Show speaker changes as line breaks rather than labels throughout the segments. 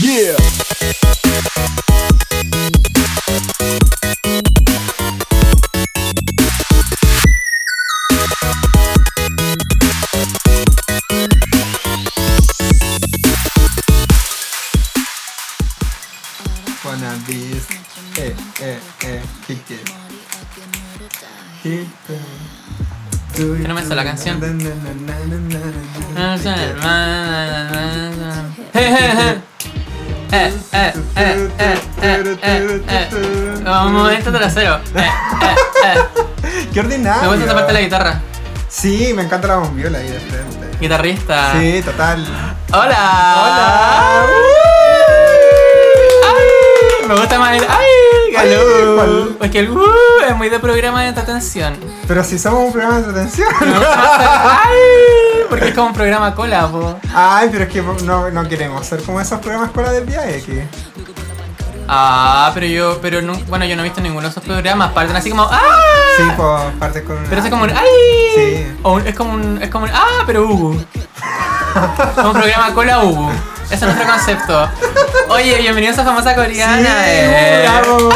Yeah.
Wannabes. Eh, eh, eh. Kick it. Kick it. Do it
no me sé la
to-
canción.
na, na, na, na, na, na, na. Kick it.
Como movimiento trasero. Eh, eh, eh.
¡Qué ordinario!
Me gusta esa parte de la guitarra.
Sí, me encanta la bombiola ahí de frente.
Guitarrista.
Sí, total.
Hola.
Hola.
Ay, me gusta más el. ¡Ay!
Ay,
¡Galú!
¿cuál?
Es que el uh, es muy de programa de entretención.
Pero si somos un programa de entretención.
Me gusta más el- ¡Ay! Porque es como un programa cola, po.
Ay, pero es que no, no queremos ser como esos programas fuera del viaje. Que...
Ah, pero yo. Pero no, bueno, yo no he visto ninguno de esos programas. Parten así como. ¡Ah!
Sí, por partes pues, con una-
Pero eso es como un ¡ay!
Ah, Sí.
O un- es como un. Es como un ¡ah! Pero Hugo. como un programa cola Hugo. Ese es nuestro concepto. Oye, bienvenidos a Famosa
Sí,
Coreana. eh.
bravo.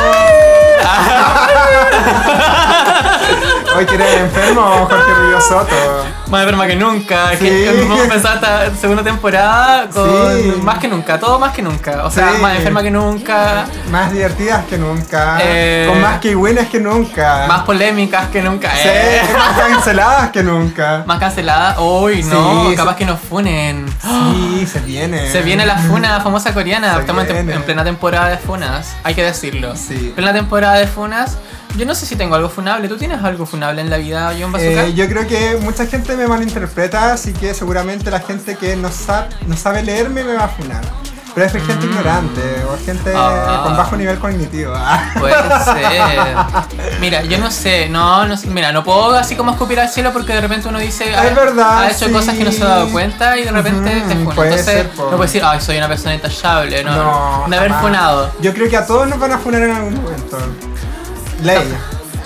Hoy que eres enfermo, Jorge Río Soto.
Más enferma que nunca. Es que
Sí.
hemos empezado esta segunda temporada con
Sí.
más que nunca, todo más que nunca. O sea,
Sí.
más enferma que nunca,
Más divertidas que nunca.
Eh.
Con más que buenas que nunca.
más polémicas que nunca.
Sí,
eh.
más canceladas que nunca.
Más canceladas. Uy, no,
Sí,
capaz
se-
que nos funen.
Sí, se viene.
Se viene la funa famosa coreana.
Mm. Se
Estamos en tem-
viene.
en plena temporada de funas, hay que decirlo.
Sí.
Plena temporada de funas. Yo no sé si tengo algo funable. ¿Tú tienes algo funable en la vida, John Bazooka?
Eh, yo creo que mucha gente me malinterpreta, así que seguramente la gente que no, sa- no sabe leerme me va a funar. Pero es que es gente ignorante o gente
Mm. Ah.
con bajo nivel cognitivo. ah.
Puede ser. Mira, yo no sé, no, no sé. Mira, no puedo así como escupir al cielo porque de repente uno dice.
Es
"Ah,
verdad,
Ha hecho
sí.
cosas que no se ha dado cuenta y de repente
Ujú,
te funa.
puede
Entonces,
ser, po.
no puedo decir, ay, soy una persona intachable. No, no. De haber
jamás.
funado.
Yo creo que a todos nos van a funar en algún momento. Ley.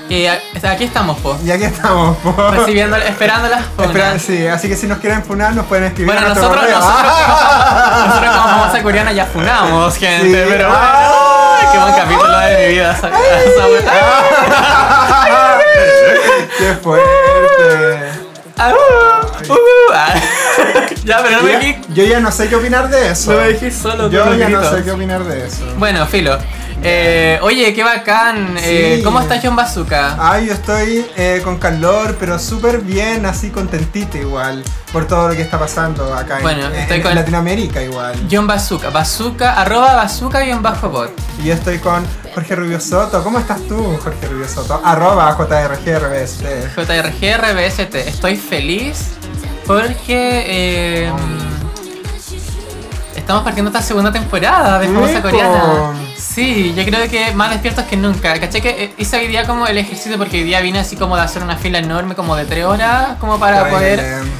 Y a- aquí estamos, po.
Y aquí estamos, po.
Recibiendo, esperando las funas.
Espera, sí, así que si nos quieren funar nos pueden escribir
Bueno,
a nuestro
nosotros,
correo.
nosotros, nosotros como famosa coreana ya funamos, gente,
Sí.
pero bueno.
Ah.
ay, qué buen capítulo de mi vida. esa- pues. esa wea.
Ah. ¡Qué fuerte!
Ah, uh, uh, ah. Ya, pero no me
Yo-
dejé,
Yo ya no sé qué opinar de eso.
no me dejé solo
Yo
con los
ya no
gritos.
sé qué opinar de eso.
Bueno, filo. Eh, oye, qué bacán. Eh,
Sí. Ah.
¿Cómo está John Bazooka?
Ay, yo estoy eh, con calor, pero súper bien, así contentita igual, por todo lo que está pasando acá en-
Bueno,
en,
estoy
en
con-
Latinoamérica igual.
John Bazooka, bazooka, arroba bazooka y en bajo bot.
Y yo estoy con Jorge Rubio Soto. ¿Cómo estás tú, Jorge Rubio Soto? Arroba JRGRBST.
JRGRBST. Estoy feliz porque eh, estamos partiendo esta segunda temporada de Famosa
Rico.
Coreana. Sí, yo creo que más despiertos que nunca. Caché que eh, hice hoy día como el ejercicio porque hoy día vine así como de hacer una fila enorme como de tres horas como para
Está
poder
bien.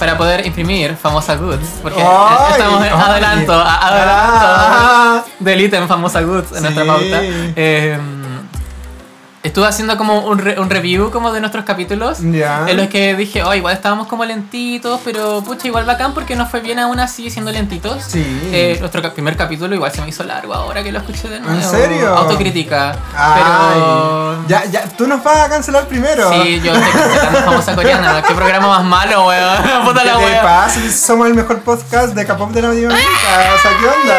para poder imprimir Famosa Goods. Porque
Ay,
estamos
ay.
adelanto, a- adelanto
Ah.
del ítem Famosa Goods en
Sí.
nuestra pauta. Eh, estuve haciendo como un, re- un review como de nuestros capítulos.
Ya.
En los que dije, oh, igual estábamos como lentitos, pero pucha, igual bacán porque nos fue bien aún así siendo lentitos.
Sí.
Eh, nuestro ca- primer capítulo igual se me hizo largo ahora que lo escuché de nuevo.
serio?
Autocrítica.
Ay,
Pero.
ya, ya, tú nos vas a cancelar primero.
Sí, yo estoy cancelando famosa coreana. ¿Qué programa más malo, weón? Puta la
¿Qué te
weón.
pasa? Somos el mejor podcast de K-pop de Latinoamérica. O sea, ¿qué onda?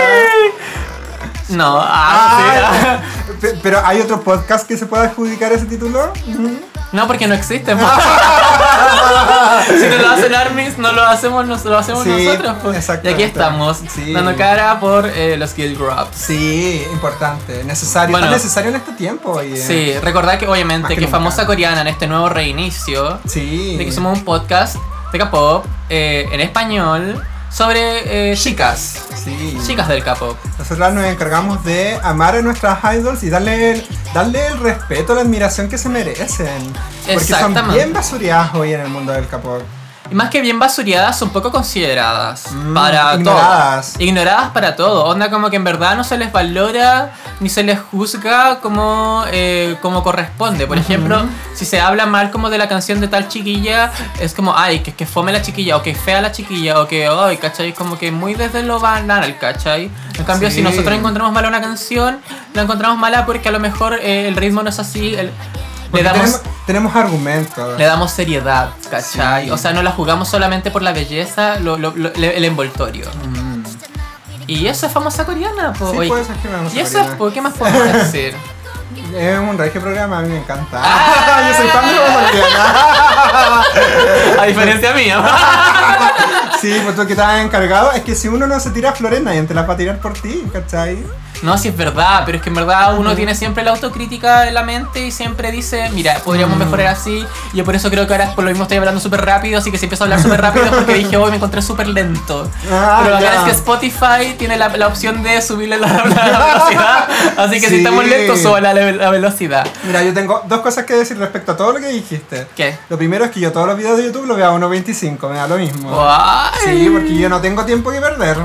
No, ah,
Ah, pe- pero hay otro podcast que se pueda adjudicar ese título.
sí. No, porque no existen. po. si no lo hacen ARMYs, no lo hacemos, nos, lo hacemos
Sí,
nosotros. po. Y aquí
exactamente.
estamos,
Sí.
dando cara por eh, los Guild Grabs.
Sí, importante, necesario,
Bueno.
tan necesario en este tiempo. Oye.
Sí, recordad que obviamente
Más
que,
que nunca.
Famosa Coreana en este nuevo reinicio,
sí.
de que somos un podcast de K-pop eh, en español sobre eh, chicas,
Sí.
chicas del K-pop.
Nosotras nos encargamos de amar a nuestras idols y darle el, darle el respeto, la admiración que se merecen. Porque son
Exactamente.
bien basureadas hoy en el mundo del K-pop.
y más que bien basureadas, son poco consideradas
Mm,
para
ignoradas.
todo. Ignoradas para todo. Onda como que en verdad no se les valora ni se les juzga como, eh, como corresponde. Por ejemplo, si se habla mal como de la canción de tal chiquilla, es como, ay, que, que fome la chiquilla, o que fea la chiquilla, o que, ay, ¿cachai? Como que muy desde lo banal, ¿cachai? En cambio,
Sí.
si nosotros encontramos mala una canción, la encontramos mala porque a lo mejor eh, el ritmo no es así, el- le
Porque
damos...
tenemos, tenemos argumentos.
Le damos seriedad, ¿cachai?
Sí.
O sea, no la jugamos solamente por la belleza, lo- lo- lo- le- el envoltorio.
Mm.
Y eso es famosa coreana, po.
Sí,
Oye,
pues, es que me vamos
y
a
eso es,
corear.
po, ¿qué más podemos hacer?
Es un regio programa, a mí me encanta.
Ah.
Yo soy fan de la
A diferencia mía.
Sí, pues tú que estás encargado. Es que si uno no se tira flores, nadie te las va a tirar por ti, ¿cachai?
No, sí es verdad, pero es que en verdad uno tiene siempre la autocrítica en la mente y siempre dice, mira,
Mm.
podríamos mejorar así. Yo por eso creo que ahora por lo mismo estoy hablando súper rápido, así que si empiezo a hablar súper rápido es porque dije, hoy me encontré súper lento.
Ah,
pero la
ya.
verdad es que Spotify tiene la, la opción de subirle la, la- la velocidad, así que si
Sí.
estamos lentos, suba la, la velocidad.
Mira, yo tengo dos cosas que decir respecto a todo lo que dijiste.
¿Qué?
Lo primero es que yo todos los videos de YouTube los veo a 1.25, me da lo mismo.
Guay.
Sí, porque yo no tengo tiempo que perder.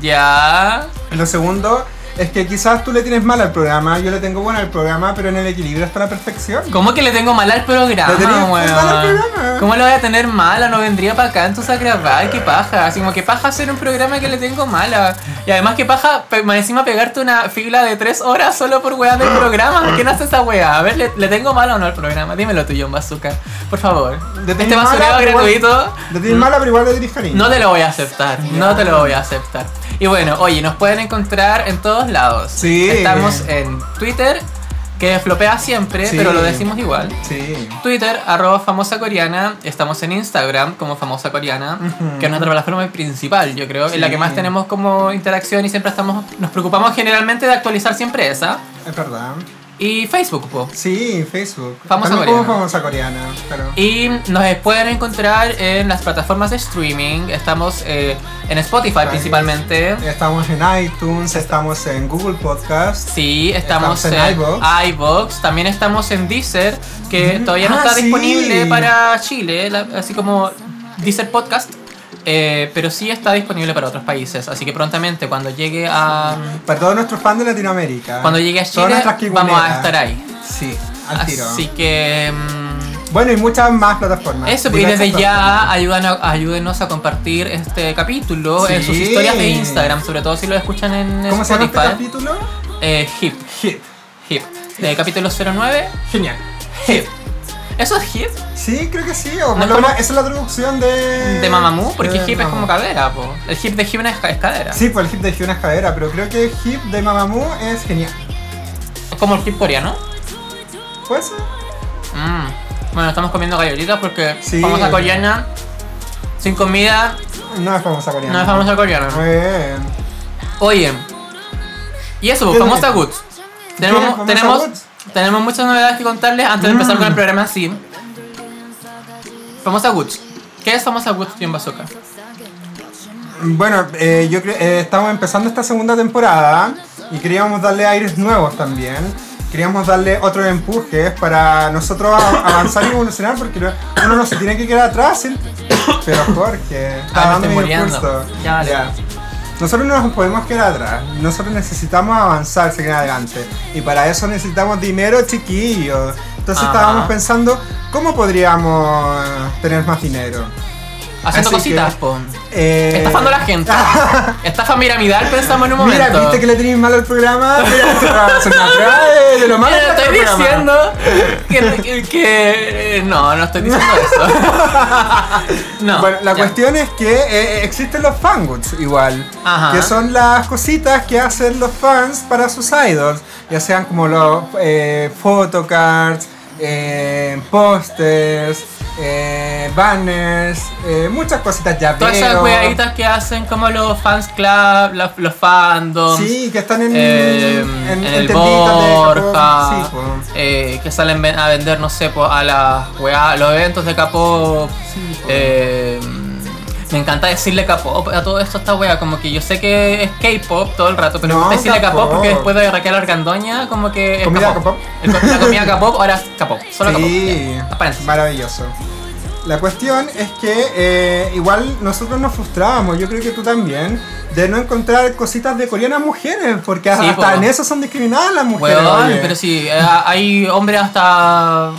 Ya.
Lo segundo es que quizás tú le tienes mal al programa, yo le tengo bueno al programa, pero en el equilibrio está la perfección.
¿Cómo que le tengo mal al programa,
Le tenías mal al
weón?
programa.
¿Cómo lo voy a tener mala? No vendría para acá entonces a grabar, qué paja. Así como que paja hacer un programa que le tengo mala. Y además que paja, pe- más encima pegarte una fila de tres horas solo por weá del programa. ¿Quién hace esa weá? A ver, ¿le, le tengo mala o no al programa? Dímelo tú, John Bazooka. Por favor.
Le tenés
Este
mala,
basureo
pero igual-
gratuito.
Le tienes mal, pero igual le tienes cariño.
Mm. No te lo voy a aceptar, no te lo voy a aceptar. Y bueno, oye, nos pueden encontrar en todos lados.
Sí.
Estamos en Twitter, que flopea siempre,
Sí.
pero lo decimos igual.
Sí.
Twitter, arroba famosa coreana. Estamos en Instagram como famosa coreana,
Ujú.
que es nuestra plataforma principal, yo creo,
Sí.
en la que más tenemos como interacción y siempre estamos, nos preocupamos generalmente de actualizar siempre esa.
Es verdad.
Y Facebook, po.
Sí, Facebook.
Famosa
También
coreana.
como famosa coreana, pero...
Y nos pueden encontrar en las plataformas de streaming. Estamos eh, en Spotify
Ahí.
principalmente.
Estamos en iTunes, estamos en Google Podcast.
Sí, estamos,
Estamos en
en,
iVoox.
iVoox, también estamos en Deezer, que todavía no
Ah,
está
sí.
disponible para Chile, la- así como Deezer Podcast, eh, pero sí está disponible para otros países, así que prontamente cuando llegue a
Para todos nuestros fans de Latinoamérica.
cuando llegue a
Todas
Chile
nuestras kiwaneras.
vamos a estar ahí.
Sí, al tiro.
Así que mm,
Bueno, y muchas más plataformas.
eso, pues, y
Diversas
desde
plataformas.
ya ayudan a- ayúdenos a compartir este capítulo en sus
Sí.
historias de Instagram, sobre todo si lo escuchan en
¿Cómo se llama este
Spotify.
capítulo?
Eh, hip,
Hip.
hip. Eh, capítulo 09.
Genial.
Hip. ¿Eso es hip?
Sí, creo que sí. O por
No es
lo
como-
menos esa es la traducción de.
De Mamamoo, porque
de
hip es como
Eh, Mamamoo.
cadera, po. El hip de Jimena es, ca- es cadera.
Sí, pues el hip de Hyuna es cadera, pero creo que hip de Mamamoo es genial.
Es como el hip coreano.
¿Puede ser?
Mm. Bueno, estamos comiendo galletitas porque
Sí.
famosa coreana. Sin comida
No es famosa coreana.
no es famosa coreana.
Muy bien.
Oye. Y eso,
¿Qué
pues, famosa
tiene?
Goods.
¿Tiene
Tenemos,
famosa
tenemos,
Goods?
tenemos muchas novedades que contarles antes de empezar
Mm.
con el programa en sí. Famosa Goods. ¿Qué es famosa Goods en Bazooka?
Bueno, eh, yo creo- eh, estamos empezando esta segunda temporada y queríamos darle aires nuevos también. Queríamos darle otros empujes para nosotros a- avanzar y evolucionar porque no- uno no se tiene que quedar atrás. ¿sí? Pero Jorge, está
Ah, me
dando
estoy
mi
muriendo.
impulso.
Ya, vale.
Nosotros no nos podemos quedar atrás. Nosotros necesitamos avanzar, seguir adelante. Y para eso necesitamos dinero, chiquillos. Entonces
Ajá.
estábamos pensando cómo podríamos tener más dinero.
Haciendo
Así
cositas,
que-
po.
Eh,
Estafando a la gente. Estafa piramidal, pensamos en un momento.
Mira, viste que le tenéis mal al programa. Mira, se va- se me atrae de lo malo.
Mira,
que
estoy
está el programa.
diciendo que, que- que- eh, No, no estoy diciendo eso. No.
bueno, la
ya.
cuestión es que eh, existen los fangoods igual,
Ajá.
que son las cositas que hacen los fans para sus idols, ya sean como los eh, photocards, eh, pósters, eh, banners, eh, muchas cositas ya
Todas esas
veo.
weaditas que hacen como los fans club, los, los fandoms.
Sí, que están en,
eh,
en- en
en, el
tienditas de Japón.
Borja,
Sí, po.
eh, que salen ven- a vender, no sé, po, a, las weá- a los eventos de K-pop. eh, me encanta decirle K-pop a todo esto, esta wea. Como que yo sé que es K-pop todo el rato, pero
No,
me gusta decirle K-pop porque
K-pop.
después de Raquel Argandoña, como que. es
Comida
K-pop. El- La comida K-pop ahora es K-pop, solo
sí,
K-pop. ya, aparente.
maravilloso. La cuestión es que eh, igual nosotros nos frustrábamos, yo creo que tú también, de no encontrar cositas de coreanas mujeres, porque
Sí,
hasta
po.
en eso son discriminadas las mujeres.
Weón,
oye.
pero sí, eh, hay hombres hasta.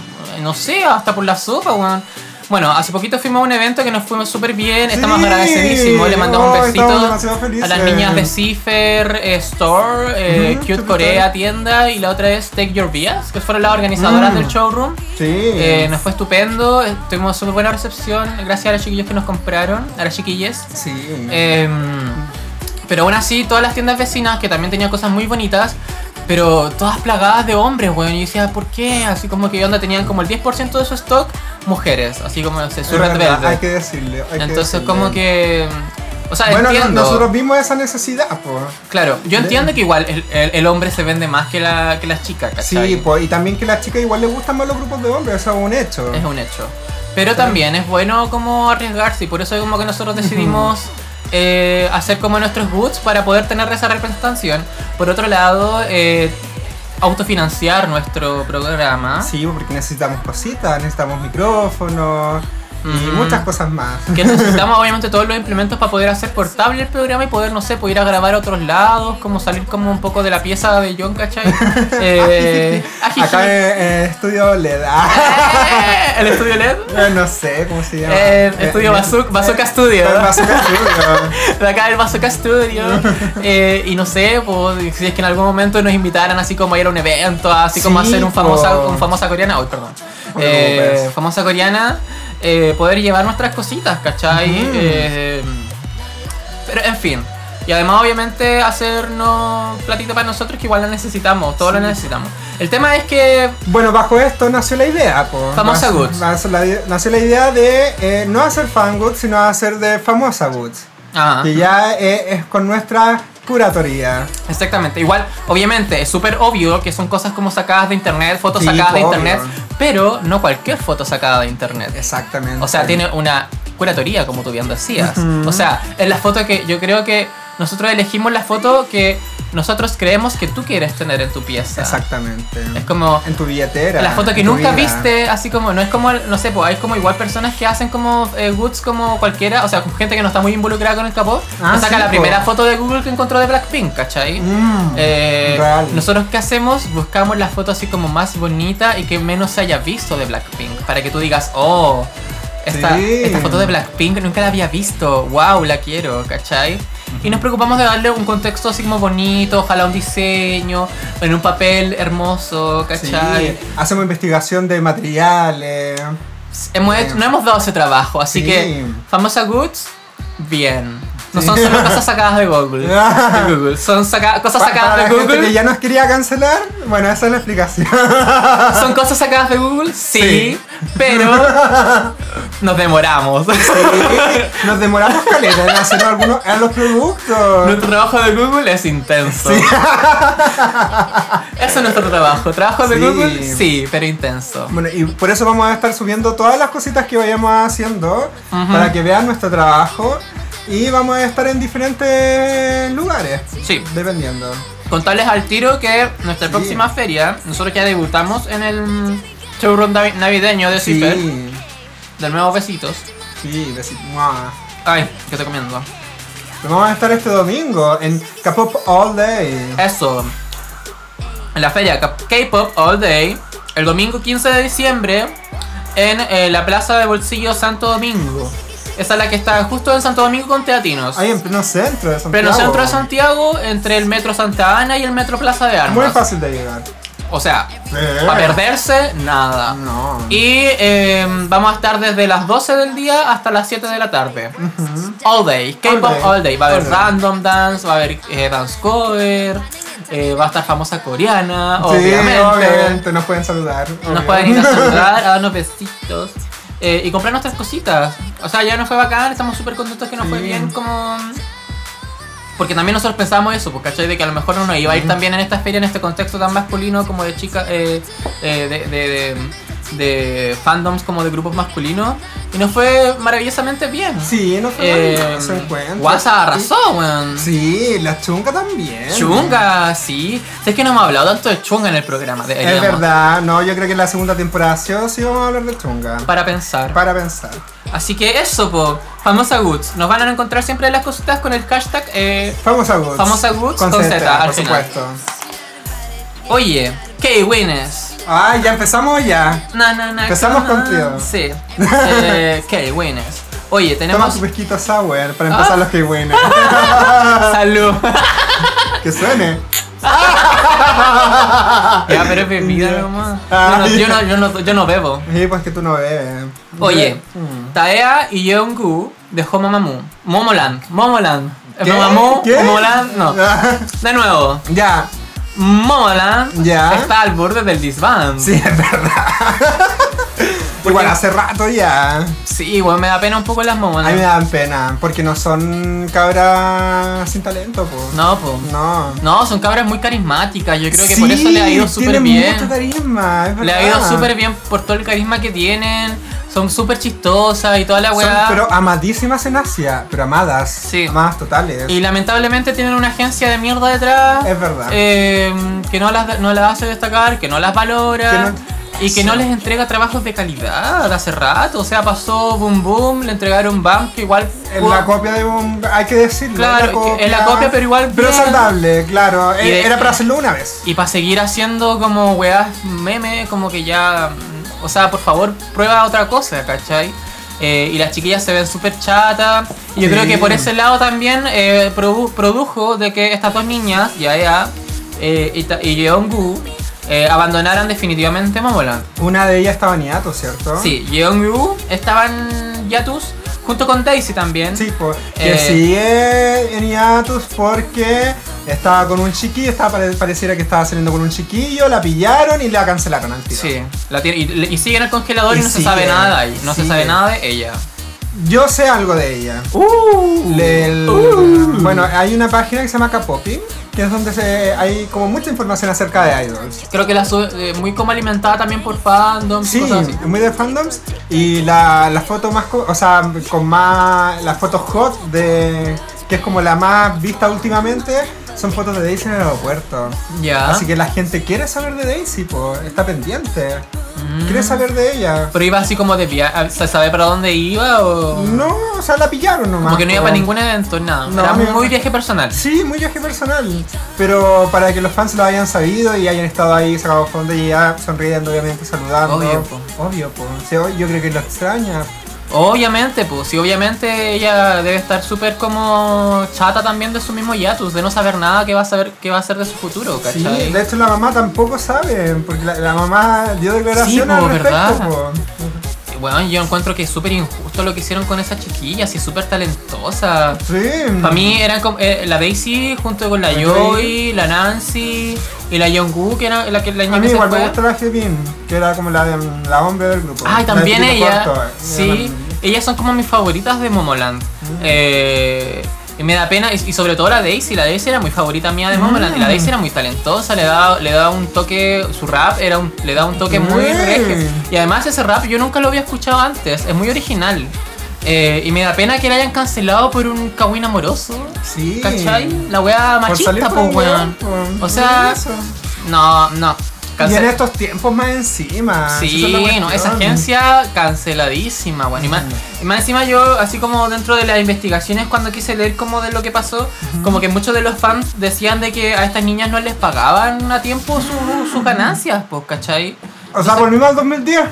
No sé, hasta por la sopa, weón. Bueno, hace poquito fuimos a un evento que nos fuimos súper bien, estamos
Sí,
agradecidísimos, le mandamos
oh,
un
estamos
besito
demasiado felices.
a las niñas de Cipher eh, Store, eh,
Ujú,
Cute
Cute
Corea
Store.
Tienda y la otra es Take Your Bias, que fueron las organizadoras
Mm.
del showroom.
Sí.
Eh, nos fue estupendo, eh, tuvimos súper buena recepción, gracias a los chiquillos que nos compraron, a las chiquillas.
sí.
Em, pero aún así, todas las tiendas vecinas, que también tenían cosas muy bonitas, pero todas plagadas de hombres, weón. Y yo decía, ¿por qué? Así como que onda tenían como el 10% de su stock mujeres, así como no sé, su
Es
red
verdad, hay
verde.
que decirle. hay que
Entonces,
decirle.
como que. O sea,
Bueno, no-
entiendo.
nosotros vimos esa necesidad, pues.
Claro, yo entiendo que igual el, el- el hombre se vende más que la, que la chica, ¿cachai?
Sí, pues, y también que a las chicas igual les gustan más los grupos de hombres, eso es un hecho.
Es un hecho. Pero también es bueno como arriesgarse y por eso es como que nosotros decidimos eh, hacer como nuestros boots para poder tener esa representación. Por otro lado, eh, autofinanciar nuestro programa.
Sí, porque necesitamos cositas, necesitamos micrófonos y
Ujú.
muchas cosas más.
Que necesitamos obviamente todos los implementos para poder hacer portable el programa y poder, no sé, poder ir a grabar a otros lados, como salir como un poco de la pieza de John, ¿cachai? Eh, ajiji.
Acá en en estudio le da.
Eh, el estudio LED.
No sé cómo se llama.
Eh, estudio Bazooka- Bazooka Studio.
Eh, Bazooka Studio.
de acá del Bazooka Studio. eh, y no sé, pues, si es que en algún momento nos invitaran así como a ir a un evento, así como a
Sí,
hacer un famosa,
po.
un famosa coreana. Uy, perdón.
No te
Eh,
preocupes.
famosa coreana, eh, poder llevar nuestras cositas, ¿cachai?
Ujú.
Eh, pero en fin. Y además, obviamente, hacernos platito para nosotros que igual la necesitamos, todos la necesitamos. El tema es que
Bueno, bajo esto nació la idea, po.
Famosa
Nació-
Goods.
Nació la, nació la idea de eh, no hacer fan goods, sino hacer de famosa goods.
Ah.
Que ya eh, es con nuestra curatoría.
Exactamente, igual, obviamente, es súper obvio que son cosas como sacadas de internet, fotos
Sí,
sacadas de
obvio.
internet, pero no cualquier foto sacada de internet.
Exactamente.
O sea, tiene una curatoría, como tú bien decías. O sea, es la foto que yo creo que nosotros elegimos la foto que nosotros creemos que tú quieres tener en tu pieza.
Exactamente.
Es como
En tu billetera.
la foto que
en tu
nunca
vida.
viste, así como, no es como, el- no sé, pues hay como igual personas que hacen como eh, goods como cualquiera, o sea, con gente que no está muy involucrada con el capó,
Ah,
que saca
sí,
la
po.
primera foto de Google que encontró de Blackpink, ¿cachai?
Mm,
Eh,
real.
nosotros qué hacemos? Buscamos la foto así como más bonita y que menos se haya visto de Blackpink, para que tú digas, oh, esta,
Sí.
esta foto de Blackpink nunca la había visto, wow, la quiero, ¿cachai? Y nos preocupamos de darle un contexto así como bonito, ojalá un diseño, en un papel hermoso,
Sí.
¿cachai?
Hacemos investigación de materiales.
Hemos hecho- no hemos dado ese trabajo, así
Sí.
que famosa goods, bien. No son solo cosas sacadas de Google. de Google. Son saca- cosas
Pa-
sacadas
para
de
la gente que
Google.
ya nos quería cancelar, bueno, esa es la explicación.
Son cosas sacadas de Google, sí,
Sí.
pero nos demoramos.
Nos demoramos caleta en hacer algunos en los productos.
Nuestro trabajo de Google es intenso. Eso es nuestro trabajo. Trabajo de
Sí.
Google, sí, pero intenso.
Bueno, y por eso vamos a estar subiendo todas las cositas que vayamos haciendo
Ujú.
para que vean nuestro trabajo. Y vamos a estar en diferentes lugares,
Sí.
dependiendo.
Contarles al tiro que nuestra próxima feria, nosotros ya debutamos en el showroom navi- navideño de Cipher,
Sí,
del nuevo Besitos.
sí, besi- mua.
Ay, que te comiendo.
Pero Vamos a estar este domingo en K-Pop All Day.
Eso. En la feria K- K-Pop All Day, el domingo 15 de diciembre, en eh, la plaza de Bolsillo Santo Domingo. Esa es la que está justo en Santo Domingo con Teatinos.
Ahí en pleno centro de Santiago.
Pero en el centro de Santiago, entre el metro Santa Ana y el metro Plaza de Armas.
Muy fácil de llegar.
O sea,
Eh.
para perderse, nada.
No.
Y eh, vamos a estar desde las 12 del día hasta las 7 de la tarde. All day, K-pop all,
All day.
day. Va a haber
All day.
random dance, va a haber eh, dance cover, eh, va a estar famosa coreana,
sí,
obviamente.
obviamente, nos pueden saludar.
Nos
obvio.
pueden ir a saludar, a darnos besitos eh, y comprar nuestras cositas. O sea, ya nos fue bacán, estamos súper contentos que nos fue
Sí.
bien como... Porque también nosotros pensábamos eso, porque ¿cachai? De que a lo mejor no nos iba a ir tan bien en esta feria, en este contexto tan masculino como de chicas, eh, eh, de, de- de- de fandoms como de grupos masculinos. Y nos fue maravillosamente bien.
Sí, no fue
Eh,
mal, se encuentra.
Guasa arrasó, weón.
Sí, la chunga también.
Chunga, sí. Sé que no hemos hablado tanto de Chunga en el programa.
Es
deberíamos.
verdad, no, yo creo que en la segunda temporada sí, o sí vamos a hablar de chunga.
Para pensar.
Para pensar.
Así que eso, po. Famosa Goods. Nos van a encontrar siempre en las cositas con el hashtag. eh,
Famosa Goods.
Famosa Goods con
Z,
Z, al
por
final.
supuesto.
Oye, K-Winners.
Ah, ya empezamos ya.
Na, na, na,
Empezamos
na.
contigo.
Sí. Eh, K-Winners. Oye,
Toma
tenemos.
tu pesquita sour para empezar
Ah.
los que buenos.
Salud.
que suene.
ya, pero es bebida
Ya.
nomás.
Ah,
yo, no,
ya.
yo, no, yo no- yo no bebo.
Sí, pues que tú no bebes.
Oye,
mm.
Taea y Yeongu dejó Mamamoo. Momoland. Momoland. Eh, Mamamoo,
¿Qué?
Momoland, no. De nuevo,
ya,
Momoland
Ya.
está al borde del disband.
sí, es verdad. Igual hace rato
Ah.
ya.
Sí, güey, me da pena un poco las
A mí me
Momoland.
dan pena, porque no son cabras sin talento, pues.
No, po.
No.
No, son cabras muy carismáticas. Yo creo que por eso le ha ido
Sí,
súper
tienen
bien.
mucho carisma, es
Le ha
verdad.
ido súper bien por todo el carisma que tienen. Son súper chistosas y toda la
Son,
weá.
pero amadísimas en Asia, pero amadas.
Sí.
Amadas totales.
Y lamentablemente tienen una agencia de mierda detrás.
Es verdad.
eh, que no las, no las hace destacar, que no las valora.
Que no-
Y que no les entrega trabajos de calidad hace rato. O sea, pasó Boom Boom, le entregaron Bam, que igual.
En
pudo-
la copia de un. Hay que decirlo.
Claro, en la copia, pero igual
Pero
bien.
saludable, claro. Eh,
Y de-
Era para hacerlo una vez.
Y para seguir haciendo como weas meme, como que ya. mm, O sea, por favor, prueba otra cosa, ¿cachai? Eh, y las chiquillas se ven súper chatas. Y yo
Sí.
creo que por ese lado también eh, produ- produjo de que estas dos niñas, Yaya eh, y, Ta- y Yeongu, eh, abandonaran definitivamente Momoland.
Una de ellas estaba niato, ¿cierto?
Sí, Yeongu estaban Yatus junto con Daisy también.
Sí, pues. Que
Eh.
sigue en hiatus porque estaba con un chiquillo, estaba, pare- pareciera que estaba saliendo con un chiquillo, la pillaron y la cancelaron al tiro.
Sí, la tiene- y, y sigue en el congelador y,
Y
no
sigue,
se sabe nada de ahí, No
sigue.
se sabe nada de ella.
Yo sé algo de ella.
Uh.
Del- Bueno, hay una página que se llama K-Popping, que es donde se- hay como mucha información acerca de idols.
Creo que la sube, eh, muy como alimentada también por fandom,
Sí,
cosas así.
muy de fandoms. Y la, la foto más, co- o sea, con más, la foto hot de, que es como la más vista últimamente, son fotos de Daisy en el aeropuerto.
Ya.
Así que la gente quiere saber de Daisy, po, está pendiente.
Mm.
Quiere saber de ella.
Pero iba así como de viaje. ¿Se sabe para dónde iba o.?
No, o sea, la pillaron nomás.
Como que no iba
po.
para ningún evento, nada.
No,
Era
no iba-
muy viaje personal.
Sí, muy viaje personal. Pero para que los fans lo hayan sabido y hayan estado ahí sacado fondo y ya sonriendo, obviamente, saludando.
Obvio, po.
Obvio, po. O sea, yo creo que lo extraña.
Obviamente, pues, sí, obviamente ella debe estar súper como chata también de su mismo yatus, de no saber nada que va a saber qué va a hacer de su futuro,
Sí,
¿cachai?
de hecho la mamá tampoco sabe, porque la, la mamá dio declaración
Sí, po,
al respecto.
¿verdad?
po.
Bueno, yo encuentro que es súper injusto lo que hicieron con esa chiquilla, así súper talentosa.
Sí.
Para mí eran como, eh, la Daisy junto con la
La
Joy, la Nancy y la Yeongu, que era la, que, la
A
niña
mí
que se
igual me
fue.
gusta la Hypin, que era como la, de- la hombre del grupo.
Ay,
La
también
del pelo
ella.
corto, eh.
sí, ellas son como mis favoritas de Momoland.
Mm.
Eh, y me da pena, y, y sobre todo la Daisy. La Daisy era muy favorita mía de Momoland. Y
Mm.
la Daisy era muy talentosa, le daba, le daba un toque. Su rap era un, le daba un toque muy
Mm.
regio. Y además, ese rap yo nunca lo había escuchado antes. Es muy original. Eh, y me da pena que la hayan cancelado por un kawin amoroso.
Sí.
¿Cachai? La wea
Por salir
machista,
con
pues,
un
weón.
weón, po.
O sea,
Eso.
no, no.
Y en
Cancel-
estos tiempos más encima.
Sí,
esa es la
no, esa
cuestión.
agencia canceladísima, bueno, y más, y más encima yo, así como dentro de las investigaciones, cuando quise leer como de lo que pasó, como que muchos de los fans decían de que a estas niñas no les pagaban a tiempo su- sus ganancias, pues, ¿cachai?
O sea, volvimos al 2010.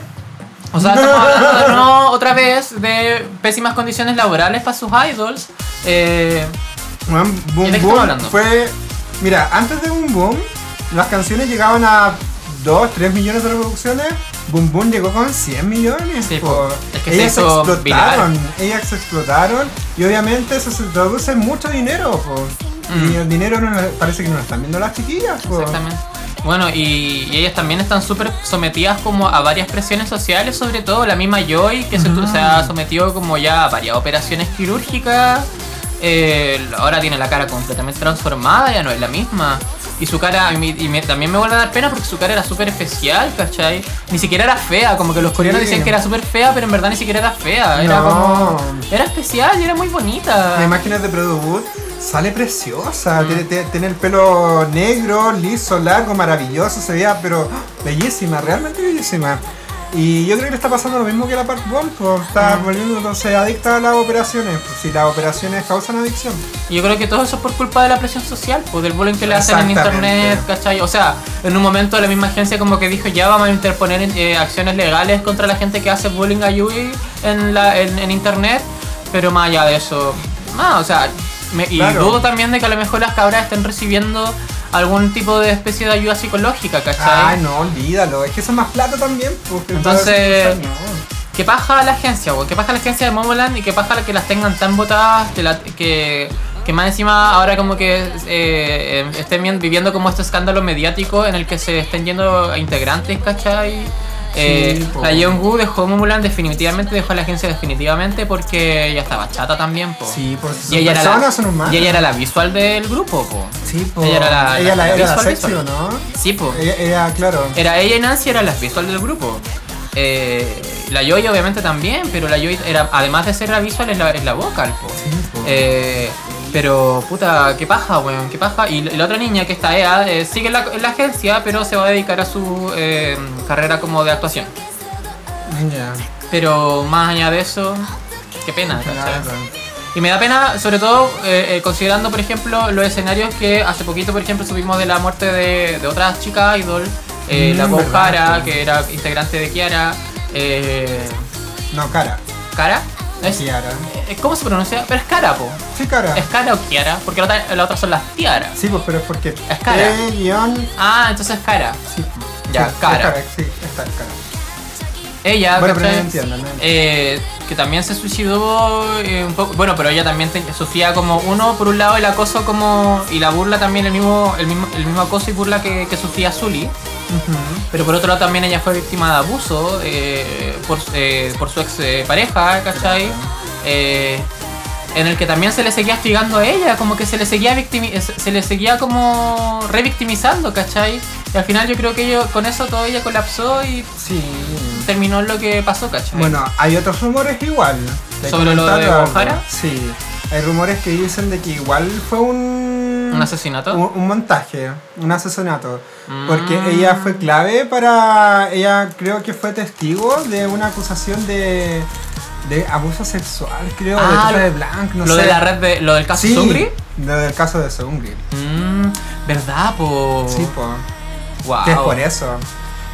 O sea, estamos hablando de nuevo, otra vez de pésimas condiciones laborales para sus idols. Eh,
Bueno,
¿Y
boom
de qué estamos
Boom
hablando?
fue. Mira, antes de Boom Boom, las canciones llegaban a 2, 3 millones de reproducciones. Boom Boom llegó con 100 millones.
Sí,
po.
po. Es que se
ellas se
hizo
explotaron. Ellas se explotaron. Y obviamente eso se traduce en mucho dinero. po. Y el dinero no lo- parece que no lo están viendo las chiquillas. po.
Mm. Exactamente. Bueno, y, y ellas también están súper sometidas como a varias presiones sociales, sobre todo la misma Joy, que se, tu- se ha sometido como ya a varias operaciones quirúrgicas. eh, ahora tiene la cara completamente transformada, ya no es la misma. Y su cara, y, me- y me- también me vuelve a dar pena porque su cara era súper especial, ¿cachai? Ni siquiera era fea, como que los coreanos
Sí.
decían que era súper fea, pero en verdad ni siquiera era fea. Era
No.
como. Era especial, y era muy bonita.
La imagen es de Brotherhood sale
Mm.
preciosa. Tiene, tiene- tiene el pelo negro, liso, largo, maravilloso. Se veía, pero bellísima, realmente bellísima. Y yo creo que le está pasando lo mismo que la Part One, pues, está
Mm.
volviendo entonces adicta a las operaciones. Pues, si las operaciones causan adicción.
Y yo creo que todo eso es por culpa de la presión social, pues del bullying que le hacen en
Exactamente.
internet, ¿cachai? O sea, en un momento la misma agencia como que dijo, ya vamos a interponer eh, acciones legales contra la gente que hace bullying a Yui en, la, en, en internet, pero más allá de eso, no, o sea, me- y
Claro.
dudo también de que a lo mejor las cabras estén recibiendo algún tipo de especie de ayuda psicológica, ¿cachai?
Ay, no, olvídalo. Es que eso es más plata también. pues, que
Entonces-
todo eso, no.
Que paja la agencia, güey. Que paja la agencia de Momoland y que paja la que las tengan tan botadas que, la- que, que más encima ahora como que eh, eh, estén vi- viviendo como este escándalo mediático en el que se estén yendo a integrantes, ¿cachai? Eh,
Sí, po.
la Yeongu dejó Momoland definitivamente, dejó a la agencia definitivamente porque ya estaba chata también, po.
Sí, pues si
y
son
ella, era
personas, son
la,
humanos.
y ella era la visual del grupo, po.
Sí, pues,
ella era la- Eh,
ella
la- la
era la
visual,
sexy, ¿o
visual.
¿no?
Sí, po.
Ella, ella, claro.
Era ella y Nancy eran las visual del grupo. Eh, la Joy obviamente también, pero la Joy era, además de ser la visual es la, es la vocal. po.
Sí, po.
Eh, pero puta, qué paja, weón, qué paja. Y la la otra niña que está EA eh, sigue en la, en la agencia, pero se va a dedicar a su eh, carrera como de actuación.
Ya,
Pero más allá de eso, qué pena. ¿cachai?
claro.
Y me da pena, sobre todo, eh, eh, considerando, por ejemplo, los escenarios que hace poquito, por ejemplo, subimos de la muerte de, de otra chica idol, eh,
Mm,
la voz
verdad,
Cara,
sí.
que era integrante de Kiara. Eh,
No, cara.
¿Cara? ¿Es,
Kiara.
eh, ¿Cómo se pronuncia? Pero es Cara, po.
Sí, cara.
¿Es Cara o Kiara? Porque la otra, la otra son las Tiaras.
Sí, pues, pero es porque.
Es cara.
T, guión.
Ah, entonces Cara.
Sí.
Ya,
Sí,
cara.
Es cara. Sí, está cara.
Ella,
Bueno, pero
¿cachai?
no entiendo, no entiendo.
Eh, que también se suicidó eh, un poco. Bueno, pero ella también te- sufría como uno, por un lado, el acoso como. y la burla también, el mismo, el mismo, el mismo acoso y burla que, que sufría Zully. Pero por otro lado también ella fue víctima de abuso eh, por, eh, por su ex eh, pareja, ¿cachai? Eh, en el que también se le seguía castigando a ella, como que se le seguía victimi- eh, se le seguía como revictimizando, ¿cachai? Y al final yo creo que ello- con eso todo ella colapsó y
Sí.
terminó en lo que pasó, ¿cachai?
Bueno, hay otros rumores igual. Te
¿Sobre lo
comentaba
de
algo.
Ojara?
Sí. Hay rumores que dicen de que igual fue un.
¿Un asesinato?
Un, un montaje, un asesinato.
Mm.
Porque ella fue clave para. Ella creo que fue testigo de una acusación de. de abuso sexual, creo. de
Ah,
trata
lo-
de blanco, no
lo
sé.
de la red de, lo del caso
Sí,
Sungri.
lo del caso de Sungri.
Mm, ¿Verdad, po?
Sí, po.
Wow.
Que es por eso.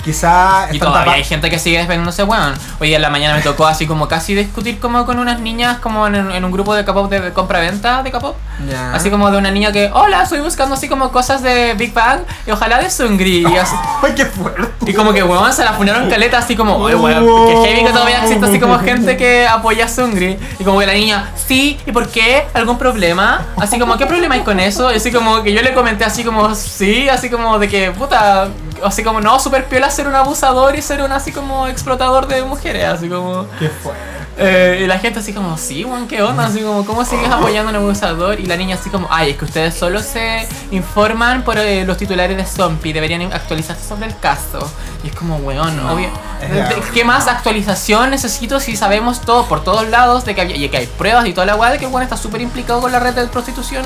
Quizá
Ah, oh. Y
están
todavía
tapa-
hay gente que sigue desvendándose, weón. Hoy en la mañana me tocó así como casi discutir como con unas niñas como en, en un grupo de K-pop de, de compra-venta de K-pop.
Ya.
Así como de una niña que, hola, estoy buscando así como cosas de Big Bang y ojalá de Sungri. Y, así-
¡Ay, qué fuerte!
y como que, weón, se la funaron caleta así como, oye, weón, que heavy que todavía existe así como gente que apoya a Sungri. Y como que la niña, sí, ¿y por qué? ¿Algún problema? Así como, ¿qué problema hay con eso? Y así como que yo le comenté así como, sí, así como de que, puta, así como, no, super piola ser un abusador y ser un así como explotador de mujeres, así como...
¡Qué fuerte!
Eh, y la gente así como, sí, weón, qué onda, así como, ¿cómo sigues apoyando a un abusador? Y la niña así como, ay, es que ustedes solo se informan por eh, los titulares de Zombie, deberían actualizarse sobre el caso. Y es como, weón, obvio.
es
de-
real.
¿Qué más actualización necesito si sabemos todo, por todos lados, de que, había- y que hay pruebas y toda la weá de que el weón está súper implicado con la red de prostitución,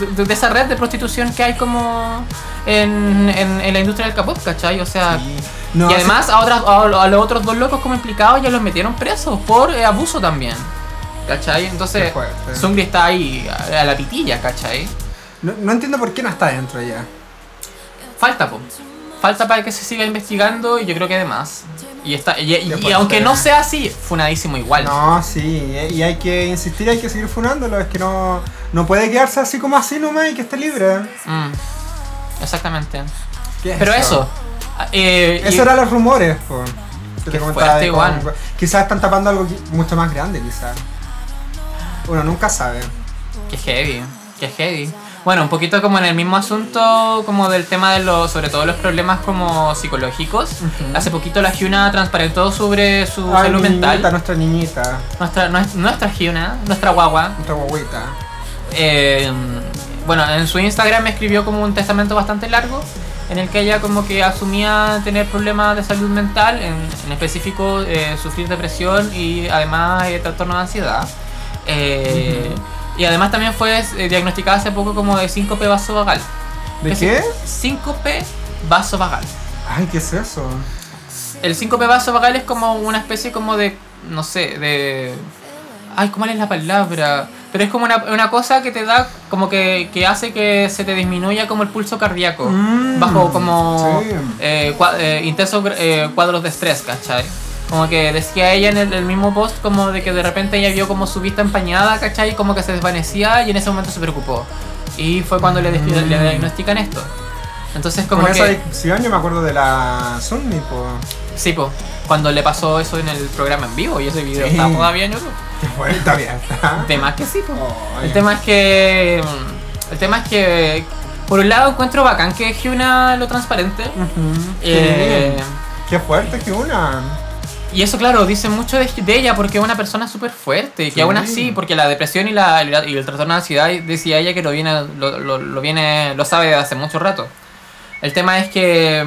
de, de- de esa red de prostitución que hay como en, en- en la industria del capot, ¿cachai? O sea
No,
Ah, y
hace-
además a, otras, a, a los otros dos locos como implicados ya los metieron presos por eh, abuso también. ¿Cachai?
Qué
Entonces,
fuerte.
Sungri está ahí a, a la pitilla, ¿cachai?
no, no entiendo por qué no está dentro ya.
Falta, po. Falta para que se siga investigando y yo creo que además. Y, está, y, y-
Qué
y
fuerte.
aunque no sea así, funadísimo igual.
No, sí, y- y hay que insistir, hay que seguir funándolo. Es que no, no puede quedarse así como así nomás y que esté libre.
Mm. Exactamente.
¿Qué es
Pero eso. eh, y-
Eso eran los rumores, po. Que
Qué
te comentaba
fuerte
de cómo-
igual.
Quizás están tapando algo qui- mucho más grande, quizás. Uno nunca sabe.
Qué heavy, qué heavy. Bueno, un poquito como en el mismo asunto, como del tema de los, sobre todo los problemas como psicológicos. Hace poquito la Hyuna transparentó sobre su
Ay,
salud
mi
mental.
niñita, nuestra niñita,
Nuestra, nues- nuestra Hyuna, nuestra guagua,
nuestra guaguita.
eh, bueno, en su Instagram me escribió como un testamento bastante largo en el que ella como que asumía tener problemas de salud mental, en, en específico eh, sufrir depresión y además eh, trastorno de ansiedad. Eh, Y además también fue eh, diagnosticada hace poco como de síncope vasovagal.
¿De
Es
qué?
Síncope vasovagal.
Ay, ¿qué es eso?
El síncope vasovagal es como una especie como de, no sé, de... Ay, ¿cuál es la palabra? Pero es como una, una cosa que te da, como que, que hace que se te disminuya como el pulso cardíaco.
Mm,
bajo como
sí.
eh, cua- eh, intensos gra- eh, cuadros de estrés, ¿cachai? Como que decía ella en el, el mismo post como de que de repente ella vio como su vista empañada, ¿cachai? Como que se desvanecía y en ese momento se preocupó. Y fue cuando le, despi-
Mm.
le diagnostican esto. Entonces como
Con esa
que...
adicción yo me acuerdo de la Sunny, po.
Sí, po, cuando le pasó eso en el programa en vivo y ese video
Sí. Ah.
está todavía en YouTube.
Qué fuerte, está bien.
El tema es que sí, po.
Ay.
El tema es que. mm, El tema es que. Por un lado encuentro bacán que Hyuna lo transparente.
Ujú, qué
Eh,
bien. Qué fuerte que una.
y eso, claro, dice mucho de, de ella porque es una persona súper fuerte.
Sí.
Que aún así, porque la depresión y, la, y la- y el trastorno de ansiedad decía ella que lo viene, lo, lo- lo viene, lo sabe desde hace mucho rato. El tema es que.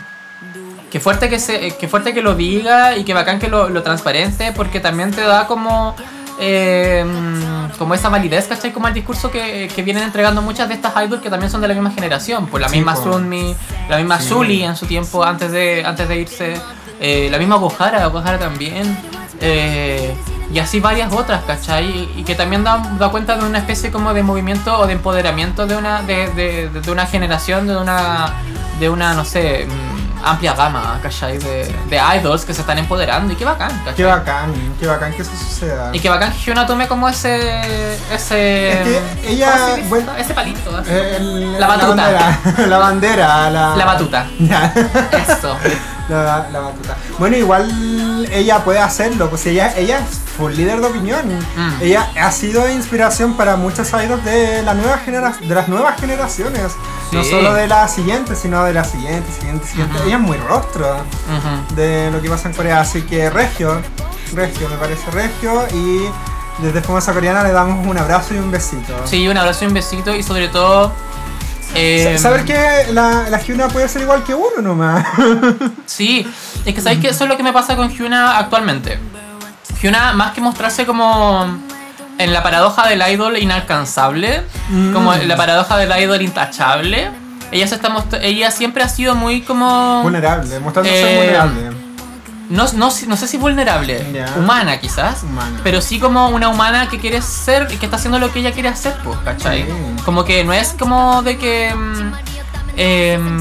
mm, Que fuerte que, se, que fuerte que lo diga y que bacán que lo, lo transparente porque también te da como. eh, mm, como esa validez, ¿cachai? Como el discurso que, que vienen entregando muchas de estas idols que también son de la misma generación, por la
Sí,
misma
po.
Sunmi, la misma
Sí.
Zully en su tiempo antes de, antes de irse, eh, la misma Gohara, Gohara también, eh, y así varias otras, ¿cachai? Y, y que también da, da cuenta de una especie como de movimiento o de empoderamiento de una, de, de- de- de una generación, de una, de una, no sé, mm, amplia gama, ¿cachai? De, de idols que se están empoderando y qué bacán, ¿cachai?
Qué bacán, qué bacán que eso suceda.
Y que bacán que Hyuna tome como ese. ese.
Es que ella- Eh,
¿cómo se dice?
bueno,
ese palito. ¿eh? así.
El-
La batuta.
bandera, la bandera, la,
la batuta.
Ya.
Eso.
La, la batuta. Bueno, igual ella puede hacerlo, pues ella, ella es full líder de opinión.
Mm.
Ella ha sido inspiración para muchas idols de, la nueva genera de las nuevas generaciones. No
Sí.
solo de la siguiente, sino de la siguiente, siguiente, siguiente.
Ujú.
Ella es muy rostro
Ujú.
de lo que pasa en Corea, así que regio, regio, me parece regio. Y desde Famosa Coreana le damos un abrazo y un besito.
Sí, un abrazo y un besito y sobre todo. eh,
Sa- Saber que la, la Hyuna puede ser igual que uno nomás.
Sí, es que sabéis que eso es lo que me pasa con Hyuna actualmente. Hyuna, más que mostrarse como en la paradoja del idol inalcanzable,
Mm.
como en la paradoja del idol intachable, ella, se está most- ella siempre ha sido muy como.
vulnerable, mostrándose
Eh,
vulnerable.
no, no, no sé si vulnerable,
Ya.
humana quizás,
Humana.
pero sí como una humana que quiere ser y que está haciendo lo que ella quiere hacer, pues, ¿cachai?
Sí.
Como que no es como de que. mm, em,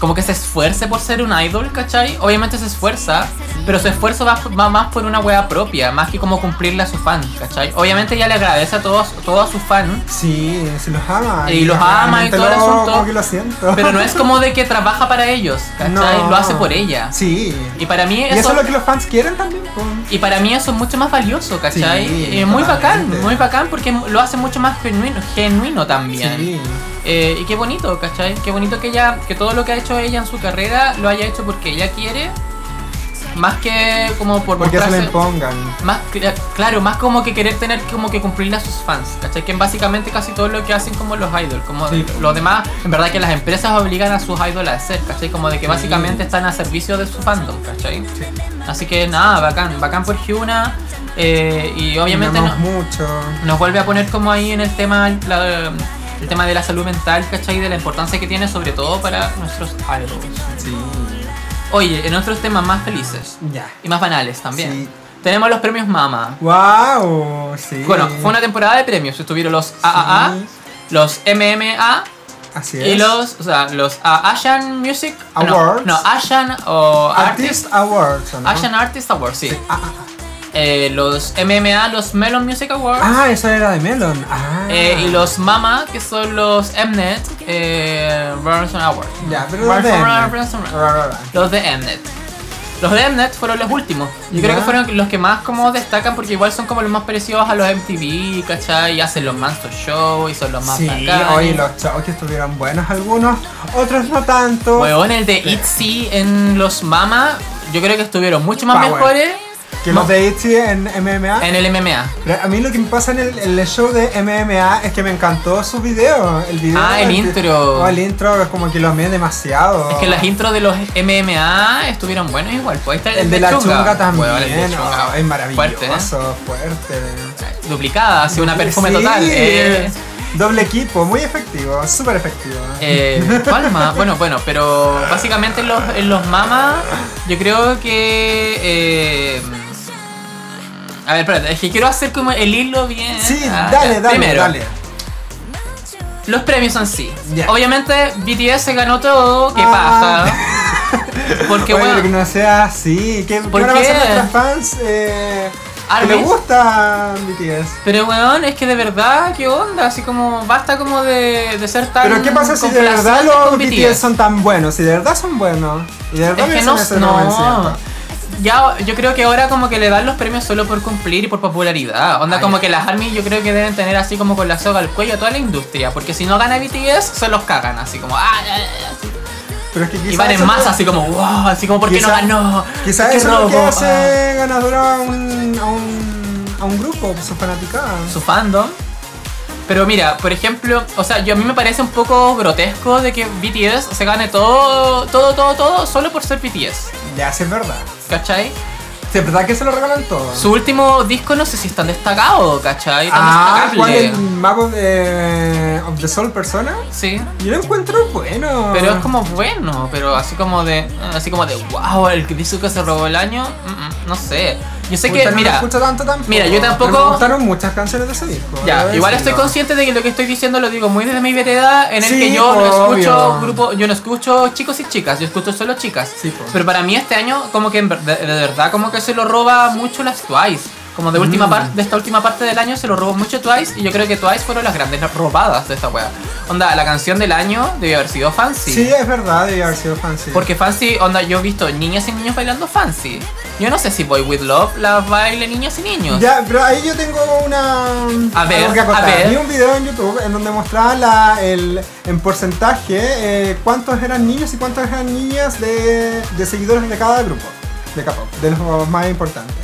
como que se esfuerce por ser un idol, ¿cachai? Obviamente se esfuerza, pero su esfuerzo va, va más por una wea propia, más que como cumplirle a su fan, ¿cachai? Obviamente ella le agradece a todos, todo a su fan,
Sí, se los ama.
Y los ama y
realmente
todo el
lo-
asunto.
Como que lo siento.
pero no es como de que trabaja para ellos, ¿cachai?
No.
Lo hace por ella.
Sí.
Y para mí
Y eso es lo que los fans quieren también. po.
Y para mí eso es mucho más valioso, ¿cachai?
Sí,
Eh, muy
totalmente.
bacán, muy bacán porque lo hace mucho más genuino, genuino también.
Sí.
Eh, y qué bonito, ¿cachai? Qué bonito que ella, que todo lo que ha hecho ella en su carrera lo haya hecho porque ella quiere, más que como por
Porque se
mostrarse-
lo impongan.
más cl- claro, más como que querer tener como que cumplirle a sus fans, ¿cachai? Que básicamente casi todo lo que hacen como los idols, como
Sí.
los demás, en verdad que las empresas obligan a sus idols a hacer, ¿cachai? Como de que
Sí.
básicamente están a servicio de su fandom, ¿cachai? Así que nada, bacán, bacán por Hyuna eh, y obviamente
Amamos
no-
mucho.
nos vuelve a poner como ahí en el tema la- el tema de la salud mental, ¿cachai? De la importancia que tiene sobre todo para nuestros idols.
Sí.
Oye, en otros temas más felices
Ya.
y más banales también.
Sí.
Tenemos los premios Mama.
Wow. Sí.
Bueno, fue una Ah, temporada de premios. Estuvieron los AAA,
Sí.
los MMA
Así es.
y los, o sea, los ah, Asian Music no,
Awards.
No, Asian o Artist.
Artist Awards. ¿o no?
Asian Artist Awards, sí.
Ah, ah,
Eh, los MMA, los Melon Music Awards.
ah, Ah, esa era de Melon. Ah.
eh, y los MAMA, que son los Mnet eh, Ransom Awards.
Ya, pero los
Ransom
de
Awards,
Mnet.
Ransom Awards.
Ra, ra, ra.
Los de Mnet. Los de Mnet fueron los últimos. Yo creo
Ya.
que fueron los que más como destacan porque igual son como los más parecidos a los MTV, ¿cachai? Y hacen los Manson Show y son los más
Sí,
bacanes.
oye, los shows que estuvieron buenos algunos, otros no tanto.
Huevón, el de ITZY en los Mama, yo creo que estuvieron mucho más
Power.
mejores
que los de ITZY en MMA.
En el MMA.
Pero a mí lo que me pasa en el, en el show de MMA es que me encantó su video. El video
Ah, el
de-
intro.
Oh, el intro es como que lo amé demasiado.
Es que las intros de los MMA estuvieron buenas igual. Pues ahí está
El de la chunga, también.
Huevón, el de chunga.
oh, es maravilloso,
Fuerte,
fuerte.
¿eh? Duplicada, ha
Duplicada,
sido una perfume total. Eh,
Doble equipo, muy efectivo, súper efectivo.
eh, Palma, bueno, bueno, pero básicamente en los, en los mamas, yo creo que. eh, a ver, espérate, es que quiero hacer como el hilo bien.
sí,
Ah,
dale,
ya.
dale,
Primero,
dale.
los premios en sí.
Ya.
Obviamente, BTS se ganó todo, ¿qué
Ah.
pasa? Porque,
Oye, pero
bueno,
que no sea así. ¿Qué, qué
¿Por
van a pasar
qué?
nuestras fans? Eh, que
Armies.
les gusta BTS.
Pero weón, es que de verdad, ¿qué onda? Así como, basta como de, de ser tan.
Pero ¿qué pasa si de
complacientes
verdad
con
los BTS son tan buenos? Si de verdad son buenos. Y de verdad
Es que
merecen
no,
ese
no.
reconocimiento.
Ya, yo creo que ahora como que le dan los premios solo por cumplir y por popularidad. Onda
Ay.
como que las ARMY yo creo que deben tener así como con la soga al cuello a toda la industria. Porque si no gana BTS, se los cagan. Así como, ah, ah, ah, así.
Pero es que
Y
quizás
van en
eso-
masa, así como, wow, así como, ¿por qué no
Quizá-
ganó?
Quizás
¿Qué Ah.
eso es lo que
robo?
hace ganadora a un, a un, a un grupo, su fanaticada.
su fandom. Pero mira, por ejemplo, o sea, yo a mí me parece un poco grotesco de que BTS se gane todo, todo, todo, todo solo por ser BTS.
Ya, sí es verdad.
¿Cachai?
Sí, es verdad que se lo regalan todo.
Su último disco no sé si es tan destacado, ¿cachai? Tan
ah, ¿cuál
destacable.
es el mago de of the Soul Persona?
Sí.
Yo lo encuentro bueno.
Pero es como bueno, pero así como de. Así como de wow, el disco que se robó el año. mm, mm, no sé. Yo sé
Puta,
que,
no lo
mira.
escucho tanto tampoco.
mira, yo tampoco-
Pero Me gustaron muchas canciones de ese disco.
Ya,
debo
igual estoy
decirlo.
consciente de que lo que estoy diciendo lo digo muy desde mi vereda, en el
Sí,
que yo no
obvio.
escucho grupo, yo no escucho chicos y chicas, yo escucho solo chicas.
Sí, po.
Pero para mí este año como que en ver- de, de verdad como que se lo roba mucho las Twice. Como de última
Mm.
parte de esta última parte del año se lo robó mucho Twice y yo creo que Twice fueron las grandes robadas de esta wea. Onda, la canción del año debió haber sido Fancy.
Sí, es verdad, debía haber sido fancy.
Porque Fancy, onda, yo he visto niñas y niños bailando Fancy. Yo no sé si Boy With Love las baile niñas y niños.
Ya, pero ahí yo tengo una.
A ver,
algo que
a ver.
Vi un video en YouTube en donde mostraba la, el, en porcentaje eh, cuántos eran niños y cuántos eran niñas de, de seguidores de cada grupo de K-pop, de los más importantes.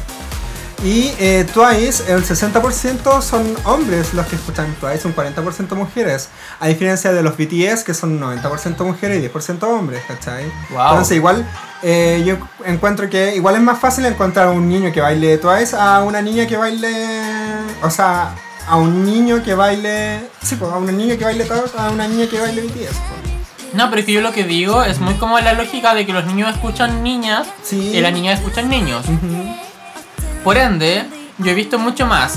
Y eh, Twice, el 60% son hombres los que escuchan Twice, un 40% mujeres. A diferencia de los BTS, que son 90% mujeres y 10% hombres, ¿cachai?
Wow.
Entonces, igual, eh, yo encuentro que igual es más fácil encontrar a un niño que baile Twice a una niña que baile. O sea, a un niño que baile. Sí, pues, a una niña que baile Twice a una niña que baile BTS. pues.
No, pero es que yo lo que digo es muy como la lógica de que los niños escuchan niñas
Sí.
y las niñas escuchan niños.
Ujú.
Por ende, yo he visto mucho más.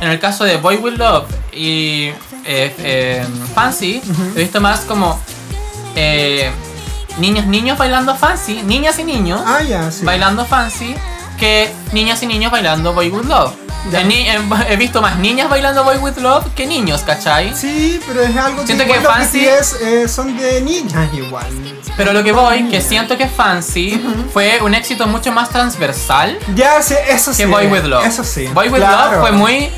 En el caso de Boy Will Love y eh, eh, Fancy, he visto más como eh, niños, niños bailando Fancy, niñas y niños
Ah, ya, sí.
bailando Fancy, que niñas y niños bailando Boy With Love.
Ya.
Eh, ni- eh, he visto más niñas bailando Boy With Love que niños, ¿cachai?
Sí, pero es algo
Siento que
igual los
Fancy-
BTS eh, son de niñas igual.
Pero lo que voy, que siento que Fancy fue un éxito mucho más transversal
Ya, sí, eso sí.
que Boy With Love.
Eso sí.
Boy With
claro.
Love fue muy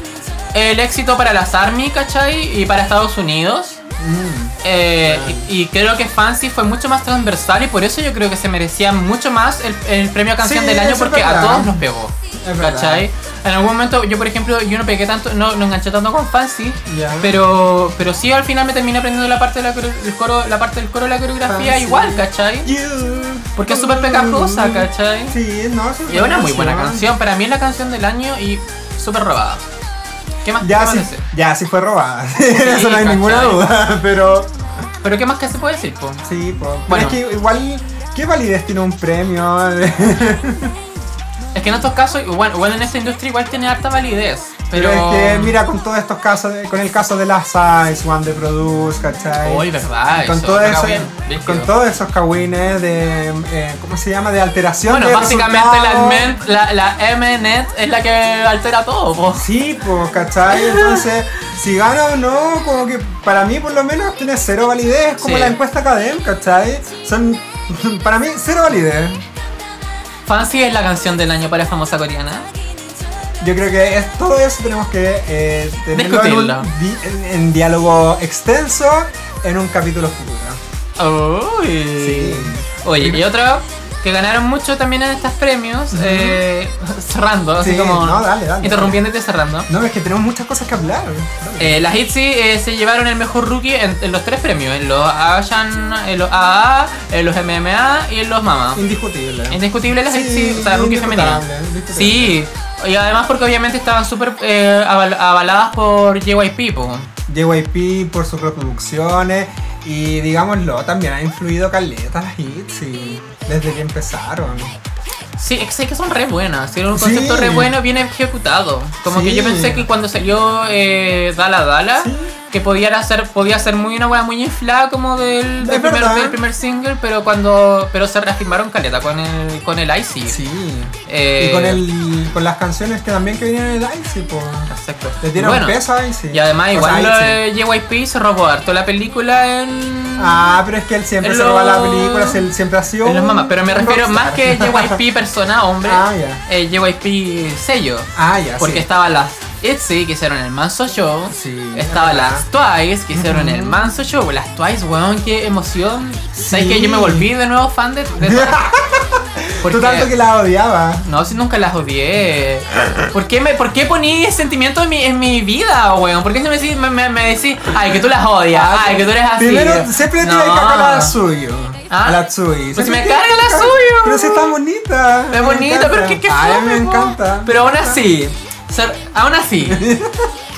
el éxito para las ARMY, ¿cachai? Y para Estados Unidos.
Mm,
Eh, y, y creo que Fancy fue mucho más transversal y por eso yo creo que se merecía mucho más el, el premio a canción
Sí,
del año
eso es
porque a
verdad.
todos nos pegó.
Es verdad.
¿Cachai? En algún momento yo por ejemplo yo no pegué tanto, no, no enganché tanto con Fancy,
Ya.
pero pero sí al final me terminé aprendiendo la parte de la, core- el coro, la parte del coro, la coreografía
Fancy.
igual, ¿cachai?
You.
Porque es súper pegajosa, ¿cachai?
Sí, no, eso
Y es una muy buena canción, para mí es la canción del año y súper robada. ¿Qué más,
Ya
qué más
sí,
decir?
ya sí fue robada. eso no hay
¿cachai?
ninguna duda. Pero
Pero qué más que se puede decir, po?
sí, po. Pero
Bueno.
es que igual. ¿Qué validez tiene un premio?
Es que en estos casos, igual, igual en esta industria igual tiene harta validez. Pero,
Pero es que, mira, con todos estos casos, con el caso de las Size, One de Produce, ¿cachai?
Hoy, verdad,
con,
eso,
todo
me
eso-
cago bien, brígido.
con todos esos cagüines de, eh, ¿cómo se llama? De alteración
Bueno,
de
básicamente la,
resultados.
men- la, la MNet es la que altera todo, po.
Sí, pues, ¿cachai? Entonces, si gana o no, como que para mí por lo menos tiene cero validez, como
Sí.
la encuesta Cadem, ¿cachai? Son, para mí, cero validez.
Fancy es la canción del año para famosa coreana.
Yo creo que es, todo eso tenemos que eh, tenerlo en, un
Discutirlo.
di- en- en diálogo extenso en un capítulo futuro.
Uy.
Sí.
Oye, y otro que ganaron mucho también en estos premios, eh, cerrando, así
Sí,
como
no, dale, dale.
interrumpiéndote y cerrando.
No, es que tenemos muchas cosas que hablar. Dale.
Eh, las ITZY eh, se llevaron el mejor rookie en, en los tres premios, en los Asian, en los AA, en los MMA y en los MAMA.
Indiscutible.
Indiscutible las
Sí,
ITZY, o sea, rookie
indiscutible,
femenina.
indiscutible.
Sí, y además porque obviamente estaban súper eh, aval- avaladas por JYP, po.
JYP por sus reproducciones y digámoslo, también ha influido Caleta las hits y desde que empezaron.
Sí, es que son re buenas, tienen un
Sí.
concepto re bueno, bien ejecutado. Como que
Sí.
yo pensé que cuando salió eh, Dala Dala,
Sí.
que podía hacer, podía ser muy una wea muy inflada como del,
Es
del primer,
verdad.
del primer single, pero cuando pero se reafirmaron caleta con el con el Icy.
Sí.
Eh,
Y con, el, con las canciones que también que vinieron de Icy, pues.
Exacto.
Le dieron peso a Icy.
Y además
O
igual
sea,
lo
Icy.
de JYP se robó harto la película en
Ah, pero es que él siempre se
Lo-
roba la película, se- él siempre ha sido.
en los mamás, pero me
un
refiero
rockstar.
más que JYP persona, hombre,
Ah, ya.
eh, JYP sello.
ah, ya.
Porque
sí.
estaba las ITZY que hicieron el Manso Show.
Sí,
estaba
es
las Twice que hicieron el Manso Show. Las Twice, weón, qué emoción. ¿Sabes
Sí.
que yo me volví de nuevo fan de, de Twice? Porque-
Tú tanto que la odiaba.
No, si nunca las odié. ¿Por qué, me, ¿Por qué poní ese sentimiento en mi, en mi vida, weón? ¿Por qué se me decís, me, me- me decís, ay, que tú las odias, ay, que tú eres así?
Ah, Primero, siempre
no.
tiene que cagar a la suyo.
Ah.
A la Tsui.
Pues
Siempre
me
tiene
carga
que
la
cagar-
Tsui,
Pero si está bonita.
Es bonito,
encanta.
pero que qué
Ay, me
fome, po.
encanta.
Pero aún así, ser- aún así,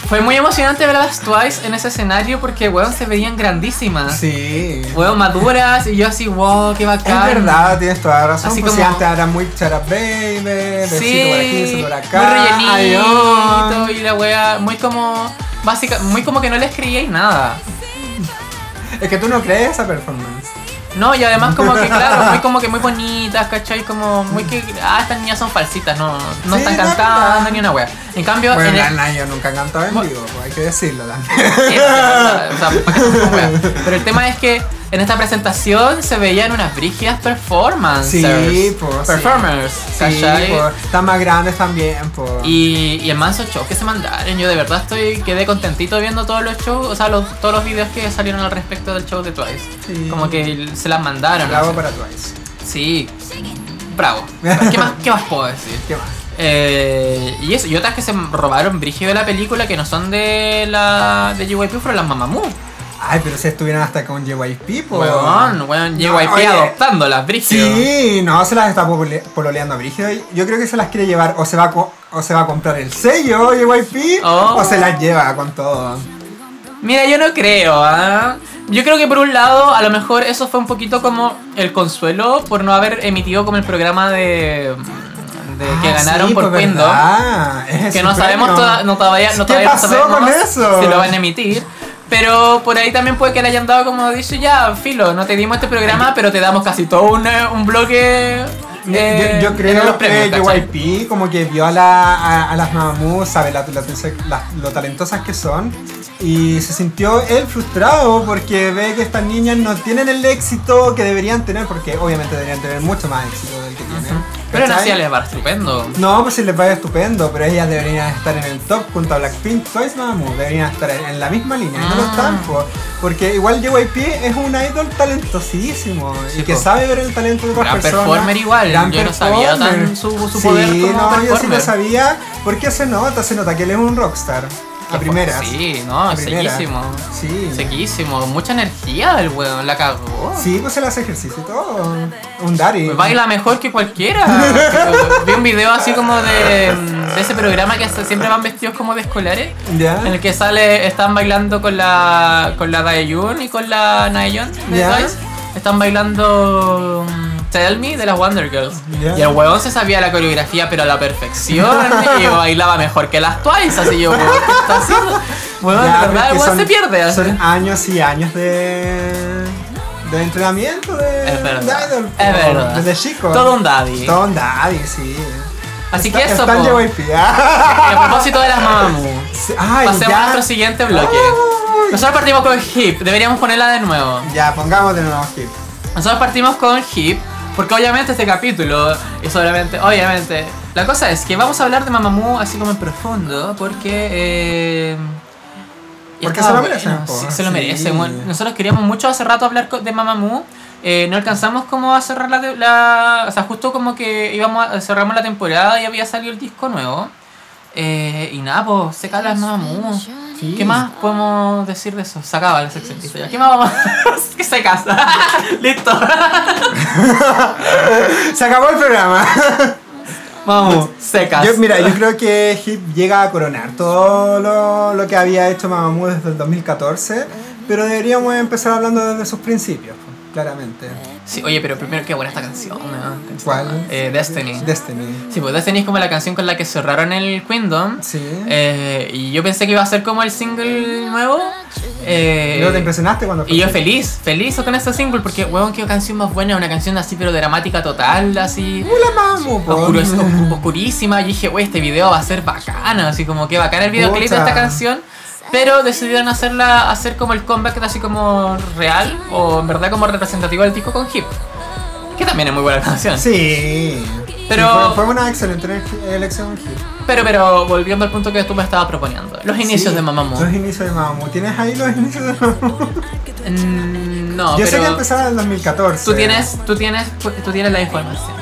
fue muy emocionante ver a las Twice en ese escenario porque, weón, se veían grandísimas.
Sí.
Weón, maduras y yo así, wow, qué
Es
bacán.
verdad, tienes toda la razón.
Así
pues si
como-
antes era muy chara baby, besito por aquí,
Sí,
besito por
muy
acá.
rellenito
adiós.
y la wea, muy como, básica, muy como que no les creíais nada.
Es que tú no crees esa performance.
No, y además como que, claro, muy como que muy bonitas, ¿cachai? Como muy que, ah, estas niñas son falsitas, no, no
Sí,
están
no,
cantando
no.
ni una wea. En cambio,
Bueno,
en
la
el-
Nayo nunca ha cantado en
Bueno.
vivo, pues, hay que decirlo también.
Sí, o sea, ¿para qué somos weas? Pero el tema es que en esta presentación se veían unas brígidas performances.
Sí, pues, sí.
Performers,
Sí,
¿cachai?
pues, están más grandes también, pues.
Y, y el manso show que se mandaron. Yo de verdad estoy quedé contentito viendo todos los shows, o sea, los- todos los videos que salieron al respecto del show de Twice.
Sí.
Como que se las mandaron.
Bravo
así.
para Twice.
Sí. Bravo. ¿Qué más, ¿Qué más puedo decir?
¿Qué más?
Eh, y eso, y otras que se robaron brígido de la película que no son de la de JYP, fueron las Mamamoo.
Ay, pero si estuvieron hasta con JYP, pues.
Weón, weón,
No,
JYP
oye,
adoptando las brígidas.
Sí, no, se las está polole- pololeando a Brígido. Yo creo que se las quiere llevar o se va a, co- o se va a comprar el sello JYP
Oh.
o se las lleva con todo.
Mira, yo no creo, ¿ah? Yo creo que por un lado, a lo mejor eso fue un poquito como el consuelo por no haber emitido como el programa de, de que
Ah,
ganaron
sí,
por
pues,
Windows.
verdad, es
Que
su
no sabemos
premio.
toda- no todavía, no
¿Qué
todavía
pasó
sabemos
con eso?
si lo van a emitir. Pero por ahí también puede que le hayan dado como dicho, ya, filo, no te dimos este programa, pero te damos casi todo un, eh, un bloque.
Yo- yo,
eh, en los
creo
premios,
que
¿cachai?
JYP como que vio a, la- a- a las Mamamoo, sabe la- la- la- lo talentosas que son y se sintió él frustrado porque ve que estas niñas no tienen el éxito que deberían tener porque obviamente deberían tener mucho más éxito del que tienen.
Pero no
¿cachai?
hacía les va estupendo.
No, pues si les va estupendo, pero ellas deberían estar en el top junto a Blackpink, Twice, Mamamoo, deberían estar en, en la misma línea, y no lo están, po. porque igual JYP es un idol talentosísimo
Sí,
y que
po.
sabe ver el talento de otras
Gran
personas.
performer igual, yo no sabía tan su- su
sí,
poder como
no, yo sí
performer.
lo sabía, porque se nota, se nota que él es un rockstar, a primeras.
Ah, pues Sí, no,
A primeras.
sequísimo.
Sí.
Sequísimo. Mucha energía del weón, la cagó. Pues
Sí, pues él hace ejercicio y todo, un daddy.
Baila mejor que cualquiera. Pero Vi un video así como de, de ese programa que se- siempre van vestidos como de escolares.
¿Ya?
En el que sale, están bailando con la con la Daejeon y con la Naeyeon de
Ya.
Twice. Están bailando mm, Tell Me de las Wonder Girls.
Ya.
Y el huevón se sabía la coreografía pero a la perfección y bailaba mejor que las Twice, así yo, huevón, ¿qué está haciendo? Huevón,
Ya,
de
pero es
verdad,
que
el huevón
son-
se pierde. ¿eh? así.
Son años y años de. de entrenamiento de.
Es verdad,
de idol,
es
po,
verdad.
Desde chico.
Todo un daddy.
Todo un daddy, sí.
Así
Está-
que eso,
Está en
po.
JYP.
Y a propósito de las Mamamoo,
¿ah? Ay,
pasemos
ya.
a nuestro siguiente bloque.
Ay.
Nosotros partimos con Hip, deberíamos ponerla de nuevo.
Ya, pongamos de nuevo hip.
Nosotros partimos con Hip, porque obviamente este capítulo, y solamente, obviamente, la cosa es que vamos a hablar de Mamamoo así como en profundo, porque eh, ya
Porque
estaba
se lo merecen,
bueno,
po,
sí, se lo
sí.
merece. bueno. Nosotros queríamos mucho hace rato hablar co- de Mamamoo. eh, no alcanzamos como a cerrar la, te- la- O sea, justo como que íbamos a, cerramos la temporada y había salido el disco nuevo. Eh, y nada, pues se cala Mamamoo.
Sí.
¿Qué más podemos decir de eso? Se acaba la sección historia. ¿Qué más vamos a- Que se casa. Listo.
Se acabó el programa.
Vamos, se casa.
Yo- mira, yo creo que Hip llega a coronar todo lo, lo que había hecho Mamamoo desde el 2014, pero deberíamos empezar hablando desde sus principios, claramente.
Sí, oye, pero primero qué buena esta canción. ¿no?
¿Cuál?
Eh, Destiny.
Destiny.
Sí, pues Destiny es como la canción con la que cerraron el Kingdom.
Sí.
Eh, y yo pensé que iba a ser como el single nuevo. Eh,
¿No te impresionaste cuando
y yo
escuché?
feliz, feliz con este single porque, huevón, qué canción más buena, una canción así pero dramática total, así
¡Uh, la Mamamoo, po!
oscuro- os- oscurísima. Y dije, wey, este video va a ser bacano, así como que bacana el videoclip de
Puta.
esta canción. Pero decidieron hacerla, hacer como el comeback así como real o en verdad como representativo del disco con Hip. Que también es muy buena canción.
Sí.
Pero-
Sí, fue, fue una excelente ele- elección Hip.
Pero, pero, volviendo al punto que tú me estabas proponiendo. Los inicios
Sí,
de Mamamoo.
Los inicios de Mamamoo. ¿Tienes ahí los inicios de Mamamoo?
Mm, no,
yo
pero
sé que empezaron en el 2014.
tú tienes, tú tienes, tú tienes la información.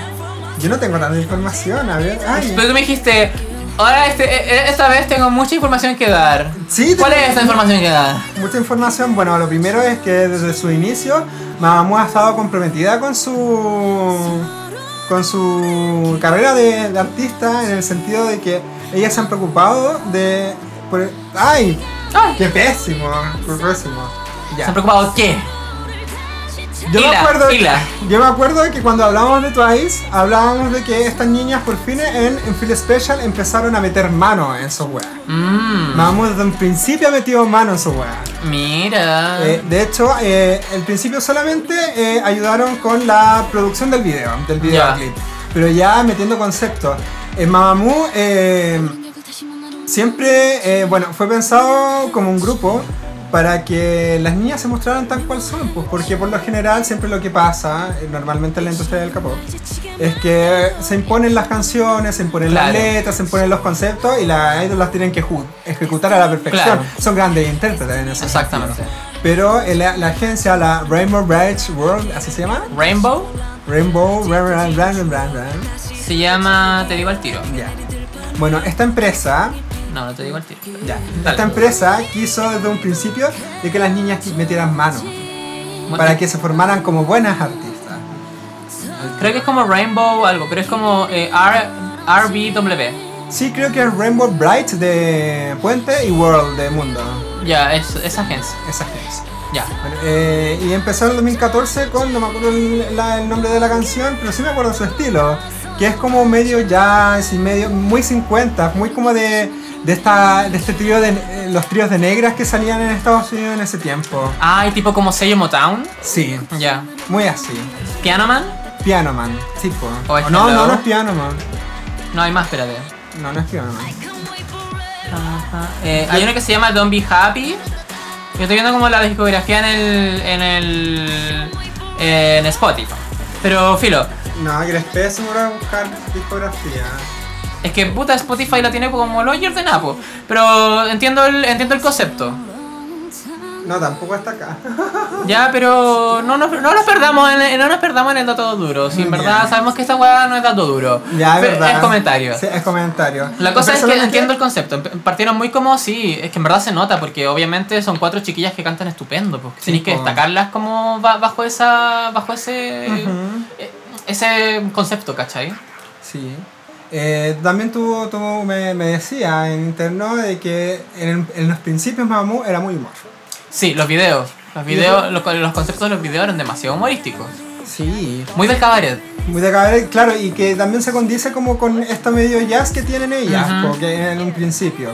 Yo no tengo tanta información, a ver. Ay,
Pero tú me dijiste, ahora este, e- e- esta vez tengo mucha información que dar.
Sí,
¿Cuál
tengo-
es esta información que dar?
Mucha información. Bueno, lo primero es que desde su inicio Mamamoo ha estado comprometida con su con su carrera de, de artista en el sentido de que ellas se han preocupado de por- ay,
Ay.
qué pésimo, qué pésimo.
¿Se han
Ya.
preocupado qué?
Yo me
Hila,
acuerdo
hila.
yo me acuerdo de que cuando hablábamos de Twice hablábamos de que estas niñas por fin en, en Feel Special empezaron a meter mano en su weá.
Mm,
Mamamoo desde un principio ha metido mano en su weá.
mira.
Eh, de hecho, eh, al principio solamente eh, ayudaron con la producción del video, del videoclip. Pero ya metiendo conceptos. En Mamamoo eh, siempre, eh, bueno, fue pensado como un grupo para que las niñas se mostraran tal cual son, pues, porque por lo general siempre lo que pasa, eh, normalmente en la industria del K-pop, es que se imponen las canciones, se imponen las
Claro.
letras, se imponen los conceptos y las idols las tienen que ju- ejecutar a la perfección.
Claro.
Son grandes intérpretes en ese
Exactamente.
sentido. Pero eh, la, la agencia, la Rainbow Bright World, ¿así se llama?
Rainbow
Rainbow, Ra- Ra- Ra- Ra- Ra- Ra-
se llama. Te digo al tiro.
Ya. Bueno, esta empresa,
No, no te digo al tiro.
ya,
Dale.
esta empresa quiso desde un principio de que las niñas metieran mano
Bueno,
para que se formaran como buenas artistas.
Creo que es como Rainbow algo, pero es como eh, R RBW.
Sí, creo que es Rainbow Bright de Puente y World de Mundo,
Ya, es, esa agencia.
esa agencia.
Ya.
Bueno, eh, y empezó en 2014 con, no me acuerdo el, la- el nombre de la canción, pero sí me acuerdo su estilo, que es como medio jazz y medio, muy 50, muy como de, de, esta, de este trío de, eh, los tríos de negras que salían en Estados Unidos en ese tiempo.
Ah, y tipo como sello Motown.
Sí,
Ya.
muy así.
Piano Man.
Piano Man, tipo.
O es
no,
Hello.
no, no es Piano Man.
No hay más, espérate.
No, no es Piano Man.
Ajá. Eh, hay uno que se llama Don't Be Happy. Yo estoy viendo como la discografía en el. en el. en Spotify. Pero filo,
No, que les pésimo para buscar discografía.
es que puta Spotify la tiene como lawyer de Napo. Pero entiendo el, entiendo el concepto.
No, tampoco está acá.
Ya, pero no nos, no nos perdamos en el, no nos perdamos en el dato duro. Si en
Ya.
verdad sabemos que esta weá no es dato duro.
ya, es
Pero
verdad.
Es comentario.
Sí, es comentario.
La
Pero
cosa es que
solamente-
entiendo el concepto. Empe- Partieron muy como, sí, es que en verdad se nota, porque obviamente son cuatro chiquillas que cantan estupendo, porque
Sí,
tenéis que
po.
destacarlas como ba- bajo esa. bajo ese.
Ujú.
eh, ese concepto, ¿cachai?
Sí. Eh, también tú, tú me, me decías en interno de que en, en los principios Mamamoo era muy humor.
Sí, los videos. Los
¿Y
videos,
eso?
los, los conceptos de los videos eran demasiado humorísticos.
Sí.
Muy del cabaret.
Muy de cabaret, claro, y que también se condice como con esta medio jazz que tienen ellas,
Ujú.
porque en un principio.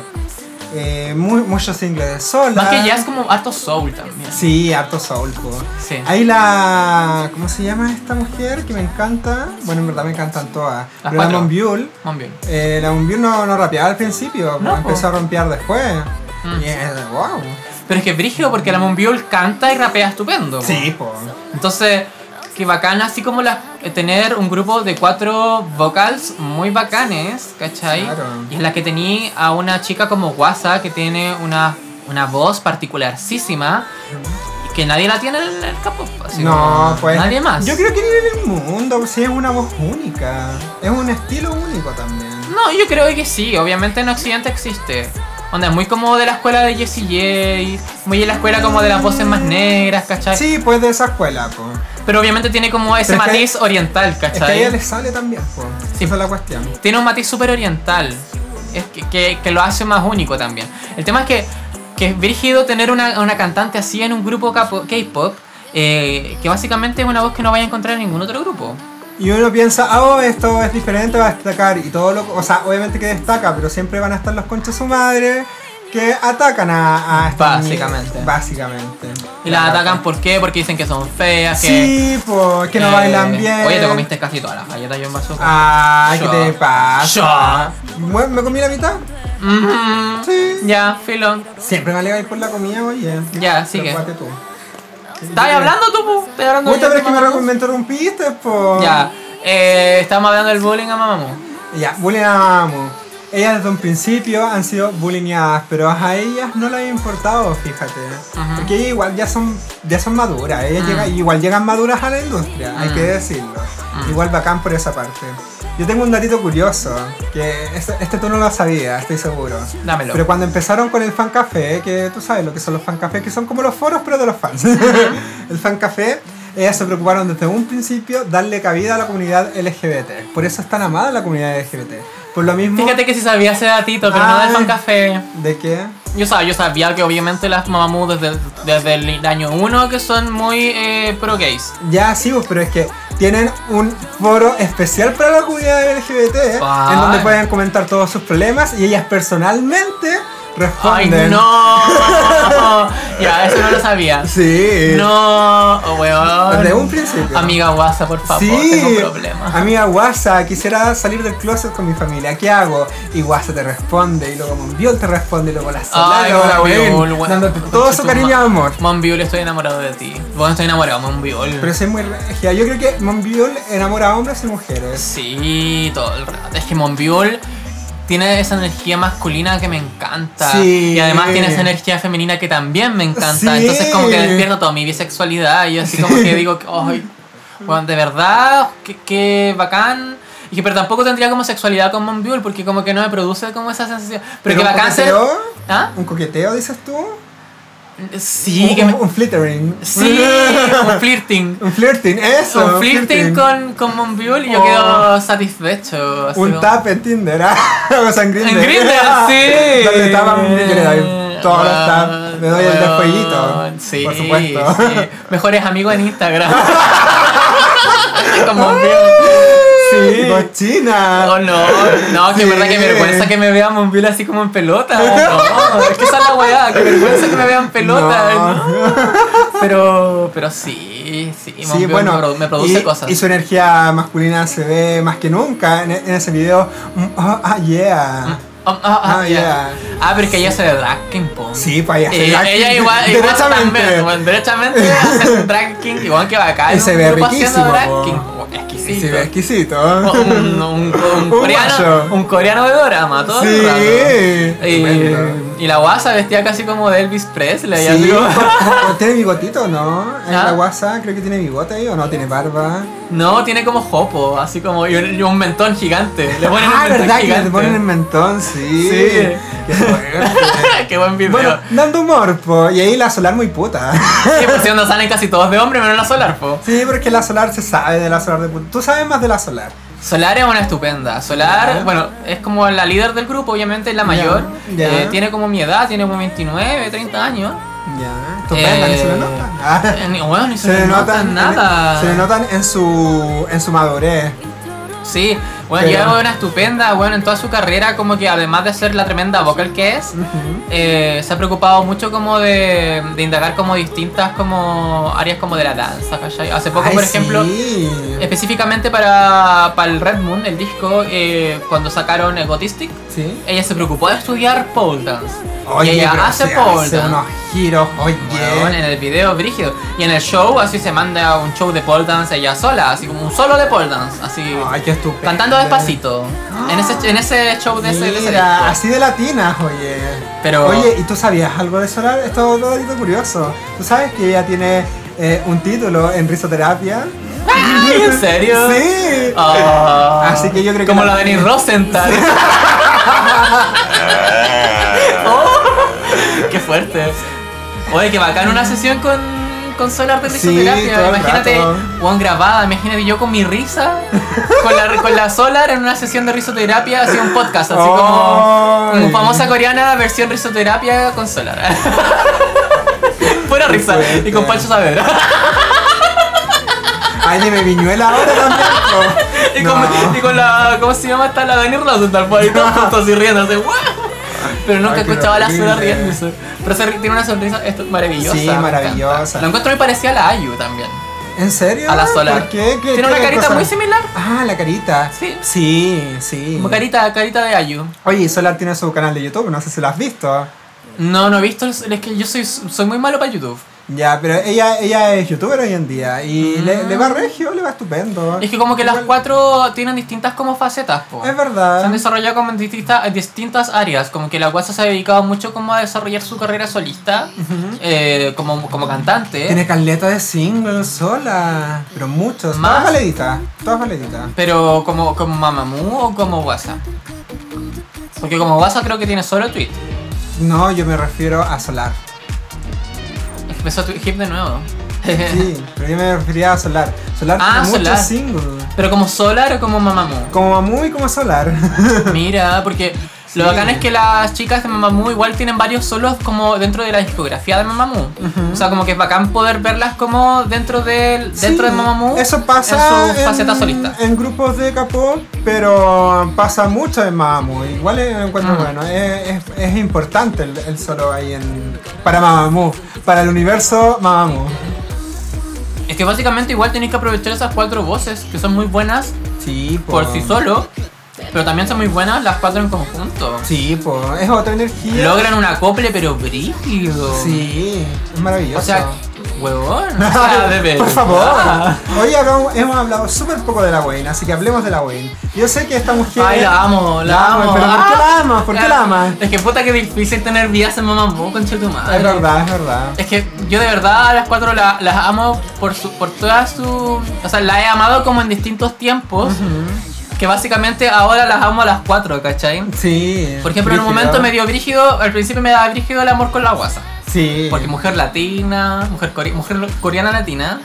Eh, mu- muchos singles de sola.
Más que ya es como harto soul también.
Ah. Sí, harto soul, po.
Sí.
Ahí la... ¿Cómo se llama esta mujer que me encanta? Bueno, en verdad me encantan todas.
Las
Pero la
cuatro.
Monbiul,
Muy
Eh, la Moonbyul no, no rapeaba al principio,
No,
empezó a rompear después.
Mm.
Y es wow.
Pero es que es brígido porque la Monbiol canta y rapea estupendo. po.
Sí, po.
Entonces, qué bacán, así como las- eh, tener un grupo de cuatro vocals muy bacanes, ¿cachai?
Claro.
Y en la que tenía a una chica como Guasa que tiene unas una voz particularísima que nadie la tiene en el capo. así
No,
como
pues.
Nadie más.
Yo creo que ni en el mundo, si es una voz única. Es un estilo único también.
No, yo creo que sí, obviamente en Occidente existe. Onda, es muy como de la escuela de Jessie J, muy en la escuela como de las voces más negras, ¿cachai?
Sí, pues de esa escuela, po.
Pero obviamente tiene como ese
Pero es que-
matiz oriental,
Es que a
¿cachai?
ella le sale también, po.
Sí.
Esa es la cuestión.
Tiene un matiz súper oriental, es que, que- que lo hace más único también. El tema es que, que es brígido tener una, una cantante así en un grupo capo- K-pop, eh, que básicamente es una voz que no vaya a encontrar en ningún otro grupo.
Y uno piensa, ah, oh, esto es diferente, va a destacar. Y todo lo. O sea, obviamente que destaca, pero siempre van a estar los conchas su madre que atacan a. a estas
Básicamente.
niñas. Básicamente.
Y las atacan, ¿por qué? Porque dicen que son feas, que...
Sí, pues, que no
eh,
bailan bien.
Oye, te comiste casi todas las galletas, yo en vaso.
Ay, ¿qué
Yo.
te pasa? Bueno, ¿Me comí la mitad?
Mhm.
Ah, Sí.
Ya, filo.
Siempre me alegáis por la comida, oye.
Ya, sigue.
Preocúpate tú.
¿Estás hablando tú, pu? ¿Estás hablando
Puta,
de-
pero es que me, recom- me interrumpiste, po.
Ya. Eh, estamos hablando del bullying a Mamamoo.
Ya, bullying a Mamamoo. Ellas desde un principio han sido bullyingadas, pero a ellas no les ha importado, fíjate.
Ajá.
Porque ellas igual ya son, ya son maduras, ellas
Mm.
llegan- igual llegan maduras a la industria, hay
Mm.
que decirlo.
Ah.
Igual bacán por esa parte. Yo tengo un datito curioso, que este, este tú no lo sabías, estoy seguro.
Dámelo.
Pero cuando empezaron con el fan café, que tú sabes lo que son los fan cafés, que son como los foros pero de los fans. el fan café, ellas se preocuparon desde un principio darle cabida a la comunidad LGBT. Por eso es tan amada la comunidad LGBT. Por lo mismo
Fíjate que sí sabía ese datito, pero no del
Ay.
fan café.
de que
Yo sabía, yo sabía que obviamente las Mamamoo desde, desde el año 1 que son muy eh, pro gays.
ya sí, pues, pero es que tienen un foro especial para la comunidad LGBT
Ay.
en donde pueden comentar todos sus problemas y ellas personalmente
¡Ay,
responden.
no! ya, eso no lo sabía.
Sí.
No, oh, weón.
Desde un principio.
Amiga WhatsApp, por favor, tengo un problema.
Amiga Guasa, quisiera salir del closet con mi familia, ¿qué hago? Y Guasa te responde, y luego Monbiol te responde, y luego la
Ay,
Solano,
Monbiol,
weón,
weón.
dándote todo su
Conchetum-
cariño y amor.
Monbiol, estoy enamorado de ti. Bueno, estoy enamorado, Monbiol.
Pero sí es muy regia. Yo creo que Monbiol enamora a hombres y mujeres.
Sí, todo el rato. Es que Monbiol tiene esa energía masculina que me encanta.
Sí.
Y además tiene esa energía femenina que también me encanta.
Sí.
Entonces como que despierta toda mi bisexualidad. Y yo así como que digo, que, ay, bueno, de verdad, qué, qué bacán. Y que, pero tampoco tendría como sexualidad con Monbiol porque como que no me produce como esa sensación. Pero, que
un
bacán ser...
coqueteo,
¿Ah?
¿Un coqueteo, dices tú?
Sí,
un,
que me...
un flittering.
Sí, un flirting.
un flirting, eso.
Un flirting con, con Monbiol y yo
Oh.
quedo satisfecho. así
Un
como-
tap en Tinder, ah, o sea, en Grindr.
En Grindr, sí.
Donde tapa Monbiol, yo le doy todos los taps, le doy el
Weón,
despollito.
Sí,
por supuesto.
sí. Mejores amigos en Instagram. Como un bien.
Sí.
Sí. Oh,
Cochina.
no, no, que
Sí.
verdad que vergüenza que me vean Monville así como en pelota. oh, No, es que esa es la weá, que vergüenza que me vean en pelota.
No.
¿no? Pero, pero sí, sí,
Sí,
Monville
bueno,
me, produ- me produce
y,
cosas.
y su energía masculina se ve más que nunca en, en ese video. Mm, oh, ah, yeah.
Oh, oh, ah,
Ah,
ya.
yeah.
Ah, pero es que ella se de drag king, po.
Sí, pues ella, se
Eh,
ve
ella
aquí
igual, igual
derechamente.
también, bueno, derechamente hace un drag king, igual que bacán.
Y se
un
ve
grupo haciendo
riquísimo,
drag
po.
king, po, exquisito. Oh, mm,
se ve exquisito.
un, un- un
Un
coreano,
guayo.
un coreano de drama, todo el
Sí.
rato.
Tremendo.
Y, y la guasa vestía casi como de Elvis Presley.
Sí,
así como-
o- o- ¿Tiene bigotito o no? En
¿Ah?
la guasa creo que tiene bigote ahí o no, tiene barba.
no, tiene como jopo, así como y un, y un mentón gigante. Le ponen
ah,
un mentón
verdad, que
gigante.
le ponen el mentón, sí.
Sí.
Qué fuerte.
Qué buen video.
bueno, dando humor, po, y ahí la solar muy puta.
Sí, pues sí, onda salen casi todos de hombre, menos la Solar, po.
Sí, porque la solar se sabe de la solar de puta. Tú sabes más de la solar.
Solar es una estupenda. Solar,
Ya.
bueno, es como la líder del grupo, obviamente, es la mayor.
ya.
Eh, tiene como mi edad, tiene como 29, 30 años.
Ya, estupenda,
Eh,
ni se le nota. Ah.
Eh, ni- bueno, ni se,
Se
le
le
nota
notan
nada.
Se le notan en su, en su madurez.
Sí, bueno,
Pero-
lleva una estupenda, bueno, en toda su carrera, como que además de ser la tremenda vocal que es, eh, se ha preocupado mucho como de, de indagar como distintas como áreas como de la danza, ¿cachai? Hace poco,
Ay,
por ejemplo,
sí.
específicamente para, para el Red Moon, el disco, eh, cuando sacaron el Gotistic,
Sí.
ella se preocupó de estudiar pole dance.
Oye,
y ella
pero
hace
se
pole
hace
dance.
unos giros, oye.
Weón, en el video brígido. Y en el show así se manda un show de pole dance ella sola, así como un solo de pole dance, así
Ay, qué estupendo.
cantando despacito. En ese, en ese show de ese, de ese disco.
Mira, así de latinas, oye.
Pero-
Oye, ¿y tú sabías algo de Solar? Esto es un datito curioso. ¿Tú sabes que ella tiene eh, un título en risoterapia?
¡Ay, en serio!
Sí.
Ah.
Así que yo creo que
Como
la-
la Denis Rosenthal. Oh, ¡Qué fuerte! Oye, qué bacán una sesión con, con Solar de
Sí,
risoterapia.
todo el
imagínate,
rato.
Juan grabada, imagínate yo con mi risa, con la, con la Solar en una sesión de risoterapia, hacía un podcast, así como, como
Ay.
famosa coreana versión risoterapia con Solar. Fuera risa, y con
fuerte.
Pancho Saavedra.
Ay, dime Viñuela ahora también.
Y,
po.
con,
No.
y con la. ¿Cómo se llama? Está la Dani Rosenthal por ahí todos juntos así riéndose. ¡guau! Pero nunca
Ay, qué
escuchaba a la Sora
horrible.
riéndose. Pero se, tiene una sonrisa esto, maravillosa.
Sí,
me encanta.
maravillosa.
Lo encuentro muy parecida a la Ayu también.
¿En serio?
A la Solar.
¿Por qué? ¿Qué-
tiene
qué
una carita
cosa?
muy similar.
Ah, la carita.
Sí.
Sí, sí.
Como carita, carita de Ayu.
Oye, y Solar tiene su canal de YouTube, no sé si lo has visto.
No, no he visto. Es que yo soy, soy muy malo para YouTube.
Ya, pero ella, ella es youtuber hoy en día y le, le va regio, le va estupendo.
Es que como que las cuatro tienen distintas como facetas, po.
Es
Se han
verdad.
desarrollado como en distintas, en distintas áreas, como que la guasa se ha dedicado mucho como a desarrollar su carrera solista, eh, como, como cantante.
Tiene caleta de singles sola, pero muchos.
Más.
Todas valeditas, todas valeditas.
Pero como, como Mamamoo o como WhatsApp. Porque como WhatsApp creo que tiene solo tweet.
No, yo me refiero a Solar.
Empezó tu hip de nuevo.
Sí, pero yo me refería a Solar. Solar
Ah,
tiene
Solar.
muchos singles.
Pero como Solar o como Mamamoo.
Como Mamu y como Solar.
Mira, porque lo bacán es que las chicas de Mamamoo igual tienen varios solos como dentro de la discografía de Mamamoo. O sea, como que es bacán poder verlas como dentro del dentro
Sí,
de Mamamoo.
Eso pasa
en su faceta solista.
en grupos de capó, pero pasa mucho en Mamamoo. Igual es- encuentro
Mm.
bueno. Es, es- es importante el, el solo ahí en, para Mamamoo, para el universo Mamamoo.
Es que básicamente igual tenéis que aprovechar esas cuatro voces que son muy buenas
Sí,
por sí solo, pero también son muy buenas las cuatro en conjunto.
Sí, po. es otra energía.
Logran un acople pero brígido.
Sí, es maravilloso.
O sea, Ah. huevón. O sea, de
Por
verdad.
favor. Hoy hablamos- hemos hablado súper poco de la Wayne, así que hablemos de la Wayne. Yo sé que esta mujer.
Ay, la amo, la, amo.
Pero ¿por qué
Ah,
la amas? ¿Por qué la amas?
Es que puta que difícil tener vidas en Mamamoo, concha de tu madre.
Es verdad, es verdad.
Es que yo de verdad a las cuatro la- las amo por su, por toda su. O sea, las he amado como en distintos tiempos. Que básicamente ahora las amo a las cuatro, ¿cachai?
Sí.
Por ejemplo, en un
brígido.
momento me dio brígido, al principio me daba brígido el amor con la guasa.
Sí.
Porque mujer latina, mujer, core- mujer coreana latina,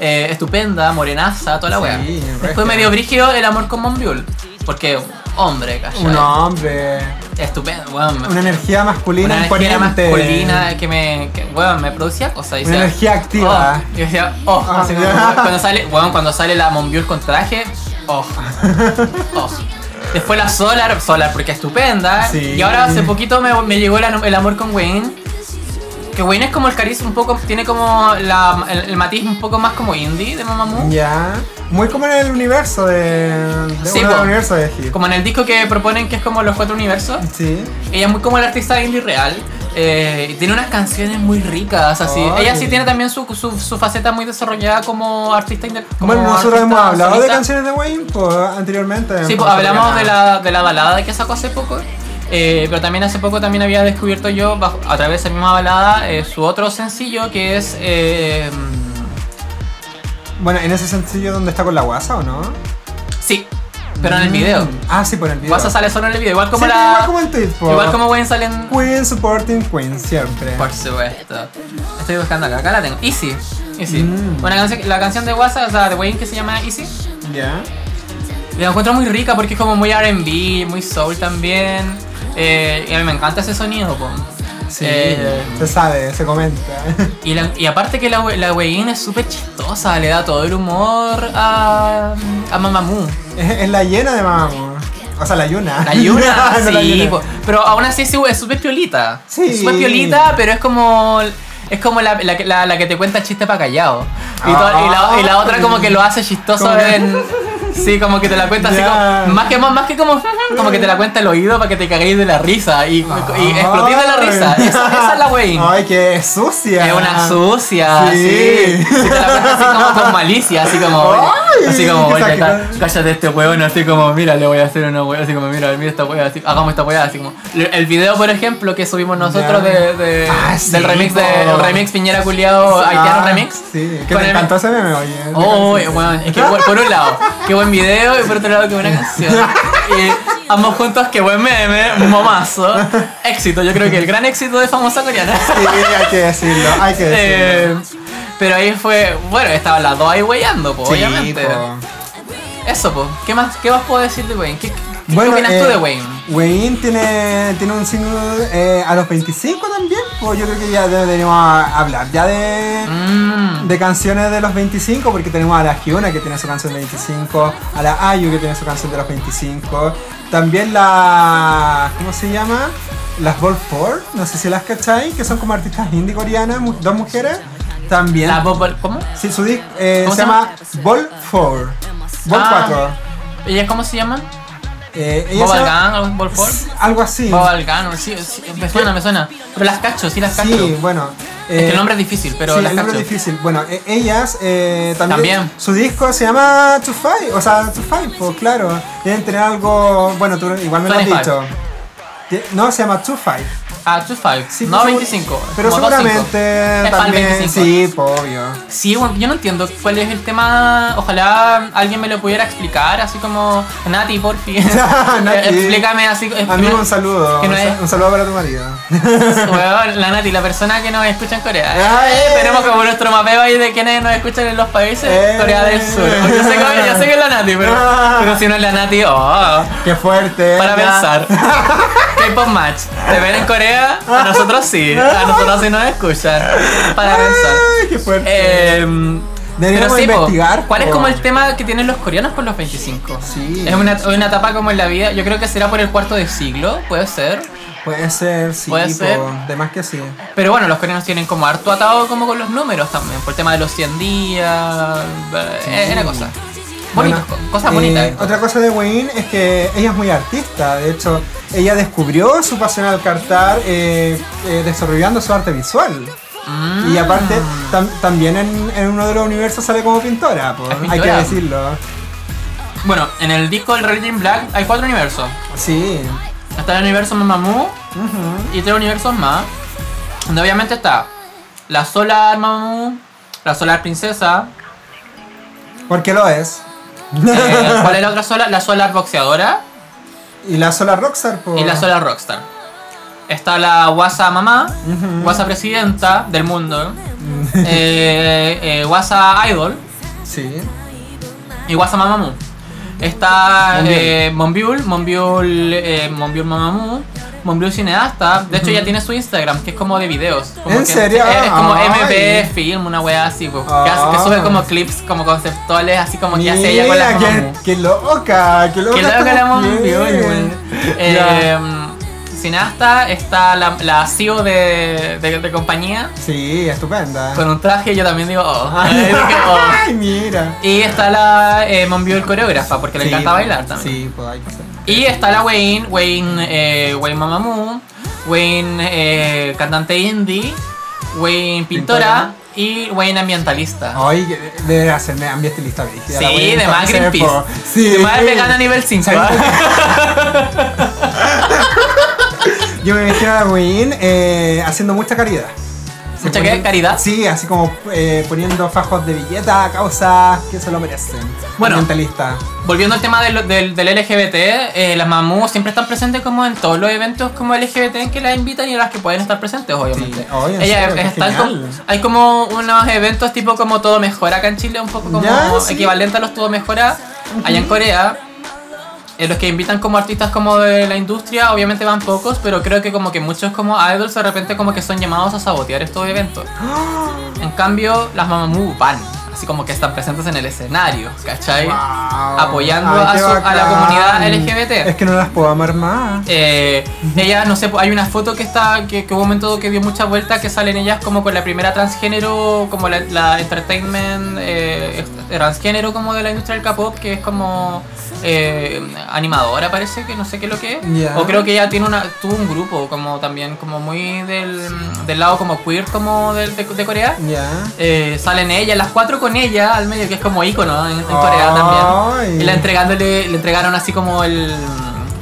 eh, estupenda, morenaza, toda la
Sí,
wea.
regia.
Después me dio brígido el amor con Monbiul. Porque, hombre, calla.
Un hombre.
Estupendo, weón.
Una energía masculina
Una energía
imponente.
masculina que me, que, weón, me producía cosas. y
Una
decía,
energía activa.
oh, y decía, oh,
Ah,
así como,
ya.
cuando sale, weón, cuando sale la Monbiul con traje, oh, oh. Después la Solar, Solar porque estupenda.
Sí.
Y ahora hace poquito me, me llegó el, el amor con Wayne. Que Wayne es como el cariz un poco, tiene como la- el, el matiz un poco más como indie de Mamamoo.
Ya. Muy como en el universo de. de
Sí,
uno
po.
del universo de Hip.
Como en el disco que proponen que es como los cuatro universos.
Sí.
Ella es muy como la artista indie real. eh, y tiene unas canciones muy ricas, así.
Ay.
Ella sí tiene también su, su, su faceta muy desarrollada como artista indie. como
Bueno, nosotros
artista
hemos hablado de
solista.
canciones de Wayne po, anteriormente.
Sí, pues, hablamos de la, de la balada que sacó hace poco. eh, pero también hace poco también había descubierto yo, bajo- a través de esa misma balada, eh, su otro sencillo que es. eh,
Bueno, en ese sencillo donde está con la guasa, ¿o no?
sí, pero en el video.
Ah, sí, por el video.
Vas a salir solo en el video, igual como
Sí,
la.
Igual como el tweet, po.
igual como Wayne sale en.
Queen supporting Queen, siempre.
Por supuesto. Estoy buscando acá, acá la tengo. Easy. Easy.
Mm.
Una canción, la canción de WhatsApp, o sea, de Wayne que se llama Easy.
Ya.
La encuentro muy rica porque es como muy RB, muy soul también. Eh, y a mí me encanta ese sonido, po.
Sí.
Eh,
se sabe, se comenta.
y, la- y aparte que la, we- la Wayne es súper chistosa, le da todo el humor a, a Mamamoo.
es, es la llena de Mamamoo. O sea, la Yuna.
La Yuna,
No, la
sí,
Yuna.
po. pero aún así es es súper piolita.
Sí.
Es Súper piolita, pero es como. Es como la, la, la- la que te cuenta chiste para callado. Y, to- y la, y la otra como que lo hace chistoso
Como que-
en. Sí, como que te la cuenta
Ya.
así como. Más que, más que como. Como que te la cuenta el oído para que te caguéis de la risa. Y, y
Ah.
explotís de la risa. Esa, esa es la Wayne.
Ay, que sucia.
Es una sucia, sí.
Ah, Sí.
Y te la cuenta así como con malicia, así como.
Ay,
Así como,
Que
oye,
saque,
cá-
¿no?
cállate este huevón, así como, mira, le voy a hacer una hueá, así como, mira, mira esta hueá, así, hagamos esta hueá, así como. El video, por ejemplo, que subimos nosotros
Ya.
de, de-
Ah, sí,
del remix de
po.
el remix Piñera Culeado Haitiano
Ah,
Remix.
Sí, que
Con
te
el-
encantó ese meme, oye.
Oh, weón, es que bueno, por un lado, qué buen video y por otro lado, qué buena canción. Y ambos juntos, qué buen meme, un momazo. Éxito, yo creo que el gran éxito de famosa coreana.
Sí, hay que decirlo, hay que decirlo.
Eh, pero ahí fue, bueno, estaban las dos ahí weyando, po,
Sí,
obviamente.
po.
Eso, po. ¿Qué más, ¿Qué más puedo decir de Wayne? ¿Qué, qué- qué
Bueno,
opinas tú
eh,
de Wayne?
Wayne tiene, tiene un single eh, a los 25 también. Pues yo creo que ya deberíamos a- hablar ya de,
Mm,
de canciones de los 25, porque tenemos a la Hyuna que tiene su canción de 25, a la Ayu que tiene su canción de los 25, también la. ¿Cómo se llama? Las Ball Four, no sé si las cacháis, que son como artistas indie coreanas, mu- dos mujeres. También.
la Bob- ¿Cómo?
Sí, su disc eh,
¿Cómo
se
se
llama Ball 4. Ball
Ah.
4.
¿Ella cómo se llama?
Eh, ella se llama-
¿Bobalgan? ¿Algo por favor?
Algo así.
Bobalgan, sí, sí, me suena, me suena. Pero las cacho, sí las cacho.
Sí, bueno.
Es
eh,
que el nombre es difícil, pero
sí,
las
el nombre
cacho.
es difícil. Bueno, e- ellas eh, también,
También.
Su disco se llama To Five, o sea, To Five, pues claro. Deben tener algo. Bueno, tú igual me lo has
25.
dicho. Ti- No, se llama To Five.
Ah, 25,
Sí,
no
pues,
25.
Pero
como 25.
seguramente
Es para el
también.
25.
Sí, pues, obvio.
Sí, bueno, yo no entiendo cuál es el tema. Ojalá alguien me lo pudiera explicar, así como Nati, por fin.
Nati.
Explícame así.
Amigo, un saludo.
que no
un sa-
es-
Un saludo para tu marido.
Weón, la Nati, la persona que nos escucha en Corea.
Ay.
Eh, tenemos como nuestro mapeo ahí de quienes nos escuchan en los países
Eh.
Corea del Sur. Yo sé, que, yo sé que es la Nati, pero,
Ah.
pero si no es la Nati, oh,
Qué fuerte. ya.
para pensar. K-pop match. Te ven en Corea, a nosotros sí. A nosotros sí nos escuchan. Para pensar.
Ay, qué fuerte.
Eh,
Deberíamos
po,
investigar,
¿Cuál es
po.
como el tema que tienen los coreanos con los 25?
Sí.
Es una, una etapa como en la vida. Yo creo que será por el cuarto de siglo, puede ser.
Puede ser, sí,
Puede
po,
ser.
De más que sí.
Pero bueno, los coreanos tienen como harto atado como con los números también, por el tema de los 100 días, eh, era cosa. Bonitos,
Bueno,
co- cosas
eh,
bonitas.
Otra cosa de Wayne es que ella es muy artista. De hecho, ella descubrió su pasión al cantar eh, eh, desarrollando su arte visual.
Ah.
Y aparte, tam- también en, en uno de los universos sale como pintora, po,
Es
hay que
pintora.
decirlo.
Bueno, en el disco del Raging Black hay cuatro universos.
Sí.
Está el universo Mamamoo
Ujú.
y tres universos más. Donde obviamente está la Solar Mamamoo, la Solar Princesa,
¿Por qué lo es?
eh, ¿cuál es la otra Solar? La Solar Boxeadora
Y la sola pues. Rockstar, po.
y la Solar Rockstar. Está la Guasa Mamá, Guasa Presidenta del mundo, eh, eh, Guasa Idol.
Sí.
Y Guasa Mamamoo. Está
Monbiul.
eh, Monbiul, Monbiul, eh, Monbiul Mamamoo, Monbiul Cineasta. De hecho, ya tiene su Instagram, que es como de videos. Como
¿En
que-
serio?
Es, es como
Ay.
MP Film, una wea así, pues, que, hace- que
Ah.
sube como clips, como conceptuales, así como que hace ella con la
Mira, qué,
Mamamoo.
qué loca, qué loca.
Que luego que la
esta
Mamamoo,
mujer.
weón. Eh, Cineasta está la, la CEO de, de, de compañía
Sí, estupenda.
con un traje. Yo también digo, oh,
Ay,
oh.
mira.
Y está la eh, Monbiul coreógrafa, porque le
Sí,
encanta
po,
bailar también.
Sí, pues hay que hacer.
Y está la Wayne, Wayne, eh, Wayne Mamamoo, Wayne eh, cantante indie, Wayne
Pintora.
pintora, y Wayne ambientalista.
Ay, que debe hacerme ambientalista, brígida. la
sí,
voy a
de más
entonces,
Greenpeace.
po. Sí.
De más vegana nivel ¿eh? 5.
¿Sabes Yo me imagino a Wayne eh, haciendo mucha caridad. Se
¿Mucha
pone-
qué? ¿Caridad?
Sí, así como eh, poniendo fajos de billeta a causas que se lo merecen.
Bueno.
Ambientalista.
Volviendo al tema de lo- del, del LGBT, eh, las mamú siempre están presentes como en todos los eventos como LGBT en que las invitan y a las que pueden estar presentes, obviamente.
Sí, oye, en
Ellas
serio, qué
están
genial.
como- hay como unos eventos tipo como Todo Mejora acá en Chile, un poco como
Ya, sí.
equivalente a los Todo Mejora allá en Corea. En los que invitan como artistas como de la industria, obviamente van pocos, pero creo que como que muchos como idols de repente como que son llamados a sabotear estos eventos. En cambio, las Mamamoo van, así como que están presentes en el escenario, ¿cachai?
Wow.
apoyando
Ay,
a,
qué
su- a la
bacán.
comunidad LGBT.
Es que no las puedo amar más.
Eh, ella, no sé, hay una foto que está, que, que hubo un momento que dio mucha vuelta, que salen ellas como con la primera transgénero, como la, la entertainment, eh, transgénero como de la industria del K-pop, que es como eh, animadora, parece que no sé qué es lo que es.
Ya.
O creo que ella tiene una, tuvo un grupo como también, como muy del, del lado como queer como del- de, de Corea.
Ya.
Eh, salen ellas, las cuatro con ella al medio, que es como ícono en, en Corea
Ay.
también. Y la entregándole, le entregaron así como el,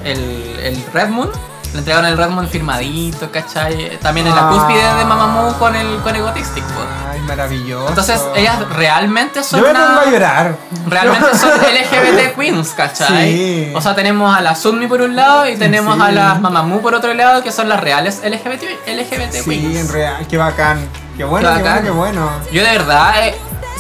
el, el Red Moon. Le entregaron el Red Moon firmadito, ¿cachai? También en la
Ah.
cúspide de Mamamoo con el, con el Gotistic,
Ay, maravilloso.
Entonces, ellas realmente son
Ah. Yo me
una-
pongo a llorar.
Realmente son LGBT queens, ¿cachai?
Sí.
O sea, tenemos a la Sunmi por un lado y tenemos
Sí.
a las Mamamoo por otro lado, que son las reales LGBT, LGBT queens.
Sí, en real, qué bacán. Qué bueno,
Qué
qué,
bacán.
bueno, qué bueno.
Yo de verdad eh,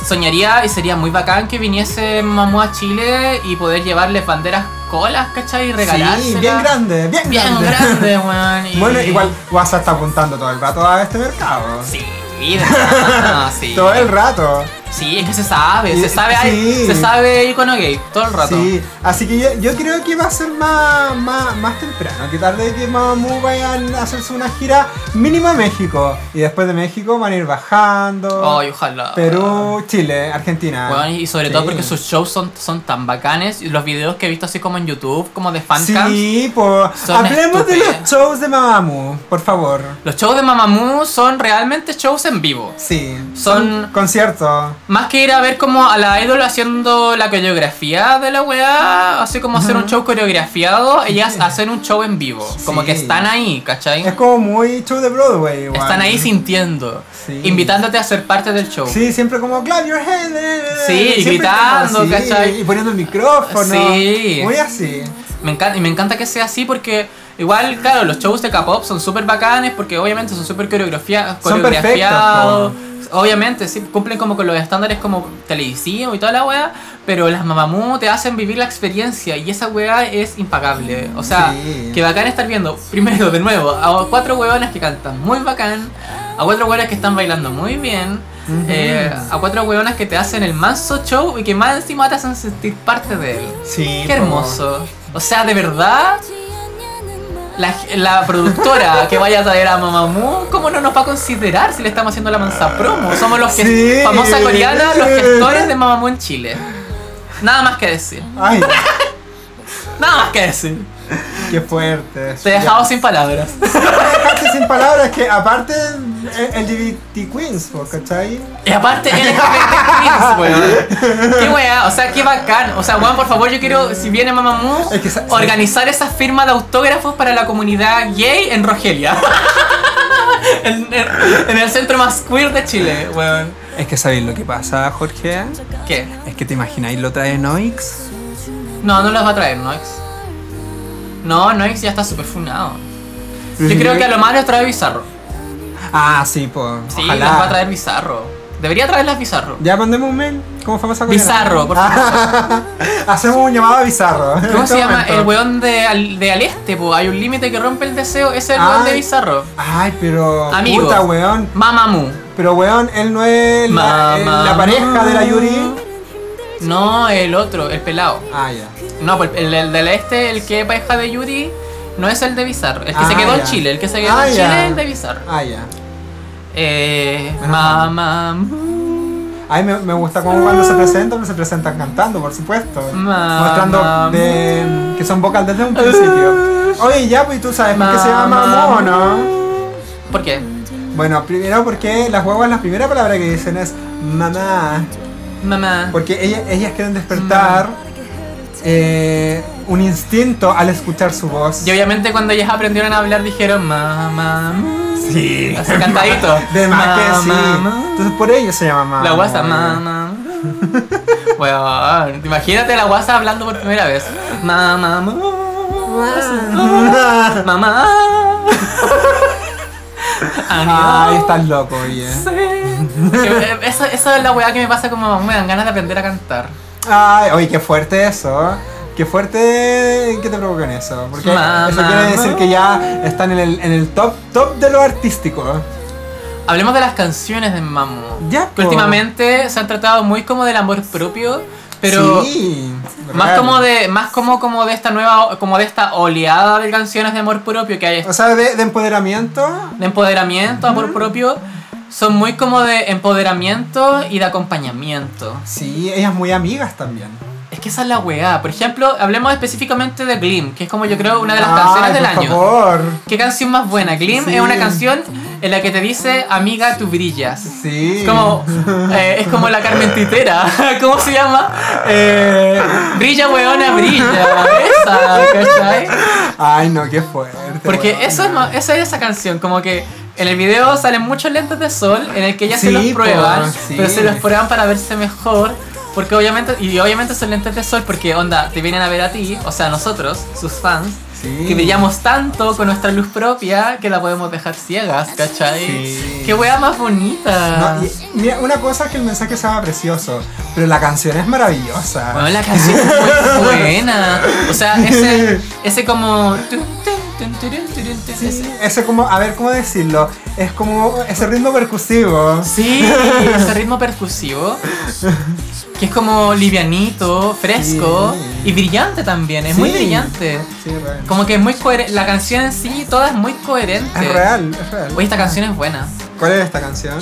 soñaría y sería muy bacán que viniese Mamú a Chile y poder llevarles banderas colas, ¿cachai? Y regalárselas.
Sí, bien grande, bien,
Bien
grande.
grande, weón. y-
Bueno, igual WhatsApp está apuntando todo el rato a este mercado.
Sí, de verdad, sí.
Todo el rato.
Sí, es que se sabe, se
Y-
sabe,
sí.
se sabe icono gay todo el rato.
Sí, así que yo, yo creo que va a ser más, más, más temprano, que tarde que Mamamoo vayan a hacerse una gira mínima a México. Y después de México van a ir bajando.
Ay, ojalá.
Perú, Chile, Argentina.
Weón, y sobre
Sí.
todo porque sus shows son, son tan bacanes. Y los videos que he visto así como en YouTube, como de fancams.
Sí, por...
son
hablemos de los
estupendos.
shows de Mamamoo, por favor.
Los shows de Mamamoo son realmente shows en vivo.
Sí.
Son-
conciertos.
Más que ir a ver como a la idol haciendo la coreografía de la weá, así como hacer un show coreografiado, ellas hacen un show en vivo. Como
Sí.
que están ahí, ¿cachai?
Es como muy show de Broadway. igual.
Están ahí sintiendo,
Sí.
invitándote a ser parte del show.
Sí, siempre como clap your hand. eh, eh,
Sí,
eh,
y
siempre
gritando,
como así,
¿cachai?
Y poniendo el micrófono.
Sí.
Muy así.
Me encanta, y me encanta que sea así porque igual, claro, los shows de K-pop son súper bacanes porque obviamente son súper coreografia-
Son perfectos,
coreografiados. Obviamente, sí, cumplen como con los estándares como televisivo y toda la weá, pero las Mamamoo te hacen vivir la experiencia y esa weá es impagable. O sea,
Sí.
que bacán estar viendo, primero, de nuevo, a cuatro weonas que cantan muy bacán, a cuatro weonas que están bailando muy bien, eh, a cuatro weonas que te hacen el manso show y que más encima te hacen sentir parte de él.
Sí.
Qué
po.
hermoso. O sea, de verdad, la, la productora que vaya a traer a Mamamoo, ¿cómo no nos va a considerar si le estamos haciendo la mansa promo? Somos los que
Sí.
famosa coreana, los gestores de Mamamoo en Chile. Nada más que decir.
Ay,
Nada más que decir.
qué fuerte.
Te he dejado sin palabras.
Dejaste sin palabras que aparte el LGBT Queens, po, ¿cachai?
Y aparte, LGBT Queens, weón. Qué weá, o sea, qué bacán. O sea, weón, por favor, yo quiero, si viene Mamamoo,
Es que sa-
organizar esa firma de autógrafos para la comunidad gay en Rogelia. en, en- en el centro más queer de Chile, weón.
Es que sabéis lo que pasa, Jorge.
¿Qué?
Es que te imagináis lo trae Noix.
No, no los va a traer Noix. No, Noix ya está súper funado. Yo creo que a lo más los trae Bizarro.
Ah, sí, pues.
Sí, los va a traer Bizarro. Debería traerlas Bizarro.
Ya mandemos un mail. ¿Cómo famosa coreana.
Bizarro, por
Ah, Hacemos un llamado a Bizarro. en
¿Cómo
este
se llama?
momento.
El weón de al, de al este, po. Hay un límite que rompe el deseo. Ese es el
Ay.
weón de Bizarro.
Ay, pero.
Amigo.
Puta, weón.
Mamamoo.
Pero, weón, él no es la, eh,
Mamamoo.
la pareja de la Yuri.
No, el otro, el pelado.
Ah, ya.
No, pues el, el del este, el que es pareja de Yuri, no es el de Bizarro. El que
Ah,
se quedó
ya.
en Chile, el que se quedó
Ah,
en
ya.
Chile es el de Bizarro.
Ah, ya.
Eh,
Ah.
Mamamoo.
Ay, me, me gusta como cuando se presentan, se presentan cantando, por supuesto.
Mamamoo.
Mostrando de- que son vocal desde un principio. Oye, ya, pues tú sabes por qué se llama Mamo, ¿no?
¿Por qué?
Bueno, primero porque las guaguas, la primera palabra que dicen es mamá.
Mamá.
Porque ellas, ellas quieren despertar eh, un instinto al escuchar su voz.
Y obviamente cuando ellas aprendieron a hablar dijeron Mamamoo.
Sí.
Así cantadito.
De más que sí.
Mamamoo.
Entonces por ello se llama mamá.
La guasa, mamá. Weón, imagínate la guasa hablando por primera vez. Mamá, mamá. Mamá.
Ay, estás loco, oye.
eh, Eso, eso es la weá que me pasa como me dan ganas de aprender a cantar.
Ay, oye, qué fuerte eso. Qué fuerte que te provocan eso. Porque
Mamá.
eso quiere decir que ya están en el, en el top top de lo artístico.
Hablemos de las canciones de Mamu.
Ya, po.
Que últimamente se han tratado muy como del amor propio, pero
Sí,
más
real.
como de más como como de esta nueva como de esta oleada de canciones de amor propio que hay
O sea, de, de empoderamiento.
de empoderamiento, amor propio. son muy como de empoderamiento y de acompañamiento.
Sí, ellas muy amigas también.
Es que esa es la weá. Por ejemplo, hablemos específicamente de Glim, que es como yo creo una de las canciones
Ay,
del
Ah, por
año.
favor.
¿Qué canción más buena? Glim
Sí.
es una canción en la que te dice, amiga, tú brillas.
Sí.
Es como, eh, es como la carmentitera. ¿Cómo se llama? Eh, brilla, weona, brilla. Esa, ¿cachai?
Ay, no, qué fuerte.
Porque
weón.
eso es, ma- esa es esa canción, como que en el video salen muchos lentes de sol en el que ya se
Sí,
los
po,
prueban,
sí.
pero se los prueban para verse mejor. Porque obviamente, y obviamente son lentes de sol porque, onda, te vienen a ver a ti, o sea, a nosotros, sus fans,
Sí.
que brillamos tanto con nuestra luz propia que la podemos dejar ciegas, ¿cachai?
Sí.
¡Qué wea más bonita!
No, y- mira, una cosa es que el mensaje estaba precioso, pero la canción es maravillosa.
Bueno, la canción es muy buena. O sea, ese, ese como... tun, tun, tun, turun, turun, tun, ese-
Sí, ese como, a ver, ¿cómo decirlo? Es como ese ritmo percusivo.
Sí, ese ritmo percusivo. Que es como livianito, fresco
Sí.
y brillante también. Es muy
Sí.
brillante.
Sí, es real.
Como que es muy coherente. La canción en sí, toda es muy coherente.
Es real, es real.
Oye, esta canción es buena.
¿Cuál es esta canción?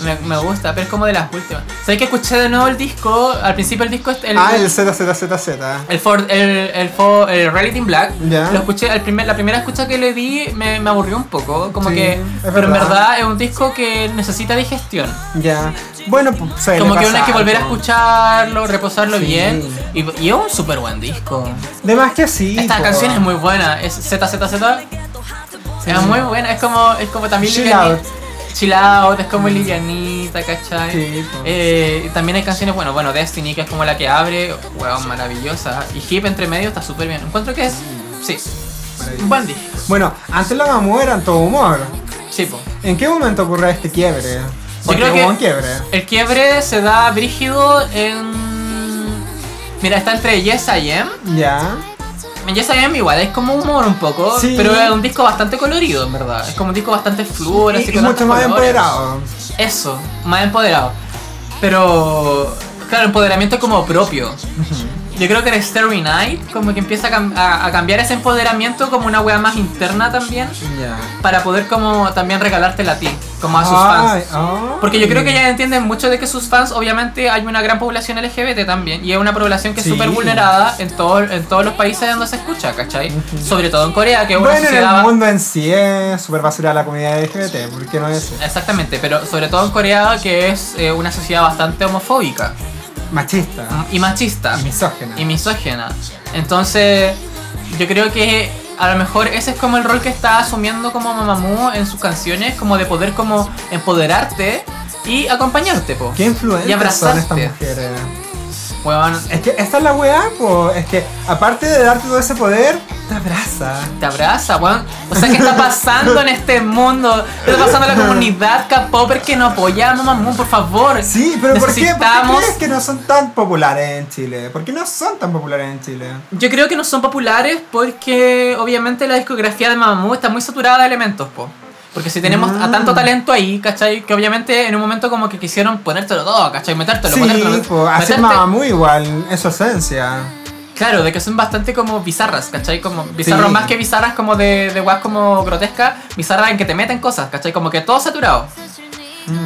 Me, me gusta, pero es como de las últimas. ¿Sabes que escuché de nuevo el disco? Al principio el disco es el.
Ah, el ZZZZ.
El, for- el, el, for- el Reality in Black,
Ya.
lo escuché, el primer, la primera escucha que le di me, me aburrió un poco, como
Sí,
que,
es
pero en
verdad.
verdad es un disco que necesita digestión.
Ya. Bueno, pues. suele
Como que uno hay que
pasar,
volver a
¿no?
escucharlo, reposarlo
Sí.
bien. Y, y es un súper buen disco.
De más que sí.
Esta
po.
canción es muy buena. Es ZZZ. Es muy buena. Es como, es como también
Chill
liviani-
out. Mm.
Chill out. Es como livianita, ¿cachai?
Sí, po.
Eh, y también hay canciones, bueno, bueno, Destiny, que es como la que abre. Wow, maravillosa. Y Hip entre medio está súper bien. Encuentro que es. Sí.
Maravilloso.
Un buen disco.
Bueno, antes la mamú eran todo humor.
Sí, po.
¿En qué momento ocurre este quiebre? Porque
creo que-
hubo un quiebre.
El quiebre se da brígido en. Mira, está entre Yes I Am.
Ya.
En Yes I Am igual, es como humor un poco,
Sí.
pero es un disco bastante colorido, en verdad. Es como un disco bastante fluor, así
Y, y
con
mucho
hartos
más
colores.
empoderado.
Eso, más empoderado. Pero, claro, empoderamiento como propio. Yo creo que en Starry Night como que empieza a, cam- a- a cambiar ese empoderamiento como una wea más interna también,
Ya.
para poder como también regalártela a ti, como a sus fans.
Ay, ay.
Porque yo creo que ya entienden mucho de que sus fans, obviamente, hay una gran población LGBT también. Y es una población que es
Sí.
súper vulnerada en, todo- en todos los países donde se escucha, ¿cachai? Sobre todo en Corea, que es una
Bueno, en
sociedad-
el mundo en sí es súper basura la comunidad LGBT, ¿por qué no es
Exactamente, pero sobre todo en Corea, que es eh, una sociedad bastante homofóbica
machista
y machista.
y misógena?
Mm, ah. y misógena. Entonces, yo creo que a lo mejor ese es como el rol que está asumiendo como Mamamoo en sus canciones, como de poder como empoderarte y acompañarte, po.
¿Qué
Y
influencias son
abrazarte.
estas mujeres?
Weón,
Es que esta es la weá, po. Es que aparte de darte todo ese poder, te abraza.
te abraza, weón. O sea, ¿qué está pasando en este mundo? ¿Qué está pasando en la comunidad K-Popper que no apoya a Mamamoo, por favor?
Sí, pero ¿por qué? ¿Por qué
Necesitamos-
crees que no son tan populares en Chile? ¿Por qué no son tan populares en Chile?
Yo creo que no son populares porque obviamente la discografía de Mamamoo está muy saturada de elementos, po. Porque si tenemos a
Ah.
tanto talento ahí, ¿cachai? Que obviamente en un momento como que quisieron ponértelo todo, ¿cachai? Metértelo, ponértelo.
sí, po, así es
meterte-
Mamamoo igual, es su esencia.
Claro, de que son bastante como bizarras, ¿cachai? Como bizarros
Sí.
más que bizarras como de, de guas como grotescas, bizarras en que te meten cosas, ¿cachai? Como que todo saturado.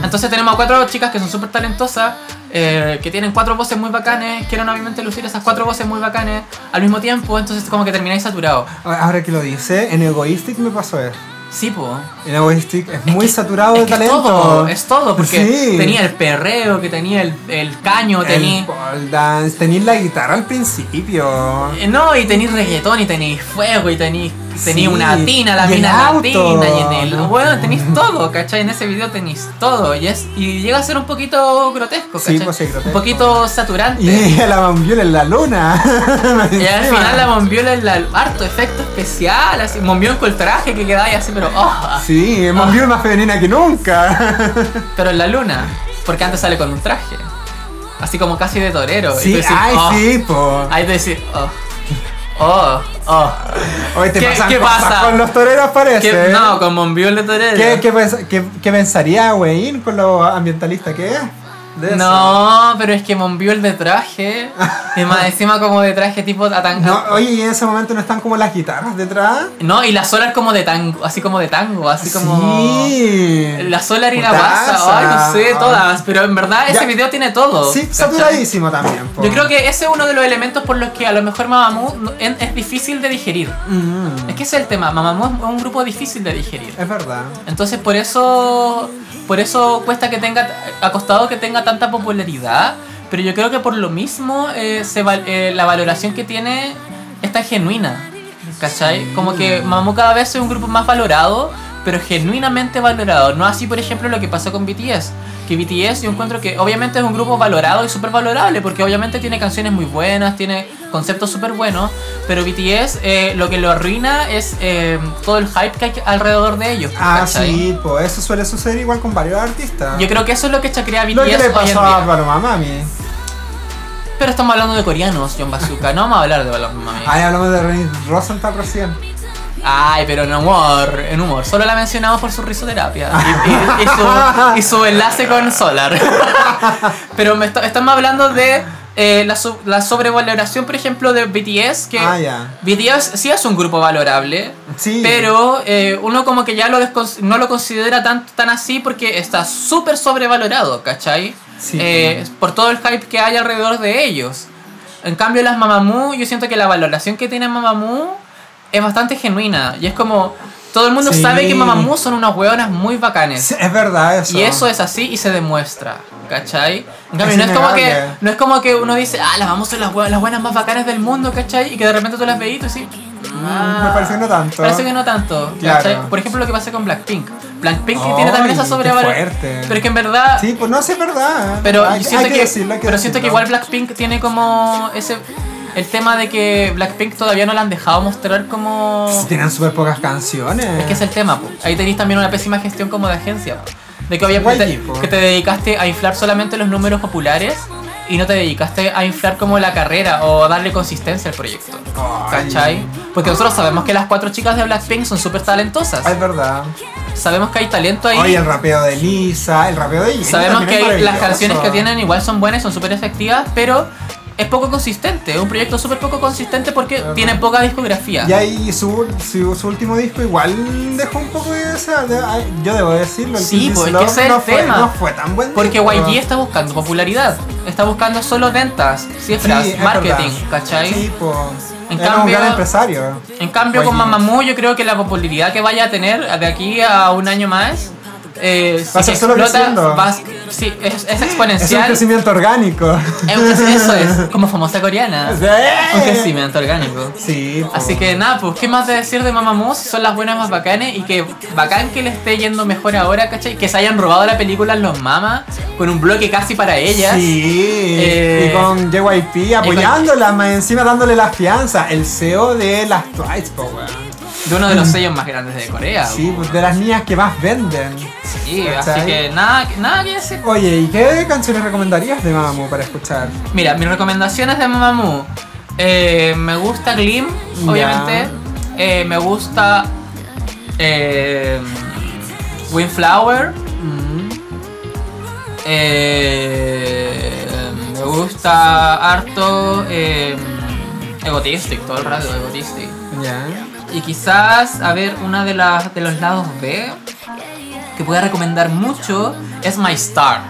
Entonces tenemos a cuatro chicas que son súper talentosas, eh, que tienen cuatro voces muy bacanes, quieren obviamente lucir esas cuatro voces muy bacanes al mismo tiempo, entonces como que termináis saturado.
Ahora que lo dice, en Egoistic me pasó eso.
Sí, po.
En Egoistic es, muy
que-
saturado
es
de
que es
talento.
todo, es todo, porque
Sí.
tenía el perreo, que tenía el, el caño,
El
tenía...
pole dance, tenéis la guitarra al principio.
Eh, No, y tenéis reggaetón, y tenéis fuego, y tenéis
Sí,
tenéis una tina, la
y el
mina
auto,
latina, y en el.
¿no?
Bueno, tenéis todo, ¿cachai? En ese video tenéis todo, y, es, y llega a ser un poquito grotesco,
Sí,
¿cachai?
pues sí, grotesco.
Un poquito saturante.
Y a la bambiola en la luna.
Y al
Encima.
final la bombiola es la, harto efecto especial, así, bombión con el traje que quedáis así, pero oh,
Sí, bambiola más femenina que nunca.
pero en la luna, porque antes sale con un traje, así como casi de torero. y
Sí,
tú decís,
ay,
oh,
sí, po.
Ahí te decís, oh, oh, oh.
Hoy te
¿Qué-
pasan
qué
cosas
pasa?
con los toreros, parece.
¿Qué- no, con Monbiol de Torero.
¿Qué, qué pens- qué- qué pensaría Wayne con lo ambientalista que es? de eso.
No, pero es que Monbiol el de traje. y más encima como de traje tipo a tan-
No, Oye, y en ese momento no están como las guitarras detrás.
No, y la Solar como de tango, así como de tango, así como.
Sí.
La Solar y la
Putaza.
Baza, ay, no sé, todas. Pero en verdad ese
Ya.
video tiene todo.
Sí,
¿cachai?
saturadísimo también. po.
Yo creo que ese es uno de los elementos por los que a lo mejor Mamamoo no- en- es difícil de digerir.
Mm,
Es que ese es el tema, Mamamoo es un grupo difícil de digerir.
es verdad.
Entonces por eso por eso cuesta que tenga acostado que tenga tanta popularidad, pero yo creo que por lo mismo eh, se val- eh, la valoración que tiene es tan genuina. ¿Cachai? Como que Mamamoo cada vez es un grupo más valorado, pero genuinamente valorado. No así, por ejemplo, lo que pasó con BTS. Que BTS yo encuentro que obviamente es un grupo valorado y súper valorable, porque obviamente tiene canciones muy buenas, tiene conceptos súper buenos, pero BTS eh, lo que lo arruina es eh, todo el hype que hay alrededor de ellos.
Ah,
¿cachai?
sí, pues eso suele suceder igual con varios artistas.
Yo creo que eso es lo que chacrea BTS
Lo que le
hoy en
pasó a
día.
Paloma Mami.
Pero estamos hablando de coreanos, John Bazooka. No vamos a hablar de Balón Mami.
Ahí hablamos de René Rosenthal recién.
Ay, pero en humor, en humor. Solo la mencionamos por su risoterapia y, y- y su, y su enlace con Solar. pero me está- estamos hablando de eh, la, so- la sobrevaloración, por ejemplo, de BTS. Que
Ah, ya.
BTS sí es un grupo valorable.
Sí.
Pero eh, uno como que ya lo descon- no lo considera tan, tan así porque está súper sobrevalorado, ¿cachai?
Sí.
Eh, por todo el hype que hay alrededor de ellos. En cambio las Mamamoo, yo siento que la valoración que tiene Mamamoo es bastante genuina. Y es como, todo el mundo
Sí.
sabe que Mamamoo son unas hueonas muy bacanes.
Sí, es verdad eso.
Y eso es así y se demuestra, ¿cachai? En cambio,
Es
no es, como que,
innegable.
no es como que uno dice, ah, las vamos son las, hue- las buenas más bacanas del mundo, ¿cachai? Y que de repente tú las veís y tú decís, "Ah,
Mm, Me parece que no tanto.
Parece que no tanto.
Claro.
¿cachai? Por ejemplo, lo que pasa con Blackpink. Blackpink
Ay,
tiene también esa
qué
sobrevaloración.
fuerte.
Pero es que en verdad.
Sí, pues no, sí es verdad.
Pero
Hay-
yo siento,
hay
que,
decirlo, hay
pero siento que igual
decirlo.
Blackpink tiene como ese. El tema de que Blackpink todavía no la han dejado mostrar como.
Sí, Tienen súper pocas canciones.
Es que es el tema, po. ahí tenéis también una pésima gestión como de agencia. po. De que obviamente
YG,
te-
po.
que te dedicaste a inflar solamente los números populares y no te dedicaste a inflar como la carrera o a darle consistencia al proyecto.
Ay.
¿Cachai? Porque nosotros sabemos que las cuatro chicas de Blackpink son súper talentosas.
Ah, es verdad.
Sabemos que hay talento ahí.
Oye, el rapeo de Lisa, el rapeo de Jenny
Sabemos que
también es
hay- las
maravilloso.
canciones que tienen igual son buenas, son súper efectivas, pero es poco consistente. Es un proyecto súper poco consistente porque
Ajá.
tiene poca discografía.
Y ahí su, su, su último disco igual dejó un poco de esa. de- ay, yo debo decirlo, el
Sí,
Kill This
pues, es que
Love
ese es
no
el
fue,
tema.
No fue tan buen
Porque
disco.
YG está buscando popularidad. Está buscando solo ventas,
Sí,
cifras,
es
marketing,
verdad.
¿cachai?
Sí, pues.
En
era un
cambio-
gran empresario.
En cambio, con
YG.
Mamamoo, yo creo que la popularidad que vaya a tener de aquí a un año más. eh, si
Va a ser solo creciendo.
va a- sí, es, es
Es un
exponencial. Es
crecimiento orgánico.
un- eso es, como famosa coreana.
Sí.
Un crecimiento orgánico.
Sí, po.
Así que nada, pues, ¿qué más de decir de Mamamoo? Si Son las buenas más bacanes y que bacán que le esté yendo mejor ahora, ¿cachai? Que se hayan robado la película Los Mamas con un bloque casi para ellas.
Sí,
Eh,
y con JYP apoyándola, más encima dándole la fianza. El CEO de las Twice, po, weón.
De uno de los sellos más grandes de Corea.
Sí, pues, de las niñas que más venden.
Sí, así
¿Cachai?
que nada, nada que decir.
Oye, ¿y qué canciones recomendarías de Mamamoo para escuchar?
Mira, mis recomendaciones de Mamamoo. Eh, me gusta Glim,
Ya.
obviamente. Eh, me gusta eh, Windflower. Eh, me gusta harto eh, Egotistic, todo el rato Egotistic.
Ya.
Y quizás, a ver, una de, las, de los lados B que voy a recomendar mucho es My Star.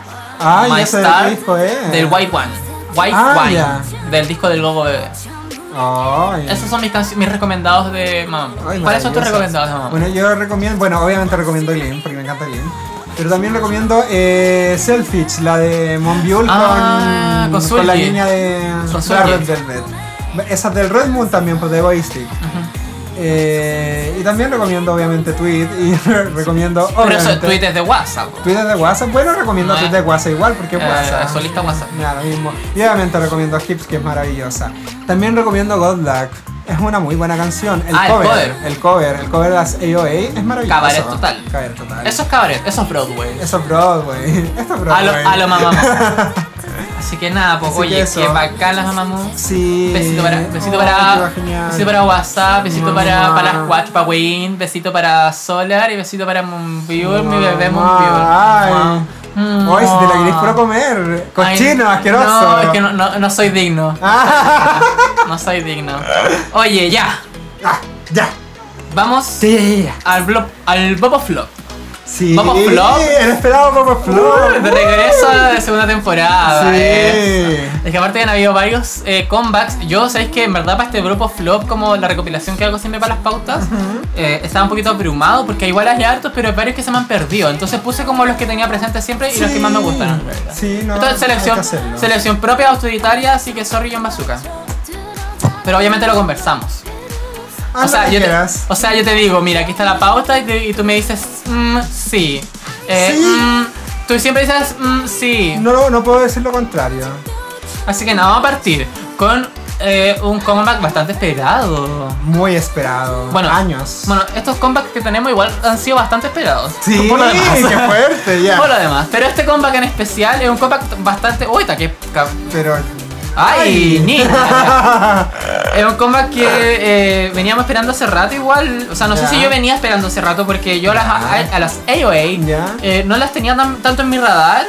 Ah,
My
ya sé de qué disco es.
del White One. White
Ah,
Wine.
ya.
Del disco del Gogo Bebé.
Ay.
Esos son mis, canci- mis recomendados de mamá.
Ay,
¿Cuáles son tus
maravillosas.
recomendados de mamá?
Bueno, yo recomiendo, bueno, obviamente recomiendo Glim, porque me encanta Glim. Pero también recomiendo eh, Selfish, la de Monbiul
Ah,
con,
con
con la
Sulgi.
línea de
Con
la
Sulgi.
Red Velvet. Esa del Red Moon también, pues de Boystick. Eh, y también recomiendo obviamente Tweet y recomiendo
Pero eso,
obviamente
tweet es de WhatsApp. po.
Tweet es de WhatsApp. Bueno, recomiendo
No,
Tweet de
eh.
WhatsApp igual porque es
Eh,
WhatsApp.
solista WhatsApp.
Ya, lo mismo. Y obviamente recomiendo Hips que es maravillosa. También recomiendo God Luck. Es una muy buena canción. El
Ah, el
cover,
cover.
El cover. El cover de las AOA es maravilloso.
Cabaret total.
Cabaret total.
Eso es cabaret, eso es Broadway.
Eso es Broadway. Esto es
A
Broadway.
lo, a lo mamá. Así que nada, pues
Así que
oye,
eso.
qué bacán las mamamos.
Sí.
Besito para, besito
Oh, qué
para,
va genial.
besito para WhatsApp, besito
Mamá.
para, para las Watch, para Wayne, besito para Solar y besito para Moonviewer, mi bebé
Mamá,
Moonviewer.
ay.
Mm,
Oye, si te la
no.
queréis puro comer.
Ay,
Cochino, asqueroso.
No, es que no, no, no soy digno.
Ah,
No soy digno. Oye, ya.
ah, ya.
Vamos
Sí, ya, ya.
al blog, al Bobo Flop.
Sí.
Vamos, Flop.
El esperado Bobo Flop.
De regreso a la segunda temporada.
Sí.
eh. Es que aparte han habido varios eh, comebacks. Yo, sabéis que en verdad para este grupo flop, como la recopilación que hago siempre para las pautas, eh, estaba un poquito abrumado porque igual hay hartos, pero hay varios que se me han perdido. Entonces puse como los que tenía presentes siempre y los que más me gustan. en realidad.
Sí, no.
Entonces,
hay que
selección,
hacerlo.
selección propia autoritaria, así que sorry, yo en bazooka. Pero obviamente lo conversamos.
Ah,
O sea,
lo que
yo te,
quieras.
o sea, yo te digo, mira, aquí está la pauta y, te- y tú me dices, mm, sí. Eh,
Sí.
mm, tú siempre dices, mm, sí.
No, lo- no puedo decir lo contrario.
Así que nada, vamos a partir con eh, un comeback bastante esperado.
Muy esperado.
Bueno,
años.
Bueno, estos comebacks que tenemos igual han sido bastante esperados.
sí,
por lo demás.
qué fuerte, ya.
Por lo demás. Pero este comeback en especial es un comeback bastante. Uy, ta, que. ca-
Pero.
¡Ay, niña! Es un comeback que eh, veníamos esperando hace rato igual. O sea, no
Ya.
sé si yo venía esperando hace rato porque yo a las, a, a las AOA
Ya.
eh, no las tenía tan- tanto en mi radar.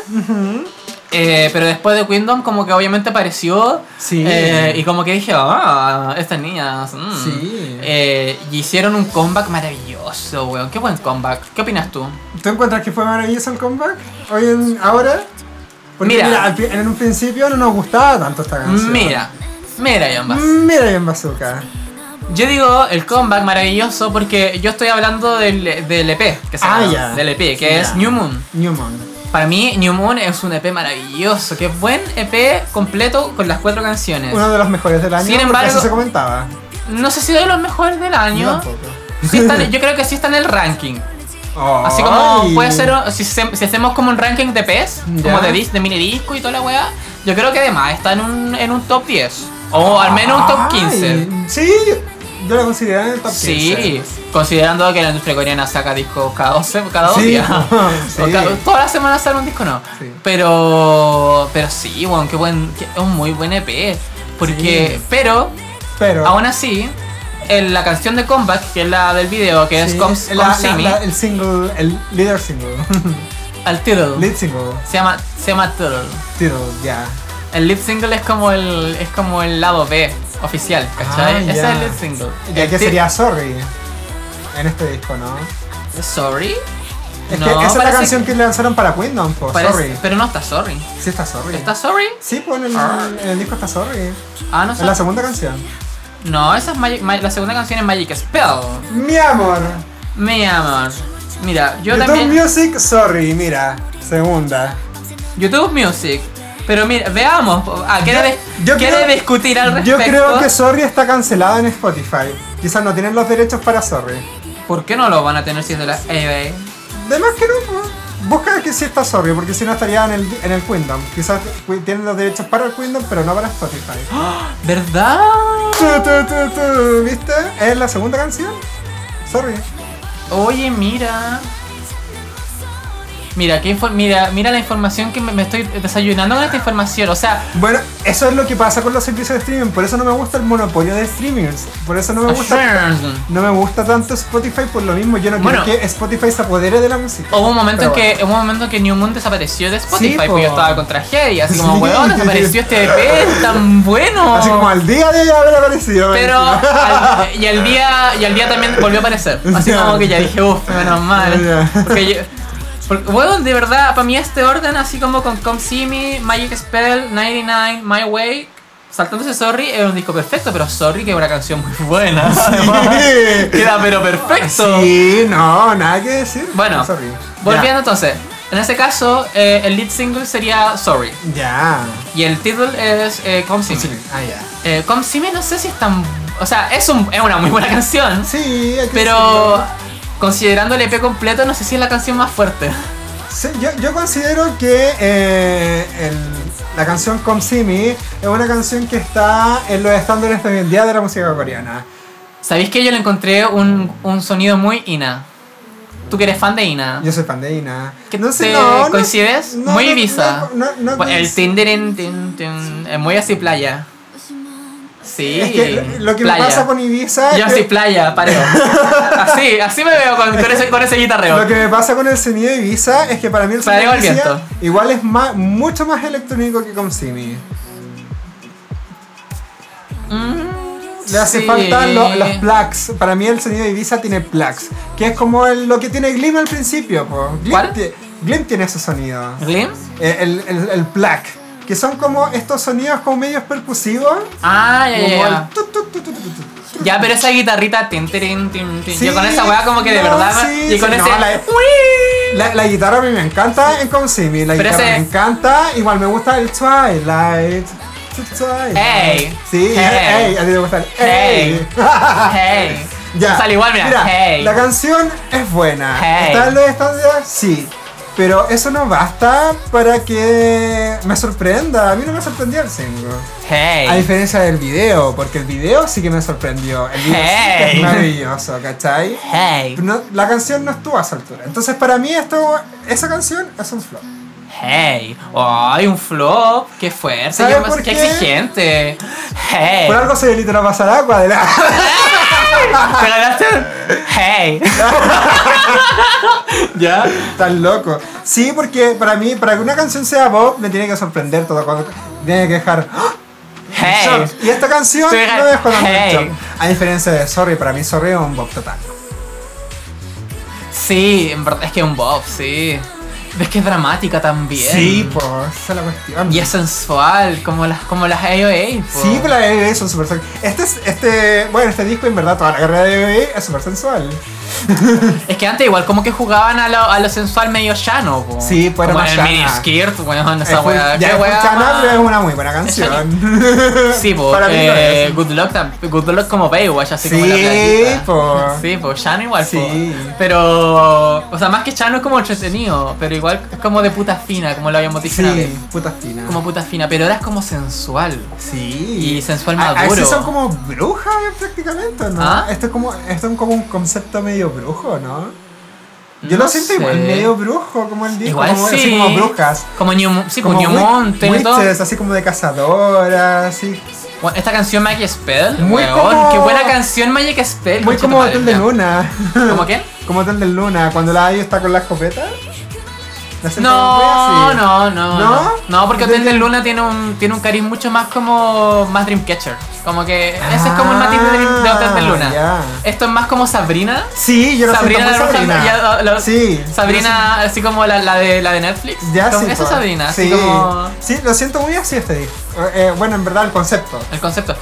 Eh, pero después de Kingdom como que obviamente apareció
Sí.
eh, y como que dije, ah, estas niñas. mm".
Sí.
Eh, y hicieron un comeback maravilloso, weón. Qué buen comeback. ¿Qué opinas tú?
¿Tú encuentras que fue maravilloso el comeback? Hoy en. ahora. Porque
Mira.
mira, al pri- en un principio no nos gustaba tanto esta canción.
Mira, mira, John Bass.
Mira bien Bazooka.
Yo digo el comeback maravilloso porque yo estoy hablando del, del EP, que se
Ah,
llama,
ya.
del EP, que
Ya.
es New Moon.
Newman.
Para mí New Moon es un EP maravilloso, que es buen EP completo con las cuatro canciones.
Uno de los mejores del año.
Sin
porque
embargo-
Eso se comentaba.
No sé si de los mejores del
Yo
año.
tampoco.
Sí está en- yo creo que sí está en el ranking. Así como
Ay.
puede ser, si, se- si hacemos como un ranking de EPs,
Ya.
como de, dis- de mini disco y toda la weá, yo creo que además está en un, en un top 10. O al menos un top 15.
Ay, Sí, yo lo consideraba en el top 15.
Sí, considerando que la industria coreana saca discos cada 12, cada dos
Sí,
días.
sí.
O cada- todas las semanas sale un disco no.
Sí.
Pero pero sí, bueno, qué buen qué- es un muy buen EP porque
Sí.
pero
Pero.
aún así en la canción de Comeback, que es la del video, que es
sí,
Come,
la-
Come
la-
See Me,
la- el single, el leader single.
al título.
Lead single.
Se llama se llama Turtle.
Título, ya.
El lead single es como el es como el lado B oficial, ¿cachai?
Ah,
Ese
ya.
es el lead single.
Ya
El
que
Eh, ti-
sería Sorry. En este disco, ¿no?
Sorry.
Es
No,
que esa es la
parece-
canción que lanzaron para Kingdom, po,
Parece-
Sorry.
Pero no está sorry.
Sí está Sorry.
¿Está sorry?
Sí, pues en el, en el disco está Sorry.
Ah, no
Es la
sé.
segunda canción.
No, esa es Magi- Ma- la segunda canción es Magic Spell.
Mi amor.
Mi amor. Mira, yo
YouTube
también.
Music, Sorry, mira. Segunda.
YouTube Music. Pero mira, veamos. Ah, quiere,
Yo-
de-
yo
quiere
creo-
discutir al
Yo
respecto.
creo que Sorry está cancelada en Spotify. Quizás no tienen los derechos para Sorry.
¿Por qué no lo van a tener si es de la EBA?
Además que no, po. busca que sí está Sorry, porque si no estaría en el, en el Kingdom. Quizás cu- tienen los derechos para el Kingdom, pero no para Spotify.
¡Ah! ¿Verdad?
Tu, tu, tu, tu, ¿Viste? Es la segunda canción. Sorry.
Oye, mira. Mira, qué infor- mira, mira la información que me, me estoy desayunando con esta información. O sea,
Bueno, eso es lo que pasa con los servicios de streaming. Por eso no me gusta el monopolio de streamers. Por eso no me gusta. No me gusta tanto Spotify por lo mismo. Yo no
Bueno.
quiero que Spotify se apodere de la música.
Hubo un momento en
Pero
que hubo un momento en que New Moon desapareció de Spotify
Sí, po.
porque yo estaba con tragedia, así como
Sí.
weón, desapareció este EP tan bueno.
Así como al día de haber aparecido.
pero
¿verdad?
al- y al día y al día también volvió a aparecer. Así
Ya.
como que ya dije, uff, menos mal.
Ya.
Porque yo porque, weón, de verdad, para mí este orden así como con Come See Me, Magic Spell, 99, My Way, saltándose Sorry, es un disco perfecto, pero Sorry que es una canción muy buena. Queda pero perfecto.
Sí, no, nada que decir.
Bueno,
Sorry.
volviendo entonces. En ese caso, eh, el lead single sería Sorry.
Ya.
Y el título es eh, Come See Me.
Sí. Ah, ya.
Eh, Come See Me no sé si es tan... O sea, es, un- es una muy buena canción.
Sí, hay que
Pero considerando el EP completo, no sé si es la canción más fuerte.
Sí, yo, yo considero que eh, el- la canción Come See Me es una canción que está en los estándares de hoy en día de la música coreana.
¿Sabéis que yo le encontré un, un sonido muy Ina? Tú que eres fan de Ina.
Yo soy fan de Ina.
¿Qué
No sé,
te
no, no-
coincides?
no,
muy
no,
Ibiza. Pues
no, no, no,
el tin, tin, tin, tin, es muy así playa. Sí.
Es que lo que
playa.
me pasa con Ibiza.
Yo
es-
así, playa, pareo. Así, así me veo con, con ese, con ese guitarreo.
Lo que me pasa con el sonido de Ibiza es que para mí el
Para
sonido de
llevar el
Ibiza
viento.
igual es más, mucho más electrónico que con Simi. Le hace
Mm, sí.
falta lo- los plugs. Para mí el sonido de Ibiza tiene plugs. Que es como el- lo que tiene Glim al principio. po. Glim
¿Cuál?
ti- Glim tiene ese sonido.
¿Glim?
Eh, El, el, el plug. Que son como estos sonidos como medios percusivos.
Ah, ya,
Como
ya,
el
ya.
tu, tu, tu, tu, tu, tu, tu.
Ya, pero esa guitarrita. tin, tirin, tin, tin.
Sí,
Yo con esa weá, como que de
no,
verdad. me-
sí,
y con
sí,
ese.
no, la- La, la guitarra a mí me encanta en Consimi, la
Pero
guitarra
ese-
me encanta, igual me gusta el Twilight. Twilight.
Hey.
Sí,
Hey.
hey. a ti te gusta el hey.
Hey. Hey.
ya.
Sale igual, mira. hey.
La canción es buena.
Hey.
¿Está en los estándares? Sí. Pero eso no basta para que me sorprenda. A mí no me sorprendió el single.
hey.
A diferencia del video, porque el video sí que me sorprendió. El video sí que
Hey.
es maravilloso, ¿cachai?
Hey.
No, la canción no estuvo a esa altura. Entonces, para mí, esto, esa canción es un flop.
Hey. Ay, un flop. Qué fuerte.
¿Sabes
Qué, más-
por
qué
qué?
exigente. Hey.
Por algo se delito no pasar agua de la.
Te ganaste un- Hey. ¿Ya?
Tan loco. Sí, porque para mí, para que una canción sea pop, me tiene que sorprender todo. Cuando tiene que dejar. ¡Ah!
Hey.
Shock. Y esta canción
Te deja-
no dejó tanto
Hey.
shock. A diferencia de Sorry, para mí Sorry es un bop total.
Sí, en verdad es que es un bob, sí. Ves que es dramática también.
Sí, pues, esa es la cuestión.
Y es sensual, como las, como las AOA. po.
Sí, pero la bebé son súper sensual. Este, es- este, bueno, este disco en verdad, toda la carrera de bebé es súper sensual.
Es que antes igual como que jugaban a lo, a lo sensual medio llano, po.
Sí, pues era
Como
más
en el mini
llana.
skirt, weón,
Es
esa
full-
weá.
Eh, ya
qué
es full
weá
chana,
más-
pero es una muy buena canción.
Sí, po,
Para mí lo
eh,
es.
Good Luck, tam- Good Luck como Baywatch, así como
Sí,
la playita.
po.
Sí, po, Chano igual, po.
Sí.
Pero, o sea, más que Chano es como entretenido, pero igual es como de puta fina, como lo habíamos dicho una vez.
Sí, puta fina.
Como puta fina, pero ahora es como sensual.
Sí.
Y sensual
A- a
maduro.
veces son como brujas prácticamente, ¿o ¿no?
¿Ah?
Esto es como esto es como un concepto medio brujo, ¿no? Yo
No
lo siento
sé.
igual medio brujo, como el disco,
Igual
como,
sí.
así como brujas.
Como New, Mo- sí, como
como
New
wi-
Mountain y todo.
witches, así como de cazadoras, así.
Bueno, Esta canción Magic Spell,
Muy
weón,
como-
qué buena canción Magic Spell.
Muy
concha
como
tu madre,
Hotel de
ya.
Luna.
¿Cómo qué?
Como Hotel de Luna, cuando la Ayo está con la escopeta. la siento
No,
así.
no, no,
¿No?
no. No, porque Hotel
Desde-
de Luna tiene un, tiene un cariz mucho más como más Dreamcatcher. Como que ese es como el matiz de, Dream- de Hotel de Luna.
Ah, ya.
Esto es más como Sabrina.
Sí, yo lo
Sabrina
siento
la
muy
Bruja-
Sabrina.
ya, lo-
sí.
Sabrina, así como la, la de la de Netflix.
Ya
Como-
sí,
Esa es
po.
Sabrina,
sí.
así como
Sí, lo siento muy así este disco. Eh, eh, bueno, en verdad el concepto.
el concepto.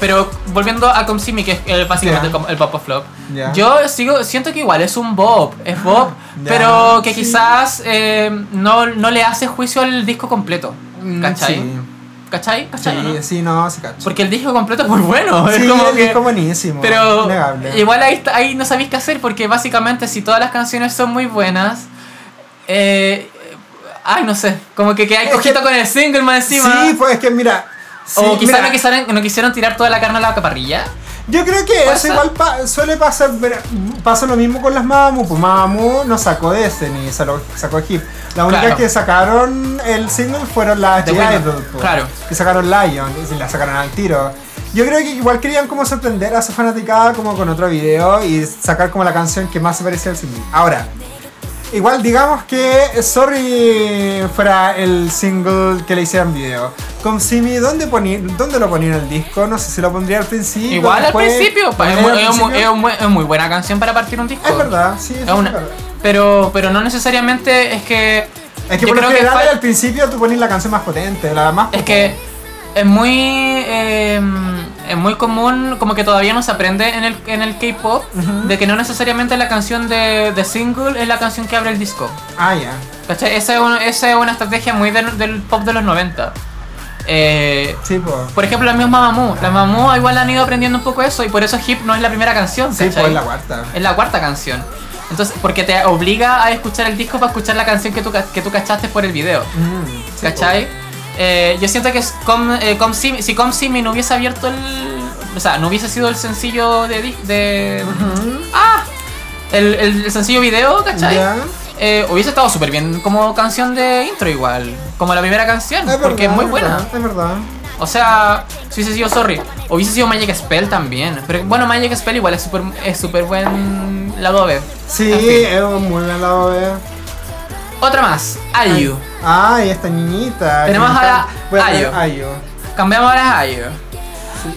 Pero volviendo a Comsimi, que es eh, básicamente
Ya.
como el pop of flop.
Ya.
Yo sigo, siento que igual es un bop, es bop,
Ya,
pero que
sí.
quizás eh, no, no le hace juicio al disco completo.
Mm,
¿Cachai?
Sí,
¿Cachai? ¿Cachai? o no?
sí, sí, no, se cacho.
Porque el disco completo es muy bueno.
sí,
es como
el
que-
disco buenísimo.
pero
innegable.
igual ahí, está- ahí no sabéis qué hacer porque básicamente si todas las canciones son muy buenas... eh, ay, no sé. Como que, que hay
Es que-
cojito con el single más encima.
Sí, pues es que mira. sí,
o quizás
Oh, mira,
no, quisieron, no quisieron tirar toda la carne a la caparrilla.
Yo creo que
¿Puede
eso
ser?
igual pa- suele pasar. mira, Pasa lo mismo con las Mamamoo. Pues Mamamoo no sacó de ese ni salo- sacó Hip. La única
Claro.
que sacaron el single fueron las
The
G
Weeknd,
Idol. pues,
claro.
Que sacaron Lion y la sacaron al tiro. Yo creo que igual querían como sorprender a su fanaticada como con otro video y sacar como la canción que más se parecía al single. Ahora, Igual digamos que Sorry fuera el single que le hicieron video. Con Simi, ¿dónde, poni- ¿dónde lo ponían el disco? No sé si lo pondría al principio.
igual al
después.
principio. pa,
Poner
es, muy-
al
es muy-
principio.
es muy- es muy buena canción para partir un disco.
Es verdad, sí, sí,
Es
es,
una-
verdad.
pero, pero no necesariamente es que...
Es que
yo
por lo
creo que
general
fal-
al principio tú pones la canción más potente, la más...
Es que es muy eh, es muy común, como que todavía no se aprende en el, en el K-pop, de que no necesariamente la canción de, de single es la canción que abre el disco.
Ah, ya.
¿Cachai? Esa es, un- esa es una estrategia muy del, del pop de los 90. Eh,
Sí, pues.
por ejemplo, las mismas Mamamoo. Las Mamamoo igual han ido aprendiendo un poco eso y por eso Hip no es la primera canción.
Sí,
¿cachai?
pues la cuarta.
Es la cuarta canción. Entonces, porque te obliga a escuchar el disco para escuchar la canción que tú, ca- que tú cachaste por el video.
Mm, sí, pues.
¿Cachai? Eh, yo siento que es Com- eh, Com Simi- si Com Simi no hubiese abierto el. O sea, no hubiese sido el sencillo de. di- de ¡Ah! El, el- el sencillo video,
pues.
¿cachai?
Mm. Ya.
Eh, hubiese estado súper bien como canción de intro, igual. Como la primera canción,
Es
porque
verdad,
es muy
es
buena.
verdad, es verdad.
O sea, si hubiese sido Sorry, o hubiese sido Magic Spell también. Pero bueno, Magic Spell igual es súper es super buen lado B.
Sí,
En fin.
es un muy buen lado B.
Otra más, Ayu.
Ay, esta niñita.
Tenemos
que
ahora
está- Voy a poner Ayo.
Cambiamos ahora a Ayu.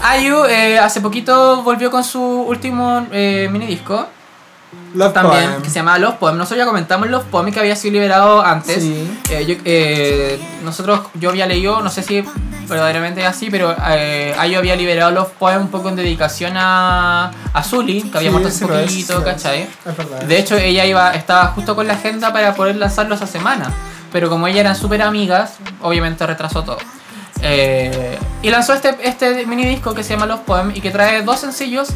Ayu eh, hace poquito volvió con su último eh, minidisco.
Love
también
Poem.
que se llama Los Poems. Nosotros ya comentamos Los Poems que había sido liberado antes.
Sí.
Eh, yo- eh, nosotros, yo había leído, no sé si verdaderamente es así, pero eh, ahí yo había liberado Los Poems un poco en dedicación a, a Zully, que había
Sí,
muerto
sí
hace
lo es,
poquito,
sí lo es.
¿cachai?
Es verdad.
De hecho, ella iba, estaba justo con la agenda para poder lanzarlo esa semana. Pero como ellas eran súper amigas, obviamente retrasó todo. Eh, y lanzó este, este mini disco que se llama Los Poems y que trae dos sencillos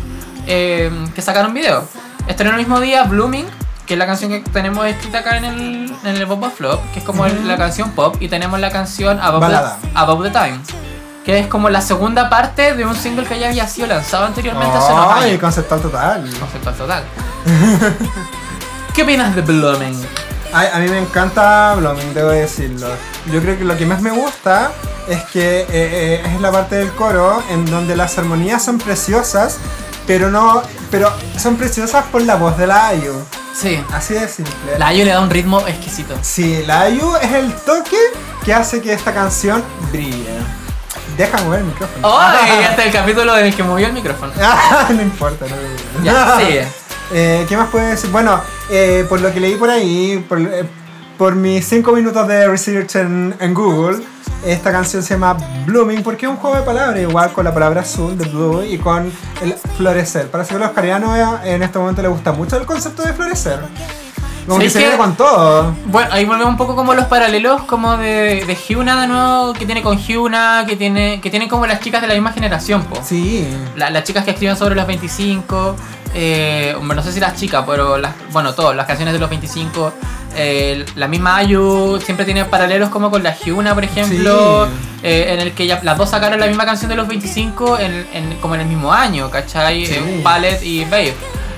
eh, que sacaron video. Estrenó el mismo día Blooming, que es la canción que tenemos escrita acá en el, en el Boba Flop, que es como el- la canción pop, y tenemos la canción Above,
Balada.
the, Above the Time, que es como la segunda parte de un single que ya había sido lanzado anteriormente hace unos
Ay,
años.
conceptual total.
Concepto total. ¿Qué opinas de Blooming?
Ay, a mí me encanta Blooming, debo decirlo. Yo creo que lo que más me gusta es que eh, eh, es la parte del coro en donde las armonías son preciosas, pero no, pero son preciosas por la voz de la Ayu.
Sí.
Así de simple.
La Ayu le da un ritmo exquisito.
Sí, la Ayu es el toque que hace que esta canción brille. Deja mover el micrófono.
Oh. ¡Ay! hasta el capítulo en el que movió el micrófono.
Ah, no importa, no me importa.
Ya, sigue.
Eh, ¿Qué más puedo decir? Bueno, eh, por lo que leí por ahí, por, eh, por mis 5 minutos de research en, en Google, esta canción se llama Blooming porque es un juego de palabras, igual con la palabra azul, de blue, y con el florecer. Parece que a los coreanos eh, en este momento les gusta mucho el concepto de florecer. Como
Sí,
que
es
se
que-
viene con todo.
Bueno, ahí volvemos un poco como los paralelos como de, de Hyuna de nuevo, que tiene con Hyuna, que tiene que tienen como las chicas de la misma generación, po.
Sí.
La- las chicas que escriben sobre los 25, eh, bueno, no sé si las chicas, pero las, bueno, todas, las canciones de los 25, eh, la misma Ayu siempre tiene paralelos como con la Hyuna, por ejemplo,
Sí.
eh, en el que ya- las dos sacaron la misma canción de los 25 en, en- como en el mismo año, ¿cachai?
Sí.
Eh, Palette y Babe.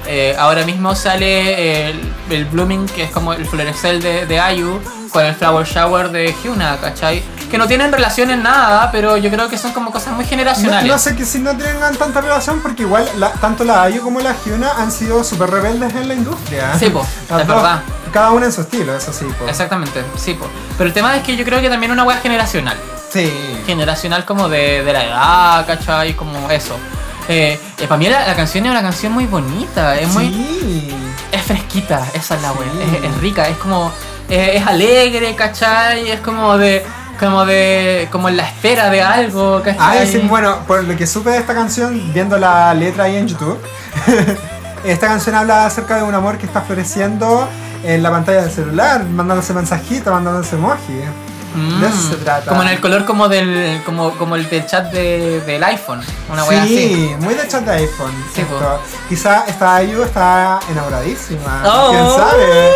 Eh, ahora mismo sale el, el Blooming, que es como el florecel de, de Ayu, con el Flower Shower de Hyuna, ¿cachai? Que no tienen relación en nada, pero yo creo que son como cosas muy
No,
generacionales.
no sé que si no tengan tanta relación porque igual la- tanto la Ayu como la Hyuna han sido súper rebeldes en la industria.
Sí, po,
Las
es
dos,
verdad.
Cada una en su estilo, eso sí. po.
Exactamente, sí, po. pero el tema es que yo creo que también una hueá generacional.
Sí.
Generacional como de, de la edad, ¿cachai? Como eso. Eh, para mí la, la canción es una canción muy bonita, es muy...
Sí.
Es fresquita, esa es la hueá,
Sí.
es, es rica, es como... Es, es alegre, ¿cachai? Es como de... Como de... Como en la espera de algo, ¿cachai?
Ay, sí, Ah, bueno, por lo que supe de esta canción, viendo la letra ahí en YouTube, esta canción habla acerca de un amor que está floreciendo en la pantalla del celular, mandándose mensajitos, mandándose emoji.
Mm,
de eso se trata.
Como en el color como del... Como, como el del chat de- del iPhone, una
sí,
hueá así.
muy de chat de iPhone.
Sí, po.
esto. Quizá esta Ayu está enamoradísima.
Oh,
¿Quién sabe?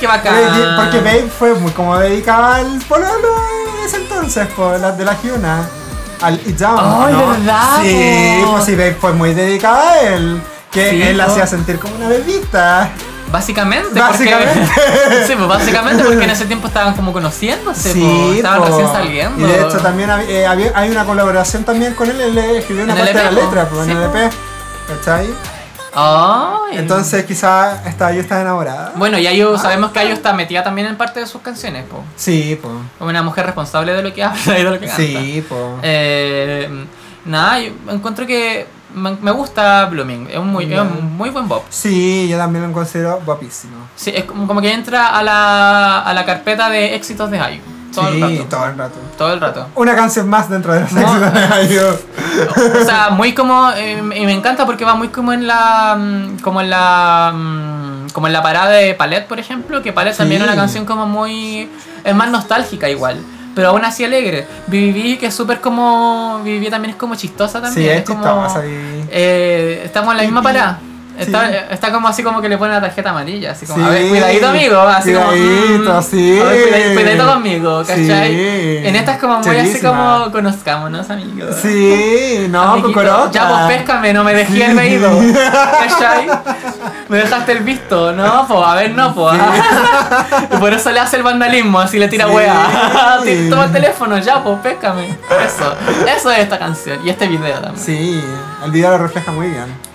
¡Qué bacán!
Porque- Porque Babe fue muy como dedicada al pololo en ese entonces, por las de la Hyuna. Al Ijama.
Ay,
¿no?
¿verdad,
Sí,
po?
pues sí, Babe fue muy dedicada a él. Que
Sí,
él la
po.
hacía sentir como una bebita.
Básicamente,
Básicamente.
Porque, sí, pues básicamente porque en ese tiempo estaban como conociéndose, pues, estaban
po.
recién saliendo.
Y de hecho también hab- eh, había- hay una colaboración también con él. Él le escribió una
En el
parte de la
LP, po.
letra, pues, en
Sí,
el
po.
EP. ¿Cachai?
Ay.
Entonces quizá esta yo está enamorada.
Bueno, y Ayu, sabemos que Ayu está metida también en parte de sus canciones, po.
Sí, pues.
Como una mujer responsable de lo que habla y de lo que canta.
Sí, pues.
Eh, nada, yo encuentro que me, me gusta Blooming, es un muy, es un muy buen bop.
Sí, yo también lo considero guapísimo.
Sí, es como, como que entra a la, a la carpeta de éxitos de Ayu. Todo
sí,
el rato.
todo el rato.
Todo el rato.
Una canción más dentro de los éxitos de Ayu.
O sea, muy como. eh, y me encanta porque va muy como en la. mm, Como en la. mm, Como en la parada de Palette, por ejemplo. Que Palette también es
Sí.
una canción como muy. Es más nostálgica igual. Pero aún así alegre. Viví, que es súper como. Viví también es como chistosa también.
Sí, es
como,
chistosa, Bibi.
eh, estamos en la misma parada. Está, está como así como que le ponen la tarjeta amarilla, así como,
Sí.
a ver, cuidadito amigo, así
Cuidadito,
como, mm,
sí.
a ver, cuidadito, cuidadito conmigo, ¿cachai?
Sí.
En esta es como muy así
Chelísima.
como, conozcámonos amigos.
Sí, no,
Amiguito,
Cocorota.
Ya vos péscame, no me dejé
Ah, Sí.
el veído. ¿Cachai? Me dejaste el visto, no, po, a ver, no, po. Y por eso le hace el vandalismo, así le tira
Sí.
wea. Te- Toma el teléfono, ya, po, péscame. Eso, eso es esta canción y este video también.
Sí, el video lo refleja muy bien.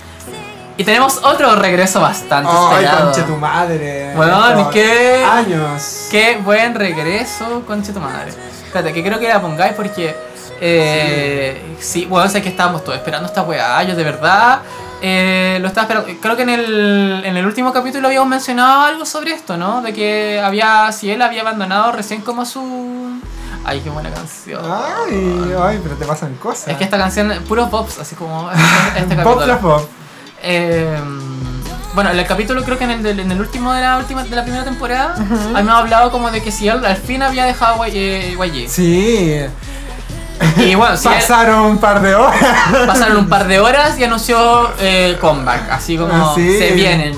Y tenemos otro regreso bastante
Ay,
esperado.
conche tu madre.
Bueno,
Esto,
¿y qué?
Años.
Qué buen regreso, conche tu madre. Espérate, que creo que la pongáis porque. Eh, sí. bueno, sé que estábamos todos esperando esta weá. Yo de verdad eh, lo estaba esperando. Creo que en el, en el último capítulo habíamos mencionado algo sobre esto, ¿no? De que había. Si él había abandonado recién como su. Ay, qué buena canción.
Ah. Ay, ay, pero te pasan cosas.
Es que esta canción, puros pops, así como este
Pop
capítulo.
tras pop.
Eh, bueno, en el capítulo creo que en el, del- en el último de la última de la primera temporada habíamos hablado como de que si él al fin había dejado YG.
Sí.
Y bueno, si él-
Pasaron un par de horas.
pasaron un par de horas y anunció eh, comeback, así como
Ah, sí.
se vienen.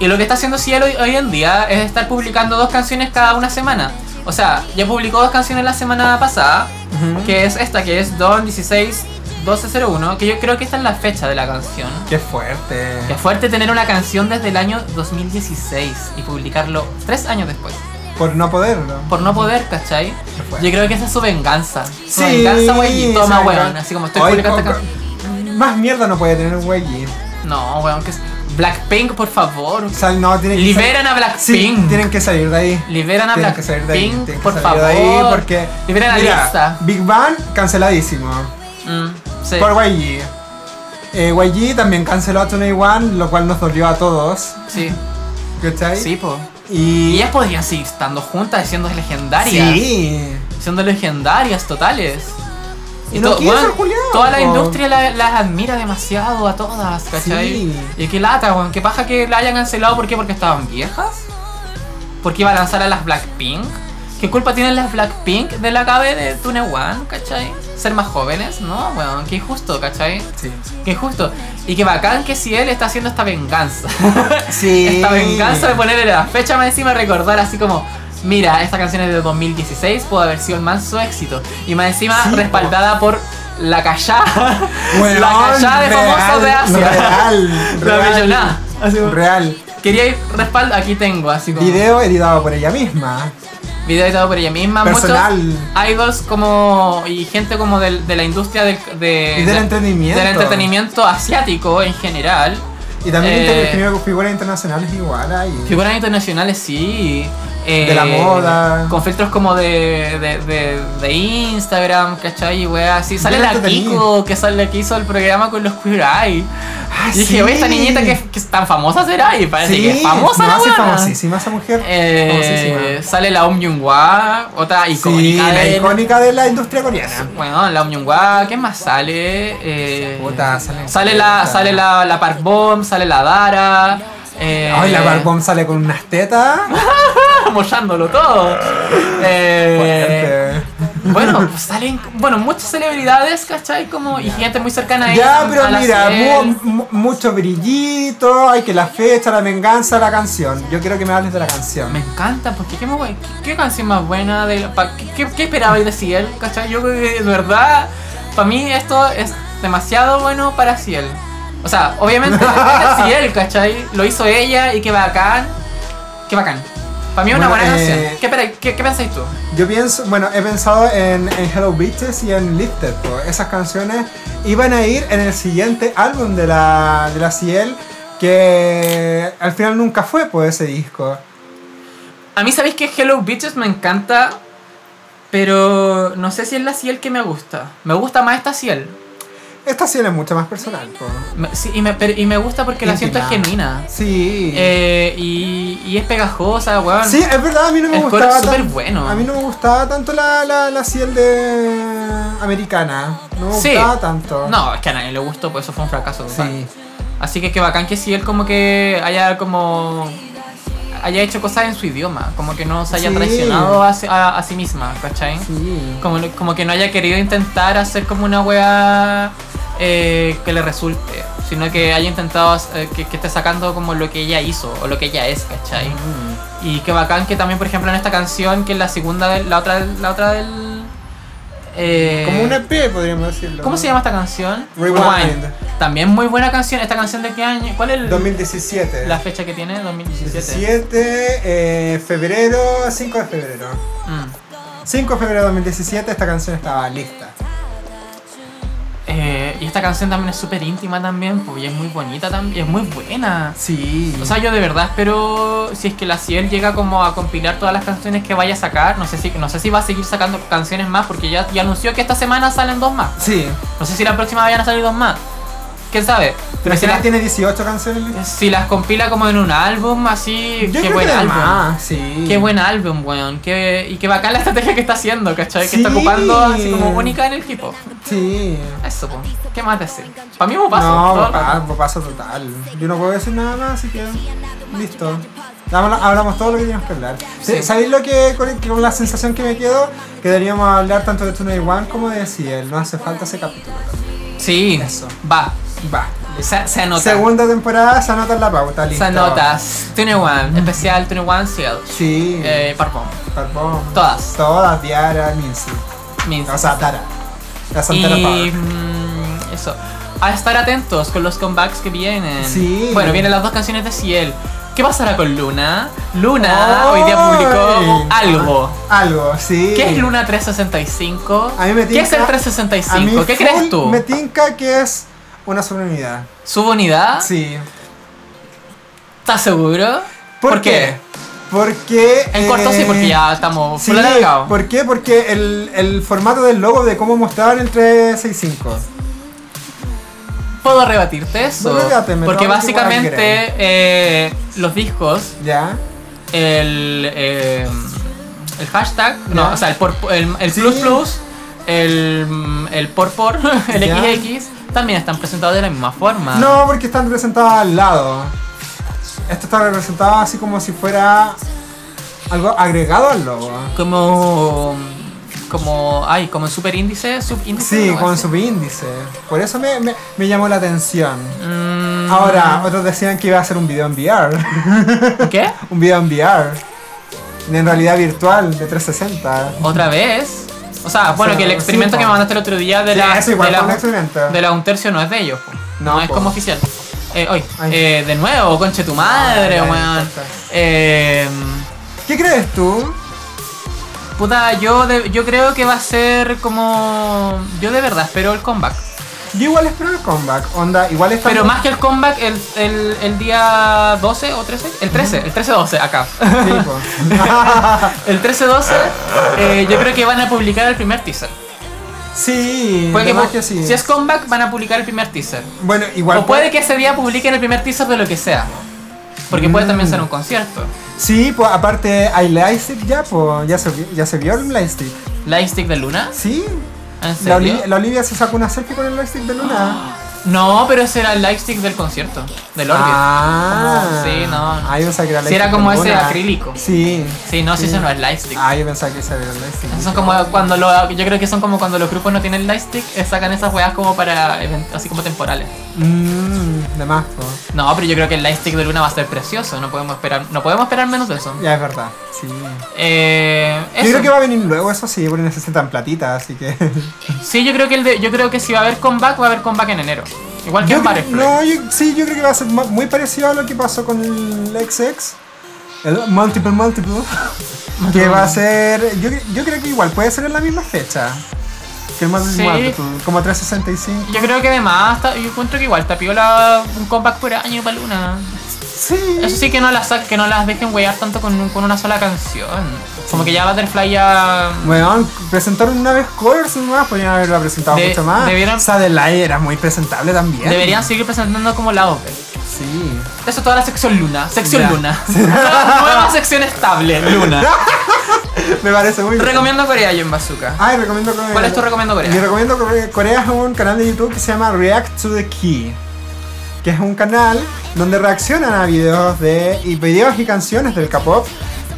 Y lo que está haciendo Cielo hoy, hoy en día es estar publicando dos canciones cada una semana. O sea, ya publicó dos canciones la semana pasada,
Ujú.
que es esta, que es Don 16 1201, que yo creo que esta es la fecha de la canción.
Qué fuerte.
Qué fuerte tener una canción desde el año 2016 y publicarlo tres años después.
Por no poderlo.
Por no poder, ¿cachai?
Qué fuerte.
Yo creo que esa es su venganza. Su venganza, güey, y
sí,
toma,
se
weón.
venga-
Así como estoy
Ay,
publicando esta
Coco,
canción.
Más mierda no puede tener un güey.
No, weón, que es. Blackpink, por favor.
O sea, no, tiene que
Liberan a
sal- Sí,
Blackpink.
tienen que salir de ahí.
Liberan a
Tienen que salir de ahí.
Blackpink,
tienen que
por
salir
favor.
de ahí porque.
Liberen a
mira,
Lisa.
Big Bang canceladísimo.
Mm, sí.
Por YG. Eh, YG también canceló a 21, lo cual nos dolió a todos.
Sí,
¿Cachai?
sí, po. Y
Y.
ellas podrían seguir estando juntas, siendo legendarias.
Sí.
Siendo legendarias totales.
Y no
to-
quiere
weón,
ser culiao,
toda la
po.
industria la- las admira demasiado a todas, ¿cachai?
Sí.
Y qué lata, weón. Qué paja que la hayan cancelado. ¿Por qué? Porque estaban viejas. Porque iba a lanzar a las Blackpink. ¿Qué culpa tienen las Blackpink de la cabe de Tune One, cachai? Ser más jóvenes, ¿no? Bueno, qué injusto, cachai.
Sí.
Qué injusto. Y qué bacán que si él está haciendo esta venganza.
Sí.
Esta venganza de ponerle la fecha más encima, recordar así como, mira, esta canción es de 2016, pudo haber sido el manso éxito. Y más encima,
Sí,
respaldada por la callada,
Weón,
la callada de famosos de
real,
Asia.
Real.
La
real,
millonada. Así como-
Real.
Quería ir respaldo, aquí tengo, así como.
Video editado por ella misma.
video editado por ella misma.
Personal.
Muchos idols como. y gente como del- de la industria del, de-
Y del entretenimiento.
del entretenimiento asiático en general.
Y también
Eh,
inter- figuras internacionales igual ahí.
Figuras internacionales, sí. Eh,
De la moda.
Con filtros como de, de, de, de Instagram, ¿cachai? Wea, así. Sale
Bien
la
entretenido.
Kiko, que sale que hizo el programa con los Queer Eye.
Ah,
Y dije,
sí.
oye, esta niñita que, que es tan famosa será. Y parece
Sí,
que es famosa,
no,
la
sí,
weona.
famosísima esa mujer.
Eh,
famosísima.
sale la Um Jung-hwa, otra
Sí,
icónica.
la
del-
icónica de la industria coreana.
Bueno, la Um Jung-hwa, ¿qué más sale? Eh,
Puta, sale-
sale la, sale la, la Park Bom, sale la Dara. Eh,
Ay, la Barbom sale con unas tetas.
mollándolo todo. Eh,
Fuerte.
bueno, pues salen bueno, muchas celebridades, ¿cachai? Como, y gente muy cercana
Ya,
a ellos, a
pero
la
mira,
Cel.
mu- mu- mucho brillito. Hay que la fecha, la venganza, la canción. Yo quiero que me hables de la
Me
canción.
encanta, porque qué, más buen- qué- qué canción más buena, de, la- pa- qué, qué esperabais de Ciel, ¿cachai? Yo creo que de verdad, para mí esto es demasiado bueno para Ciel. O sea, obviamente es Ciel, ¿cachai? Lo hizo ella y qué bacán, qué bacán. Para mí es una
Bueno,
buena
eh,
canción. ¿Qué, espera- qué- qué pensáis tú?
Yo pienso, bueno, he pensado en, en Hello Bitches y en Lifted. po. Esas canciones iban a ir en el siguiente álbum de la, de la Ciel, que al final nunca fue por ese disco.
A mí sabéis que Hello Bitches me encanta, pero no sé si es la Ciel que me gusta. Me gusta más esta Ciel.
Esta Ciel es mucho más personal. po.
Me- sí, y, me, pero- y me gusta porque la siento es
Íntima.
genuina.
Sí.
Eh, y, y es pegajosa, weón.
Sí, es verdad, a mí no me
El coro
gustaba
es súper
tan-
bueno.
A mí no me gustaba tanto la, la, la Ciel de americana. No me
Sí.
gustaba tanto.
No, es que a nadie le gustó, pues eso fue un fracaso. total.
Sí.
Así que qué bacán que si él como que haya como haya hecho cosas en su idioma, como que no se haya
Sí.
traicionado a, sí- a- a sí misma, ¿cachai?
Sí.
Como, no- como que no haya querido intentar hacer como una wea eh, que le resulte, sino que haya intentado eh, que, que esté sacando como lo que ella hizo o lo que ella es, ¿cachai? Y qué bacán que también, por ejemplo, en esta canción, que es la segunda, del- la otra, la otra del... eh,
Como
E
un EP, podríamos decirlo.
¿Cómo
¿no?
se llama esta canción?
Rewind.
También muy buena canción. ¿Esta canción de qué año? ¿Cuál es el-
2017.
la fecha que tiene? 2017.
17, eh, febrero, 5 de febrero.
Mm.
5 de febrero de 2017 esta canción estaba lista.
Eh, y esta canción también es súper íntima también, pues, y es muy bonita también, es muy buena.
Sí.
O sea, yo de verdad espero, si es que la Ciel llega como a compilar todas las canciones que vaya a sacar, no sé si, no sé si va a seguir sacando canciones más, porque ya, ya anunció que esta semana salen dos más.
sí.
No sé si la próxima vayan a salir dos más. ¿Quién sabe?
Pero
Pero si,
final
las,
tiene 18 canciones listas.
si las compila como en un álbum, así,
Yo
qué
creo
buen
que de
álbum.
más, sí.
Qué buen álbum, weón. Qué, y qué bacán la estrategia que está haciendo, ¿cachai? Que
Sí.
está ocupando así como única en el equipo.
Sí.
Eso, po. ¿qué más decir? Para mí es un paso.
No,
todo el rato.
papá, paso total. Yo no puedo decir nada más, así que listo. Hablamos, hablamos todo lo que teníamos que hablar.
Sí.
¿Sabéis lo que con, que con la sensación que me quedo? Que deberíamos hablar tanto de Tonight One como de Ciel. No hace falta ese capítulo.
Sí,
Eso.
va.
Va.
Se, se anota.
Segunda temporada, se anota en la pauta, listo.
se anota. Tune One, especial Tune One Seal.
Sí.
Eh, Parfum,
Barbón.
todas.
Todas, Diara, Mincy.
Min-
O sea, Tara. La Santara
y.
Power.
mm, eso. A estar atentos con los comebacks que vienen.
Sí.
Bueno, vienen las dos canciones de Ciel. ¿Qué pasará con Luna? Luna hoy día publicó
Ay.
algo.
Algo, sí.
¿Qué es Luna 365?
A mí me
¿Qué es el
tinca- A mí
365? ¿Qué
full
crees tú?
Me tinca que es una subunidad.
¿Subunidad?
Sí.
¿Estás seguro?
¿Por, qué? Porque.
En corto sí,
eh,
porque ya estamos
Sí,
full alargados.
¿Por qué? Porque el, el formato del logo de cómo mostrar el 365.
Puedo rebatirte eso.
No rebáteme,
porque
no, porque
básicamente
igual
eh, los discos,
¿Ya?
el, eh, el hashtag,
Ya.
no, o sea, el, por- el, el
Sí.
plus plus, el, el por por, el
Ya.
XX, también están presentados de la misma forma.
No, porque están representadas al lado. Esto está representado así como si fuera algo agregado al logo.
Como. Como. Ay, como en super índice, subíndice.
Sí,
¿no?
con
Así.
su índice. Por eso me, me- me llamó la atención.
Mm,
Ahora, otros decían que iba a ser un video en VR.
¿Qué?
un video en VR. En realidad virtual, de 360.
¿Otra vez? O sea, bueno,
sea,
que el
sí,
experimento que
po.
me mandaste el otro día de
Sí,
la,
eso igual
de la,
fue un experimento.
de la un tercio no es de ellos. po.
No,
No, es
po.
como oficial. Eh, hoy,
Ay. Ah,
eh, de nuevo, conche tu madre,
Ay, ay,
weón.
puta.
Eh,
¿Qué crees tú?
puta, yo, de- yo creo que va a ser como. Yo de verdad espero el comeback.
Yo igual espero el comeback. Onda, igual está.
Pero más que el comeback, el, el, el día 12 o 13? El 13, el 13-12, acá.
Sí, po.
El 13-12, eh, yo creo que van a publicar el primer teaser.
sí,
Puede
de
que
más
pu-
que sí.
Si es comeback, van a publicar el primer teaser.
Bueno, igual.
O puede que ese día publiquen el primer teaser de lo que sea. Porque puede también
Mm.
ser un concierto.
Sí, pues aparte hay lightstick ya, pues ya se, vi- ya se vio el lightstick.
Lightstick de Luna.
Sí.
¿En
La
serio?
Olivia, la Olivia se sacó una selfie con el lightstick de Luna.
No, pero ese era el lightstick del concierto. Del Orbit. Como- Ah, sí, no.
Ah, yo pensaba que era
Sí,
lightstick
era como
de
ese
Luna.
acrílico.
Sí.
sí, no, si eso no es lightstick.
Ah, yo pensaba que ese era el lightstick.
Eso es como cuando lo, yo creo que son como cuando los grupos no tienen lightstick, eh, sacan esas weas como para event- así como temporales.
Mmm, de más, pues.
No, pero yo creo que el lightstick de Luna va a ser precioso, no podemos esperar, no podemos esperar menos de eso.
Ya es verdad. Sí.
Eh,
Yo
eso.
creo que va a venir luego, eso sí, porque necesitan platita, así que.
Sí, yo creo que el de- yo creo que si va a haber comeback, va a haber comeback en enero. Igual que
Yo
en
creo-
Butterfly.
no, yo- sí, yo creo que va a ser mu- muy parecido a lo que pasó con el XX. El Multiple Multiple. Que va a ser. Yo, cre- yo creo que igual puede ser en la misma fecha. Que el Multiple
Sí.
Multiple. Como 365.
Yo creo que además está- yo encuentro que igual está piola un comeback por año para Luna.
Sí.
Eso sí que no las sa- que no las dejen wear tanto con, con una sola canción. Como que ya Butterfly ya
Weón, presentaron una vez covers nomás, podrían haberla presentado
De-
mucho más.
debieran-
Sadelight era muy presentable también.
deberían seguir presentando como la OP.
Sí.
Eso toda la sección Luna, sección
Ya.
Luna. nueva, nueva sección estable, Luna.
Me parece muy bien.
Recomiendo Corea yo en Bazooka.
Ay, Ah, recomiendo Corea.
¿Cuál es tu recomiendo Corea?
Mi recomiendo Core- Corea es un canal de YouTube que se llama React to the Key. Que es un canal donde reaccionan a videos de. y videos y canciones del K-pop.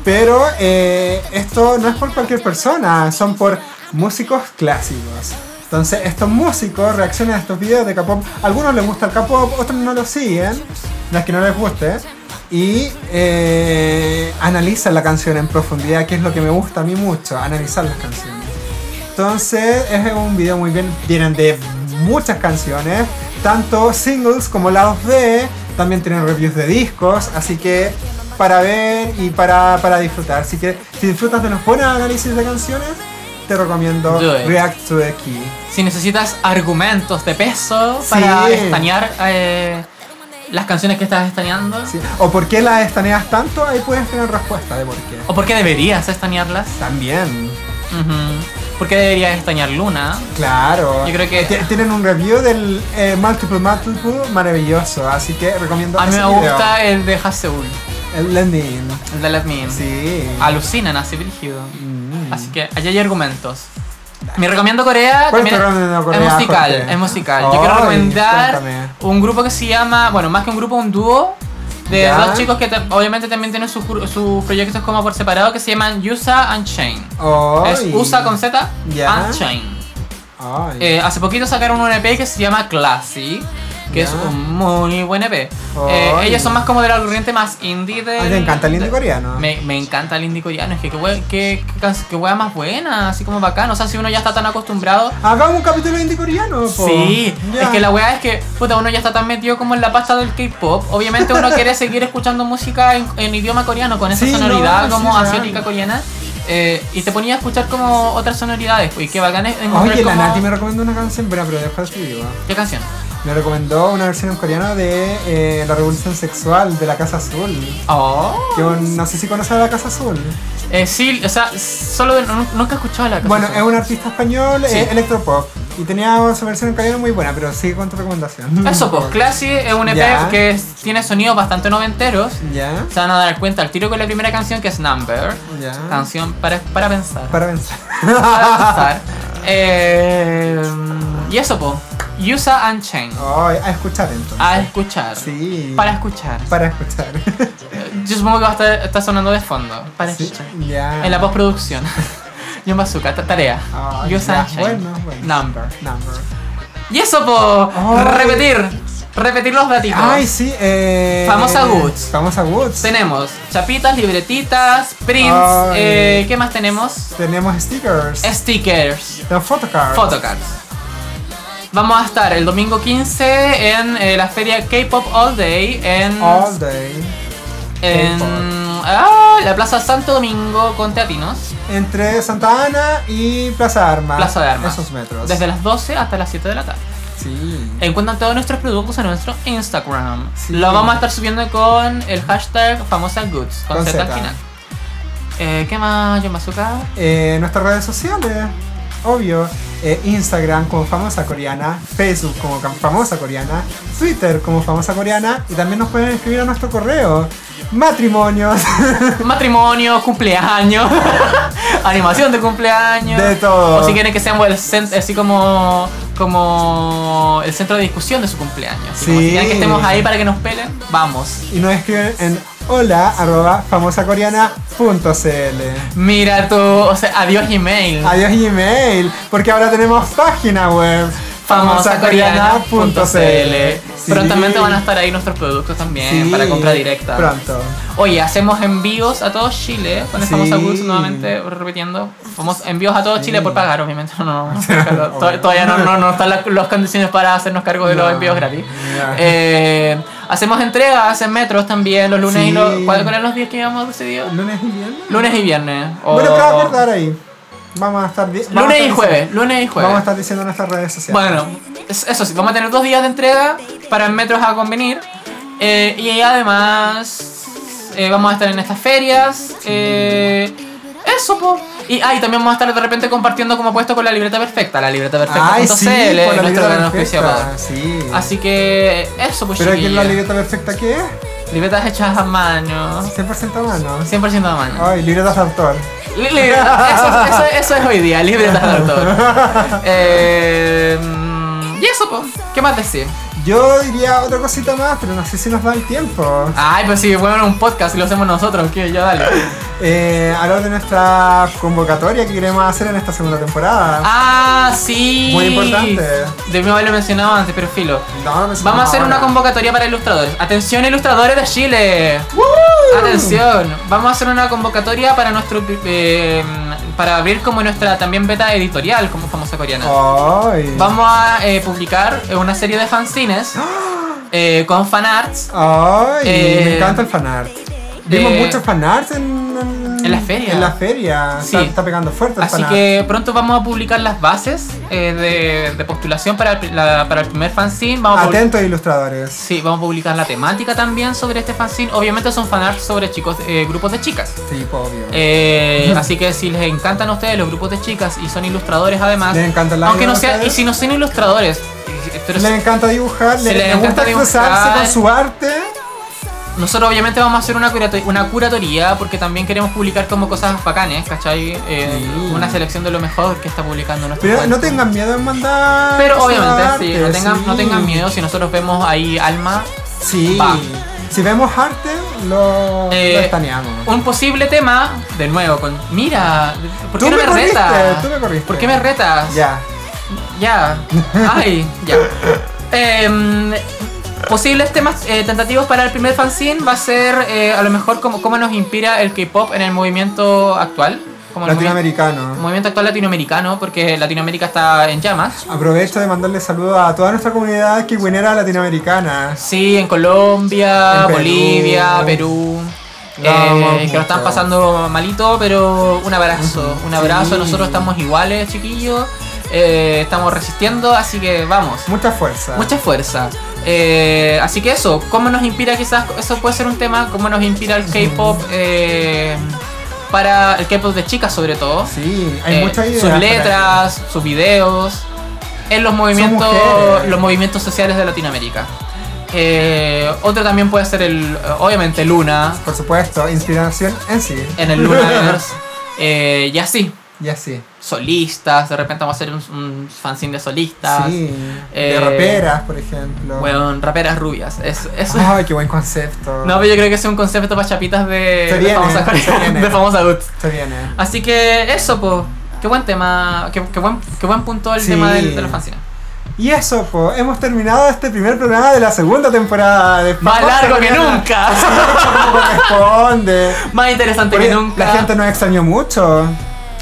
Pero eh, esto no es por cualquier persona, son por músicos clásicos. Entonces, estos músicos reaccionan a estos videos de K-pop. Algunos les gusta el K-pop, otros no lo siguen, las que no les guste. Y eh, analizan la canción en profundidad, que es lo que me gusta a mí mucho, analizar las canciones. Entonces, es un video muy bien. Vienen de muchas canciones, tanto singles como lados B. También tienen reviews de discos, así que para ver y para, para disfrutar. Si, que, si disfrutas de los buenos análisis de canciones, te recomiendo
Do it.
React to the Key.
Si necesitas argumentos de peso
Sí.
para estanear eh, las canciones que estás estaneando,
Sí. O por qué las estaneas tanto, ahí puedes tener respuesta de por qué.
o por qué deberías estanearlas,
También,
Ujú. por qué deberías estanear Luna,
claro.
Yo creo que-
T- Tienen un review del eh, Multiple Multiple maravilloso, así que recomiendo
a mí
ese
me
video.
gusta el de Haseul,
El Lending.
el de Let Me In.
Sí.
Alucinan así, brígido.
Mm.
Así que allá hay argumentos. Me recomiendo Corea.
¿Cuál es
también
tu recomendación de Corea,
Es musical,
Jorge?
es musical. Yo quiero
Ay,
recomendar
cuéntame.
un grupo que se llama, bueno, más que un grupo, un dúo de
Ya.
dos chicos que ta- obviamente también tienen sus gru- sus proyectos como por separado que se llaman Yusa and Shane.
Ay.
Es USA con Z
Ya.
and Shane.
Ay.
Eh, hace poquito sacaron un EP que se llama Classy, que es
Ya.
un muy buen EP. Eh,
Ay.
ellos son más como de la corriente más indie de.
Ay, te encanta el indie coreano.
Me, me encanta el indie coreano, es que qué hue- qué- qué can- qué hueá más buena, así como bacán. O sea, si uno ya está tan acostumbrado.
Hagamos un capítulo de indie coreano, po.
Sí,
Ya.
es que la weá es que, puta, uno ya está tan metido como en la pasta del K-pop. Obviamente uno quiere seguir escuchando música en, en idioma coreano, con esa
Sí, no,
sonoridad
sí,
como
real.
asiática coreana. eh, y te ponía a escuchar como otras sonoridades, pues, y qué bacán es encontrar
Oye, la
como-
Nati me recomendó una canción, buena, pero deja de viva.
¿Qué canción?
Me recomendó una versión en coreano de eh, La Revolución Sexual de La Casa Azul.
Oh.
Que un- no sé si conoces a La Casa Azul.
Eh, sí, o sea, solo de- nu- nunca he escuchado la canción.
Bueno, es un artista español,
Sí.
eh, electropop. Y tenía su versión en coreano muy buena, pero sigue con tu recomendación.
Eso, pues, Classy es un EP
Ya.
que es- tiene sonidos bastante noventeros.
Ya,
Se van a dar cuenta al tiro con la primera canción que es Number.
ya.
Canción para, para pensar.
Para pensar.
Para pensar. Eh, y eso, pues. Yusa and Chain.
Ay, a escuchar entonces.
A escuchar.
Sí.
Para escuchar.
Para escuchar.
Yo supongo que va a estar está sonando de fondo. Para
Sí,
escuchar.
ya.
En la postproducción. Yo bazooka, ta- tarea.
Ay,
Yusa
Ah, ya,
and Chain.
bueno, bueno.
Number.
Number.
Y eso, po.
Ay.
Repetir. Repetir los datitos.
Ay, sí. Eh,
Famosa Woods.
Famosa Woods.
Tenemos chapitas, libretitas, prints.
Ay.
eh, ¿Qué más tenemos?
Tenemos stickers.
Stickers.
Los photocards.
Photocards. Vamos a estar el domingo 15 en eh, la feria K-Pop All Day en,
All day.
en
K-pop.
ah, la Plaza Santo Domingo con Teatinos,
Entre Santa Ana y Plaza Armas.
Plaza de Armas.
Ah, Esos metros.
Desde las 12 hasta las 7 de la tarde.
Sí.
Encuentran todos nuestros productos en nuestro Instagram.
Sí.
Lo vamos a estar subiendo con el hashtag famosa goods, con,
Con
Z al
Z.
final. Eh, ¿Qué más, Yomazuka?
Eh, nuestras redes sociales. Obvio. Eh, Instagram como famosa coreana. Facebook como Cam- famosa coreana. Twitter como famosa coreana. Y también nos pueden escribir a nuestro correo. Matrimonios.
Matrimonio, cumpleaños, animación de cumpleaños.
De todo.
O si quieren que seamos el cen- así como, como el centro de discusión de su cumpleaños. Así como
Sí.
si quieren que estemos ahí para que nos pelen, vamos.
y nos escriben en hola arroba famosacoreana.cl.
Mira tú, o sea, adiós email.
Adiós Gmail, porque ahora tenemos página web.
famosacoreana.cl.
Sí.
Prontamente van a estar ahí nuestros productos también
Sí,
para compra directa.
Pronto.
Oye, hacemos envíos a todo Chile. Con el
Sí.
famosa Goods nuevamente repitiendo. Famosos envíos a todo Chile por pagar, obviamente. No, no, no. To-
Obvio.
Todavía no, no, no están las, las condiciones para hacernos cargo de los
No.
envíos gratis.
Ya.
Eh, hacemos entregas en metros también los lunes y
Sí.
los. ¿Cuáles eran los días que habíamos decidido?
¿Lunes y viernes?
Lunes y viernes. o-
Bueno, pero acordar ahí. Vamos a estar. di- vamos a
Lunes
estar
y jueves.
diciendo-
Lunes y jueves.
Vamos a estar diciendo nuestras redes sociales.
Bueno, es- eso sí, vamos a tener dos días de entrega para el metros a convenir. eh, y además eh, vamos a estar en estas ferias. eh, eso, po. Y, ah, y también vamos a estar de repente compartiendo como puesto con la libreta perfecta, la libreta perfecta.cl,
Ay, sí, por la
nuestro
libreta
gran
perfecta.
auspiciador.
Sí.
Así que eso, pues
pero aquí en la
chiquillos.
libreta perfecta, ¿qué es?
Libretas hechas a mano,
100% a mano.
100% a mano.
Ay, libretas de autor.
Li- libreta- eso, eso- eso es hoy día, libretas de autor. Eh, mm, Y eso, po. ¿qué más decir?
Yo diría otra cosita más, pero no sé si nos da el tiempo.
Ay, pues sí, bueno, un podcast y lo hacemos nosotros, que ya dale.
Eh, hablar de nuestra convocatoria que queremos hacer en esta segunda temporada.
Ah, sí.
Muy importante.
Debimos haberlo mencionado antes, pero filo.
No, no pensé
Vamos a hacer
nada.
una convocatoria para ilustradores. Atención, ilustradores de Chile.
¡Woo!
Atención, vamos a hacer una convocatoria para nuestro eh, para abrir como nuestra también beta editorial como famosa coreana.
Oh. Ay.
Vamos a eh, publicar una serie de fanzines eh, con fanarts
Ay, me
Eh,
encanta el fanart. Vimos
eh,
muchos fanarts en,
en la feria.
En la feria.
Sí.
Está, está pegando fuerte el
Así
fanart.
que pronto vamos a publicar las bases eh, de, de postulación para el, pri- la- para el primer fanzine. Vamos a publi-
Atentos ilustradores.
Sí, vamos a publicar la temática también sobre este fanzine. Obviamente son fanarts sobre chicos, eh, grupos de chicas.
Sí, po, obvio.
Eh, así que si les encantan a ustedes los grupos de chicas y son ilustradores además,
Les encantan las
aunque no sea, y
ilustradoras.
si no son ilustradores, eh, pero
le encanta dibujar,
Sí,
le,
les
le
encanta
gusta expresarse
dibujar.
con su arte.
nosotros obviamente vamos a hacer una, curato- una curatoría porque también queremos publicar como cosas bacanes, ¿cachai? Eh,
Sí.
Una selección de lo mejor que está publicando nuestro
Pero no
cuento.
tengan miedo en mandar.
Pero
su
obviamente, sí,
arte,
no tengan, no
sí.
tengan miedo si nosotros vemos ahí alma.
Sí.
Va.
Si vemos arte, lo,
Eh,
lo estaneamos.
Un posible tema, de nuevo, con. Mira, ¿por
Tú
qué no
me
me,
corriste,
retas?
tú me corriste.
¿Por qué me retas?
Ya.
Ya. Ay, ya. Em, posibles temas eh, tentativos para el primer fanzine va a ser eh, a lo mejor cómo, cómo nos inspira el K-pop en el movimiento actual. Como el movi-
Latinoamericano.
movimiento actual latinoamericano, porque Latinoamérica está en llamas.
Aprovecho de mandarle saludos a toda nuestra comunidad kiwinera latinoamericana.
Sí, en Colombia,
En Perú.
Bolivia, Perú.
No,
eh,
vamos
que lo están
mucho.
pasando malito, pero un abrazo, un abrazo.
Sí.
Nosotros estamos iguales, chiquillos. eh, estamos resistiendo, así que vamos.
Mucha fuerza.
Mucha fuerza. Eh, así que eso, ¿cómo nos inspira quizás? Eso puede ser un tema, ¿cómo nos inspira el K-pop? eh, para el K-pop de chicas sobre todo.
Sí, hay
Eh,
muchas ideas.
sus
para
letras, sus videos, en los movimientos,
mujeres.
los movimientos sociales de Latinoamérica. Eh, otro también puede ser el, obviamente Luna,
eso. Por supuesto, inspiración en sí.
en el Lunaverse, eh, y así,
y así.
solistas, de repente vamos a hacer un, un fanzine de solistas,
Sí.
eh,
de raperas, por ejemplo.
weón, raperas rubias, es, es-
Ay, qué buen concepto.
No, pero yo creo que es un concepto para chapitas de,
Se
de
viene,
famosa
se viene.
de famosa ut.
Se viene.
Así que eso, pues. Qué buen tema, qué, qué buen, qué buen punto el
Sí.
tema del, de los fanzines.
Y eso, po, hemos terminado este primer programa de la segunda temporada de
Más
Famosa
largo que
Coreana.
nunca.
Como corresponde.
Más interesante
Porque
que nunca.
La gente nos extrañó mucho.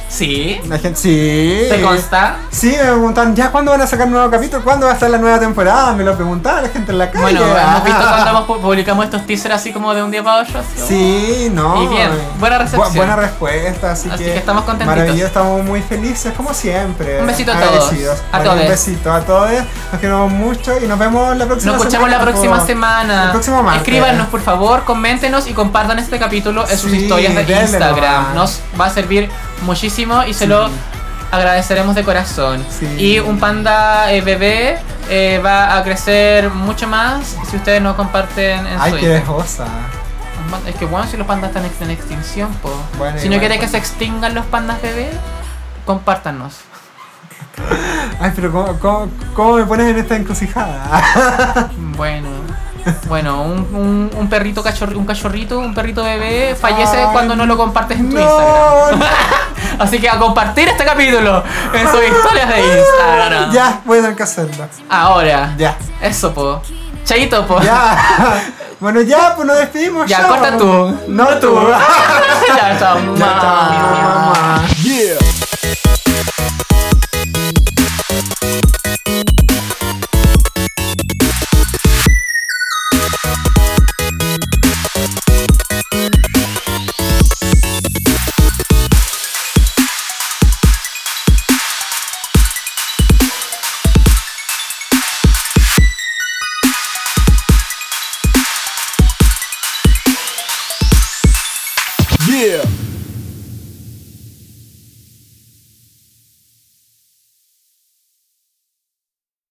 Sí.
La gente, sí.
¿Te consta?
Sí, me preguntan, ¿ya cuándo van a sacar un nuevo capítulo? ¿Cuándo va a estar la nueva temporada? Me lo preguntaba la gente en la calle.
Bueno, hemos visto cuando hemos pu- publicamos estos teasers así como de un día para otro. así como-
Sí, no.
Y bien, buena recepción.
Bu- buena respuesta, así,
Así que estamos contentitos.
Maravilloso, estamos muy felices, como siempre.
Un besito a todos.
Agradecidos.
A
Bueno,
todos.
Un besito a todos. Nos queremos mucho y nos vemos la próxima
Nos escuchamos
semana.
la próxima
po.
semana.
El próximo martes.
Escríbanos, por favor, coméntenos y compartan este capítulo en sus
Sí,
historias de
denle nomás.
Instagram. Nos va a servir muchísimo y se lo agradeceremos de corazón.
Sí.
Y un panda eh, bebé eh, va a crecer mucho más si ustedes no comparten en su
Ay, qué
Instagram.
dejosa.
Un pan- Es que bueno si los pandas están ex- en extinción, po.
Bueno,
si no
igual,
quieren que
pues.
se extingan los pandas bebé, compártanos.
Ay, pero ¿cómo, cómo, cómo me pones en esta encrucijada?
Bueno, bueno, un, un- un perrito cachorrito, un cachorrito, un perrito bebé fallece
Ay,
cuando no lo compartes en tu Instagram.
no, no.
Así que a compartir este capítulo en sus historias de Instagram.
Ya, voy a tener que hacerlo.
Ahora.
Ya.
Eso, po. Chaito, po.
Ya. Bueno, ya, pues nos despedimos.
Ya,
chao.
corta tú.
No tú.
ya, chao.
Ya, chao.